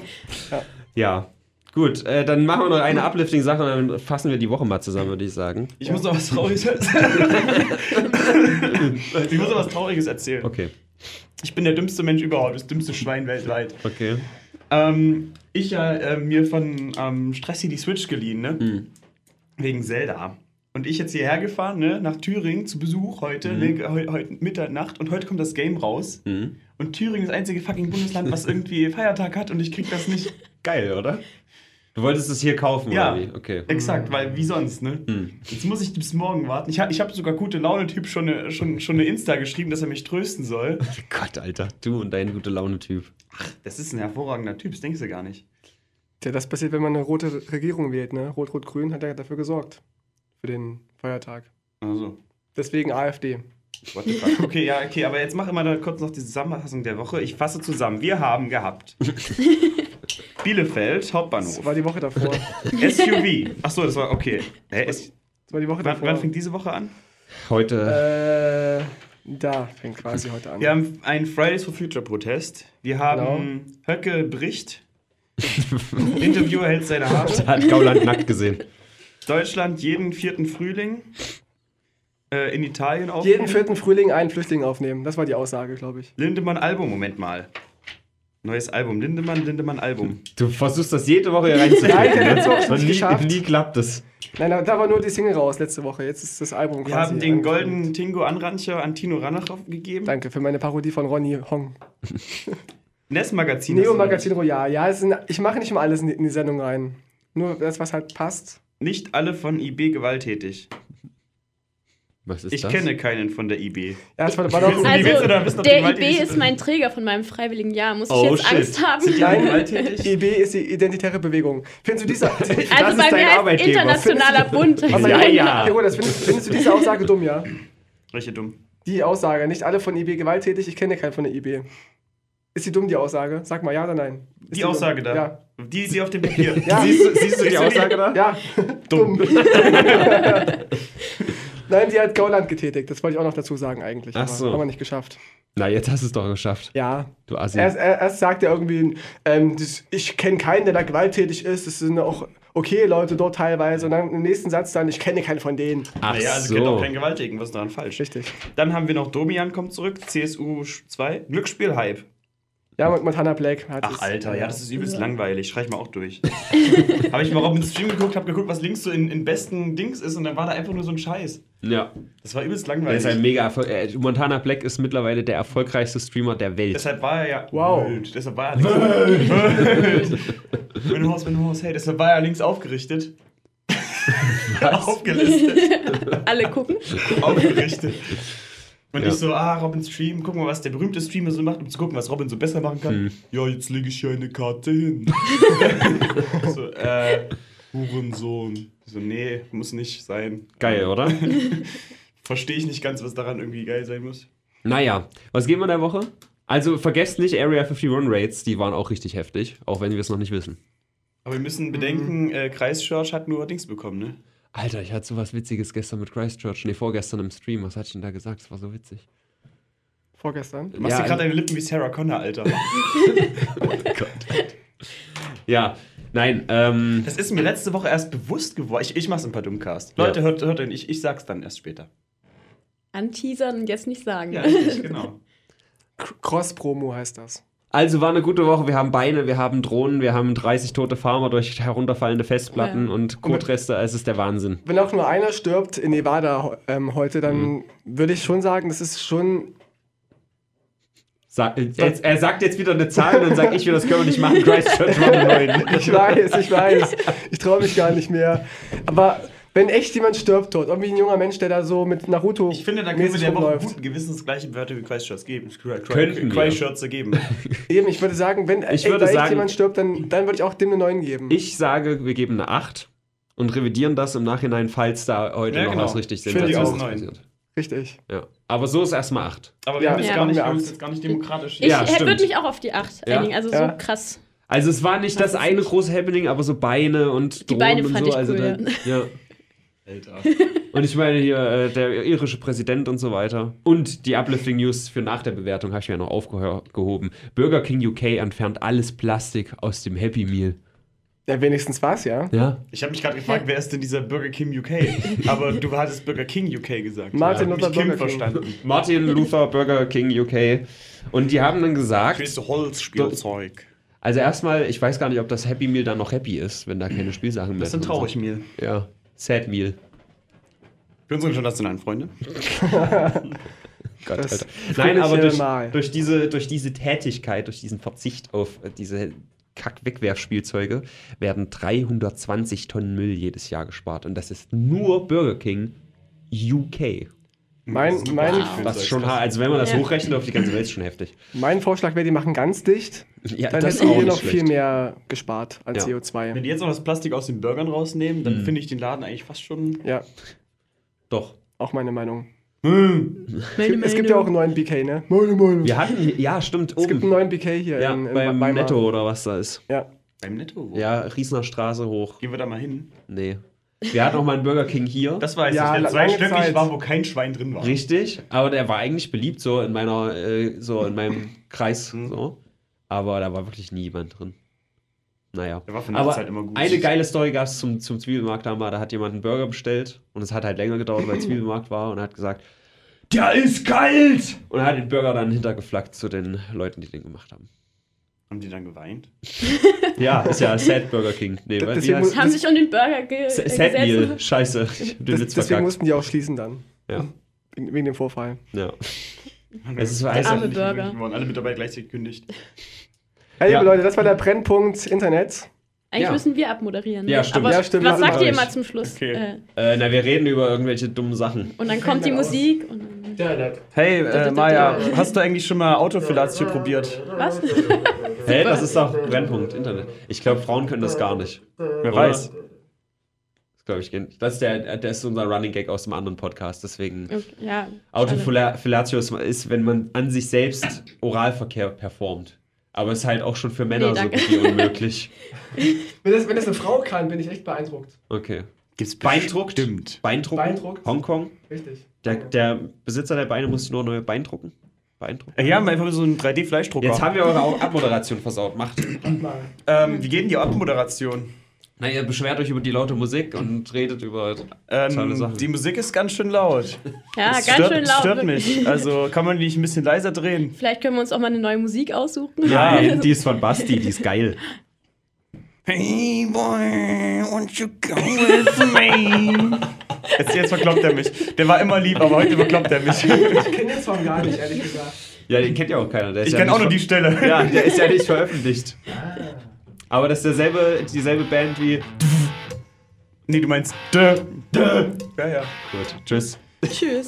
Speaker 1: Ja. Gut, äh, dann machen wir noch eine Uplifting-Sache und dann fassen wir die Woche mal zusammen, würde ich sagen.
Speaker 2: Ich muss noch was Trauriges [laughs] ich muss noch was Trauriges erzählen.
Speaker 1: Okay,
Speaker 2: Ich bin der dümmste Mensch überhaupt, das dümmste Schwein weltweit.
Speaker 1: okay.
Speaker 2: Ähm, ich ja äh, mir von ähm, Stressi die Switch geliehen, ne? Wegen Zelda. Und ich jetzt hierher gefahren, ne? Nach Thüringen zu Besuch heute, ne? heu, heute Mitternacht. Und heute kommt das Game raus.
Speaker 1: Mhm.
Speaker 2: Und Thüringen ist das einzige fucking Bundesland, was irgendwie Feiertag hat und ich krieg das nicht.
Speaker 1: Geil, oder? Du wolltest es hier kaufen,
Speaker 2: Ja.
Speaker 1: oder wie? Okay.
Speaker 4: Oh
Speaker 2: Exakt, weil wie sonst, ne? Jetzt muss ich bis morgen warten. Ich, ha- ich habe sogar gute Laune-Typ schon eine, schon, schon eine Insta geschrieben, dass er mich trösten soll.
Speaker 1: Gott, Alter, du und dein gute Laune-Typ.
Speaker 2: Das ist ein hervorragender Typ, das denkst du gar nicht.
Speaker 4: Tja, das passiert, wenn man eine rote Regierung wählt, ne? Rot-Rot-Grün hat ja dafür gesorgt. Für den Feiertag.
Speaker 2: Also,
Speaker 4: Deswegen AfD.
Speaker 2: what the fuck. Okay, ja, okay, aber jetzt mach immer da kurz noch die Zusammenfassung der Woche. Ich fasse zusammen. Wir haben gehabt Bielefeld,
Speaker 4: Das
Speaker 2: Hauptbahnhof,
Speaker 4: war die Woche davor. Das
Speaker 2: SUV. Ach so, das war okay. Hä, es,
Speaker 4: war die Woche
Speaker 2: [laughs] wann,
Speaker 4: davor.
Speaker 2: wann fängt diese Woche an?
Speaker 1: Heute.
Speaker 4: äh, da fängt quasi heute an.
Speaker 2: Wir haben einen Fridays for Future Protest. Wir haben Höcke bricht. [laughs] Interviewer hält seine Haare.
Speaker 4: Äh.
Speaker 1: Da [laughs] hat Gauland nackt gesehen.
Speaker 2: Deutschland jeden vierten Frühling. Äh, in Italien auch.
Speaker 4: Jeden vierten Frühling einen Flüchtling aufnehmen. Das war die Aussage, glaube ich.
Speaker 2: Lindemann Album, Moment mal. Neues Album, Lindemann, Lindemann Album.
Speaker 1: Du versuchst das jede Woche hier reinzubringen.
Speaker 4: Nein, ich hab letzte Woche
Speaker 1: ne?
Speaker 4: schon
Speaker 1: Und
Speaker 4: nicht geschafft.
Speaker 1: nie, nie klappt es.
Speaker 4: Nein, da, da war nur die Single raus letzte Woche. Jetzt ist das Album
Speaker 2: Wir
Speaker 4: quasi.
Speaker 2: haben den
Speaker 4: angefangen.
Speaker 2: goldenen Tingo Anrancher an Tino Ranach gegeben.
Speaker 4: Danke für meine Parodie von Ronny Hong.
Speaker 2: Ness Magazin.
Speaker 4: Neo Magazin Royal. Ja, es sind, ich mache nicht mal alles in die, in die Sendung rein. Nur das, was halt passt.
Speaker 2: Nicht alle von IB gewalttätig.
Speaker 1: Was ist
Speaker 2: Ich
Speaker 1: das?
Speaker 2: kenne keinen von der IB.
Speaker 4: Ja, das war, war doch.
Speaker 2: Also- willst du da wissen,
Speaker 3: Also,
Speaker 2: ob die
Speaker 3: der
Speaker 2: gewaltig
Speaker 3: IB
Speaker 2: ist?
Speaker 3: ist mein Träger von meinem freiwilligen Jahr. Muss ich
Speaker 1: Oh,
Speaker 3: jetzt
Speaker 1: shit.
Speaker 3: Angst haben?
Speaker 2: Sind die alle gewalttätig?
Speaker 4: IB ist die identitäre Bewegung. Findest du diese.
Speaker 3: Also bei mir heißt internationaler Bund.
Speaker 1: Was
Speaker 4: [laughs] ja,
Speaker 1: Ja,
Speaker 4: ja.
Speaker 1: ja.
Speaker 4: das findest, findest du diese Aussage dumm, ja?
Speaker 2: Welche dumm.
Speaker 4: Die Aussage, nicht alle von IB gewalttätig, ich kenne keinen von der IB. Ist die dumm, die Aussage? Sag mal ja oder nein. Ist
Speaker 2: Die
Speaker 4: dumm?
Speaker 2: Aussage da.
Speaker 4: Ja.
Speaker 2: Die, die auf dem Papier.
Speaker 4: [laughs] Ja.
Speaker 1: Siehst, du- siehst du die Aussage da?
Speaker 4: Ja, dumm. [laughs] Nein, die hat Gauland getätigt. Das wollte ich auch noch dazu sagen eigentlich.
Speaker 1: Ach
Speaker 4: aber
Speaker 1: so.
Speaker 4: Haben wir nicht geschafft.
Speaker 1: Na, jetzt hast du es doch geschafft.
Speaker 4: Ja.
Speaker 1: Du Assi.
Speaker 4: Erst, er- erst sagt er irgendwie, ähm, das, ich kenne keinen, der da gewalttätig ist. Es sind auch okay Leute dort teilweise. Und dann im nächsten Satz dann, ich kenne keinen von denen.
Speaker 1: Ach
Speaker 2: naja, also kennt auch keinen Gewalttätigen, was ist daran falsch?
Speaker 4: Richtig.
Speaker 2: Dann haben wir noch Domian kommt zurück, CSU 2, Glücksspiel-Hype.
Speaker 4: Ja, mit, mit Hannah Black. hat
Speaker 2: Ach
Speaker 4: es-
Speaker 2: Alter, ja, das ist übelst langweilig. Schreib mal auch durch. [laughs] habe ich mal auf den Stream geguckt, habe geguckt, was links so in, in besten Dings ist und dann war da einfach nur so ein Scheiß.
Speaker 1: Ja.
Speaker 2: Das war übelst
Speaker 1: Der ist ein
Speaker 2: langweilig.
Speaker 1: mega Erfolg. äh, Montana Black ist mittlerweile der erfolgreichste Streamer der Welt.
Speaker 2: Deshalb war er ja.
Speaker 4: Wow.
Speaker 2: Wild. Deshalb war er links. Wild. Wenn Horst, wenn Horst, hey, deshalb war er links aufgerichtet. [laughs] Aufgelistet.
Speaker 3: Alle gucken.
Speaker 1: [laughs]
Speaker 2: Aufgerichtet. Und
Speaker 1: Ja.
Speaker 2: ich so, ah, Robin Stream, guck mal, was der berühmte Streamer so macht, um zu gucken, was Robin so besser machen
Speaker 1: Hm.
Speaker 2: kann. Ja, jetzt lege ich hier eine Karte hin.
Speaker 1: [laughs]
Speaker 2: so, äh, Hurensohn. So, nee, muss nicht sein.
Speaker 1: Geil,
Speaker 2: [laughs]
Speaker 1: oder?
Speaker 2: Verstehe ich nicht ganz, was daran irgendwie geil sein muss.
Speaker 1: naja, was geben wir der Woche? Also vergesst nicht Area 51 Raids, die waren auch richtig heftig, auch wenn wir es noch nicht wissen.
Speaker 2: Aber wir müssen bedenken,
Speaker 1: Hm.
Speaker 2: äh, Christchurch hat nur Dings bekommen, ne?
Speaker 1: Alter, ich hatte so was Witziges gestern mit Christchurch. Nee, vorgestern im Stream. Was hatte ich denn da gesagt? Das war so witzig.
Speaker 4: Vorgestern.
Speaker 2: Du machst
Speaker 1: Ja,
Speaker 2: dir gerade deine Lippen wie Sarah Connor, Alter.
Speaker 1: Ja, nein, ähm,
Speaker 2: Das ist mir letzte Woche erst bewusst geworden. Ich, ich mach's ein paar Dummcast. Leute,
Speaker 1: Ja.
Speaker 2: hört, hört den, ich, ich sag's dann erst später.
Speaker 3: Anteasern und jetzt nicht sagen.
Speaker 2: richtig, [laughs] genau.
Speaker 4: Cr- Cross-Promo heißt das.
Speaker 1: also war eine gute Woche. Wir haben Beine, wir haben Drohnen, wir haben 30 tote Farmer durch herunterfallende Festplatten
Speaker 3: Ja.
Speaker 1: und Kotreste. Es ist der Wahnsinn.
Speaker 4: Wenn auch nur einer stirbt in Nevada heu- ähm, heute, dann
Speaker 2: Mhm.
Speaker 4: würde ich schon sagen, das ist schon.
Speaker 1: Sa äh, jetzt, er sagt jetzt wieder eine Zahl und dann sag ich wieder, das können wir nicht machen. Christchurch war eine 9.
Speaker 4: Ich weiß, ich weiß. Ich traue mich gar nicht mehr. Aber wenn echt jemand stirbt dort, irgendwie ein junger Mensch, der da so mit Naruto.
Speaker 2: Ich finde, da können wir der Woche
Speaker 4: rumläuft.
Speaker 2: guten Gewissens gleiche Wörter wie Christchurch geben.
Speaker 1: Könnten wir.
Speaker 2: Christchurch geben.
Speaker 4: Eben, ich würde sagen, wenn
Speaker 1: Ich
Speaker 4: ey,
Speaker 1: würde
Speaker 4: da echt
Speaker 1: sagen-
Speaker 4: jemand stirbt, dann, dann würde ich auch dem eine 9 geben.
Speaker 1: Ich sage, wir geben eine 8 und revidieren das im Nachhinein, falls da heute
Speaker 2: Ja,
Speaker 1: noch
Speaker 2: genau.
Speaker 1: was richtig
Speaker 4: Ich finde die
Speaker 1: Sensationelles
Speaker 2: auch neun.
Speaker 1: passiert.
Speaker 4: Richtig.
Speaker 1: Ja. Aber so ist erstmal 8.
Speaker 2: Aber wir
Speaker 4: Ja,
Speaker 2: haben jetzt
Speaker 3: ja.
Speaker 2: gar nicht- wir
Speaker 4: Haben wir
Speaker 2: haben es
Speaker 4: Angst.
Speaker 2: jetzt gar nicht demokratisch.
Speaker 3: Ich
Speaker 1: Ja, stimmt.
Speaker 3: würde mich auch auf die 8
Speaker 1: Ja.
Speaker 3: einigen. Also
Speaker 4: Ja.
Speaker 3: so krass.
Speaker 1: Also es war nicht das
Speaker 3: ist
Speaker 1: eine große Happening, aber so Beine und
Speaker 3: Die
Speaker 1: Drohnen
Speaker 3: Beine
Speaker 1: und
Speaker 3: fand
Speaker 1: so.
Speaker 3: ich
Speaker 1: also
Speaker 3: cool,
Speaker 1: da, ja.
Speaker 2: Alter.
Speaker 1: Und ich meine hier äh, der irische Präsident und so weiter. Und die Uplifting News für nach der Bewertung habe ich mir noch aufgehoben. Burger King UK entfernt alles Plastik aus dem Happy Meal.
Speaker 4: Ja, wenigstens war's ja.
Speaker 1: Ja.
Speaker 2: Ich habe mich gerade gefragt, wer ist denn dieser Burger King UK? Aber du hattest Burger King UK gesagt.
Speaker 4: Martin
Speaker 2: ja.
Speaker 4: Luther
Speaker 2: Burger Kim
Speaker 4: Burger King.
Speaker 2: verstanden.
Speaker 1: Martin Luther Burger King UK. Und die haben dann gesagt,
Speaker 2: Kriegst du Holzspielzeug.
Speaker 1: also erstmal, ich weiß gar nicht, ob das Happy Meal dann noch happy ist, wenn da keine Spielsachen mehr
Speaker 2: Das sind
Speaker 1: drin
Speaker 2: traurig Mehl.
Speaker 1: Ja. Sad Meal.
Speaker 2: Für unsere internationalen Freunde.
Speaker 1: Gott,
Speaker 4: Das
Speaker 1: Alter. Nein, aber
Speaker 4: fröhliche
Speaker 1: durch,
Speaker 4: Mal.
Speaker 1: durch, diese, durch diese Tätigkeit, durch diesen Verzicht auf äh, diese Kack-Wegwerfspielzeuge werden 320 Tonnen Müll jedes Jahr gespart. Und das ist nur Burger King UK.
Speaker 4: Mein- mein-
Speaker 2: Wow.
Speaker 1: Das ist schon hart. Also wenn man das
Speaker 3: Ja.
Speaker 1: hochrechnet auf die ganze Welt, ist schon heftig.
Speaker 4: Mein Vorschlag wäre, die machen ganz dicht.
Speaker 1: Ja,
Speaker 4: Dann
Speaker 1: das ist
Speaker 4: hätten
Speaker 1: auch
Speaker 4: wir
Speaker 1: nicht
Speaker 4: noch
Speaker 1: schlecht.
Speaker 4: viel mehr gespart als
Speaker 1: Ja.
Speaker 2: Wenn
Speaker 4: CO2.
Speaker 2: die jetzt noch das Plastik aus den Burgern rausnehmen, dann finde ich den Laden eigentlich fast schon.
Speaker 4: Ja,
Speaker 1: Doch.
Speaker 4: auch meine Meinung.
Speaker 2: Mhm.
Speaker 3: Meine
Speaker 4: Es gibt
Speaker 3: Meinung.
Speaker 4: ja auch einen neuen BK, ne? Meine Meinung.
Speaker 1: Wir hatten, ja, stimmt,
Speaker 4: Es gibt einen
Speaker 1: oben.
Speaker 4: neuen BK hier
Speaker 1: Ja,
Speaker 4: in, in
Speaker 1: beim
Speaker 4: Weimar.
Speaker 1: Netto oder was da ist.
Speaker 4: Ja.
Speaker 2: Beim Netto. wo?
Speaker 1: Ja, Riesner Straße hoch.
Speaker 2: Gehen wir da mal hin.
Speaker 1: Nee. Wir hatten auch mal einen Burger King hier.
Speaker 2: Das war es,
Speaker 4: Ja,
Speaker 2: ja, der
Speaker 4: la- lange
Speaker 2: zweistöckig
Speaker 4: Zeit.
Speaker 2: war, wo kein Schwein drin war.
Speaker 1: Richtig, aber der war eigentlich beliebt so in meiner, äh, so in meinem Kreis so. Aber da war wirklich niemand drin. Naja.
Speaker 2: Der war für
Speaker 1: aber
Speaker 2: Nachtzeit immer gut.
Speaker 1: Eine geile Story gab es zum, zum Zwiebelmarkt da mal. Da hat jemand einen Burger bestellt und es hat halt länger gedauert, weil Zwiebelmarkt war und hat gesagt, der ist kalt! Und er hat den Burger dann hintergeflackt zu den Leuten, die den gemacht haben.
Speaker 2: Haben die dann geweint?
Speaker 1: Ja, ist [laughs] ja Sad Burger King. Nee,
Speaker 4: Das-
Speaker 1: weil wie
Speaker 4: deswegen
Speaker 1: heißt
Speaker 3: Haben sich um den Burger ge
Speaker 1: Sa-
Speaker 3: äh,
Speaker 1: Sad Meal.
Speaker 3: gesetzt.
Speaker 1: Scheiße, ich hab den
Speaker 4: Das,
Speaker 1: Witz
Speaker 4: deswegen
Speaker 1: verkackt.
Speaker 4: mussten die auch schließen dann.
Speaker 1: Ja,
Speaker 4: Wegen, wegen dem Vorfall.
Speaker 1: ja. Es ist so
Speaker 2: Das
Speaker 1: heiß.
Speaker 2: hat nicht
Speaker 3: Burger.
Speaker 2: möglich geworden. Alle Mitarbeiter gleichzeitig gekündigt.
Speaker 4: Hey,
Speaker 1: Ja.
Speaker 4: liebe Leute, das war der Brennpunkt Internet.
Speaker 3: Eigentlich
Speaker 1: Ja.
Speaker 3: müssen wir abmoderieren.
Speaker 1: Ja,
Speaker 3: ne?
Speaker 1: stimmt.
Speaker 3: Aber
Speaker 4: Ja, stimmt,
Speaker 3: was
Speaker 4: machen
Speaker 1: wir
Speaker 3: sagt ihr
Speaker 1: euch.
Speaker 3: immer zum Schluss?
Speaker 2: Okay.
Speaker 3: Äh,
Speaker 1: Äh, na, wir reden über irgendwelche dummen Sachen.
Speaker 3: und dann kommt die
Speaker 4: Fällt mir aus.
Speaker 3: Musik und dann,
Speaker 2: Hey,
Speaker 3: äh, Maja,
Speaker 2: hast du eigentlich schon mal Autofellatio probiert?
Speaker 3: was?
Speaker 1: Hä, hey, das ist doch Brennpunkt, Internet. Ich glaube, Frauen können das gar nicht.
Speaker 2: Wer
Speaker 1: Oder?
Speaker 2: weiß.
Speaker 1: Das glaube ich gehen. Das ist der, das ist unser Running Gag aus dem anderen Podcast. Deswegen
Speaker 3: Okay, ja. schade.
Speaker 1: Autofellatio ist- ist, wenn man an sich selbst Oralverkehr performt. Aber ist halt auch schon für Männer
Speaker 3: Nee,
Speaker 1: so
Speaker 3: danke.
Speaker 1: gut wie unmöglich.
Speaker 4: Wenn das, wenn das eine Frau kann, bin ich echt beeindruckt.
Speaker 1: Okay.
Speaker 2: Gibt's
Speaker 1: Beindruckt?
Speaker 2: Stimmt.
Speaker 1: Beindrucken.
Speaker 4: Beindruckt.
Speaker 1: Hongkong.
Speaker 4: Richtig.
Speaker 1: Der, der Besitzer der Beine muss nur neue Beindrucken. Beindrucken.
Speaker 2: Äh, Ja, wir haben einfach so einen 3D-Fleischdrucker.
Speaker 1: Jetzt haben wir eure Au- Abmoderation versaut. Macht. [laughs]
Speaker 2: ähm, wie geht denn die Abmoderation?
Speaker 1: Na, ihr beschwert euch über die laute Musik und redet über. Tolle Sache.
Speaker 2: Ähm, die Musik ist ganz schön laut.
Speaker 3: Also, Ja,
Speaker 2: Das
Speaker 3: Ah, ganz
Speaker 2: stört,
Speaker 3: schön laut.
Speaker 2: stört
Speaker 3: wirklich. [laughs]
Speaker 2: mich. Also kann man die nicht ein bisschen leiser drehen?
Speaker 3: Vielleicht können wir uns auch mal eine neue Musik aussuchen. [laughs]
Speaker 1: Nein, die ist von Basti, die ist geil.
Speaker 2: Hey boy, won't you go with me? Jetzt, jetzt verkloppt er mich. Der war immer lieb, aber heute verkloppt er mich.
Speaker 4: Ich kenne den Song gar nicht, ehrlich gesagt.
Speaker 1: Ja, den kennt ja auch keiner. Der ist
Speaker 2: Ich
Speaker 1: ja
Speaker 2: kenne
Speaker 1: nicht
Speaker 2: auch nur
Speaker 1: ver-
Speaker 2: die Stelle.
Speaker 1: Ja, der ist ja nicht [laughs] veröffentlicht. Aber das ist derselbe, dieselbe Band wie.
Speaker 2: Nee, du meinst dö, dö. Ja, ja.
Speaker 1: Gut, tschüss.
Speaker 3: Tschüss.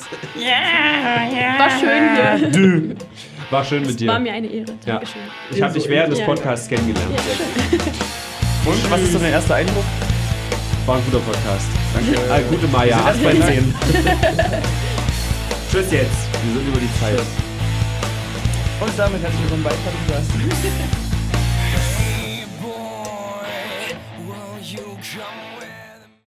Speaker 3: War schön hier.
Speaker 2: Dö.
Speaker 1: War schön mit dir.
Speaker 3: War mir eine Ehre.
Speaker 1: ja.
Speaker 3: Dankeschön.
Speaker 1: Ich habe dich während des
Speaker 3: Ja.
Speaker 1: Podcasts kennengelernt.
Speaker 2: Und was ist so dein erster Eindruck?
Speaker 1: War ein guter Podcast. Danke. Ah, gute Maya.
Speaker 2: Erst beim Sehen.
Speaker 1: [laughs] Tschüss jetzt. Wir sind über die Zeit.
Speaker 2: Und damit herzlich willkommen bei Podcast.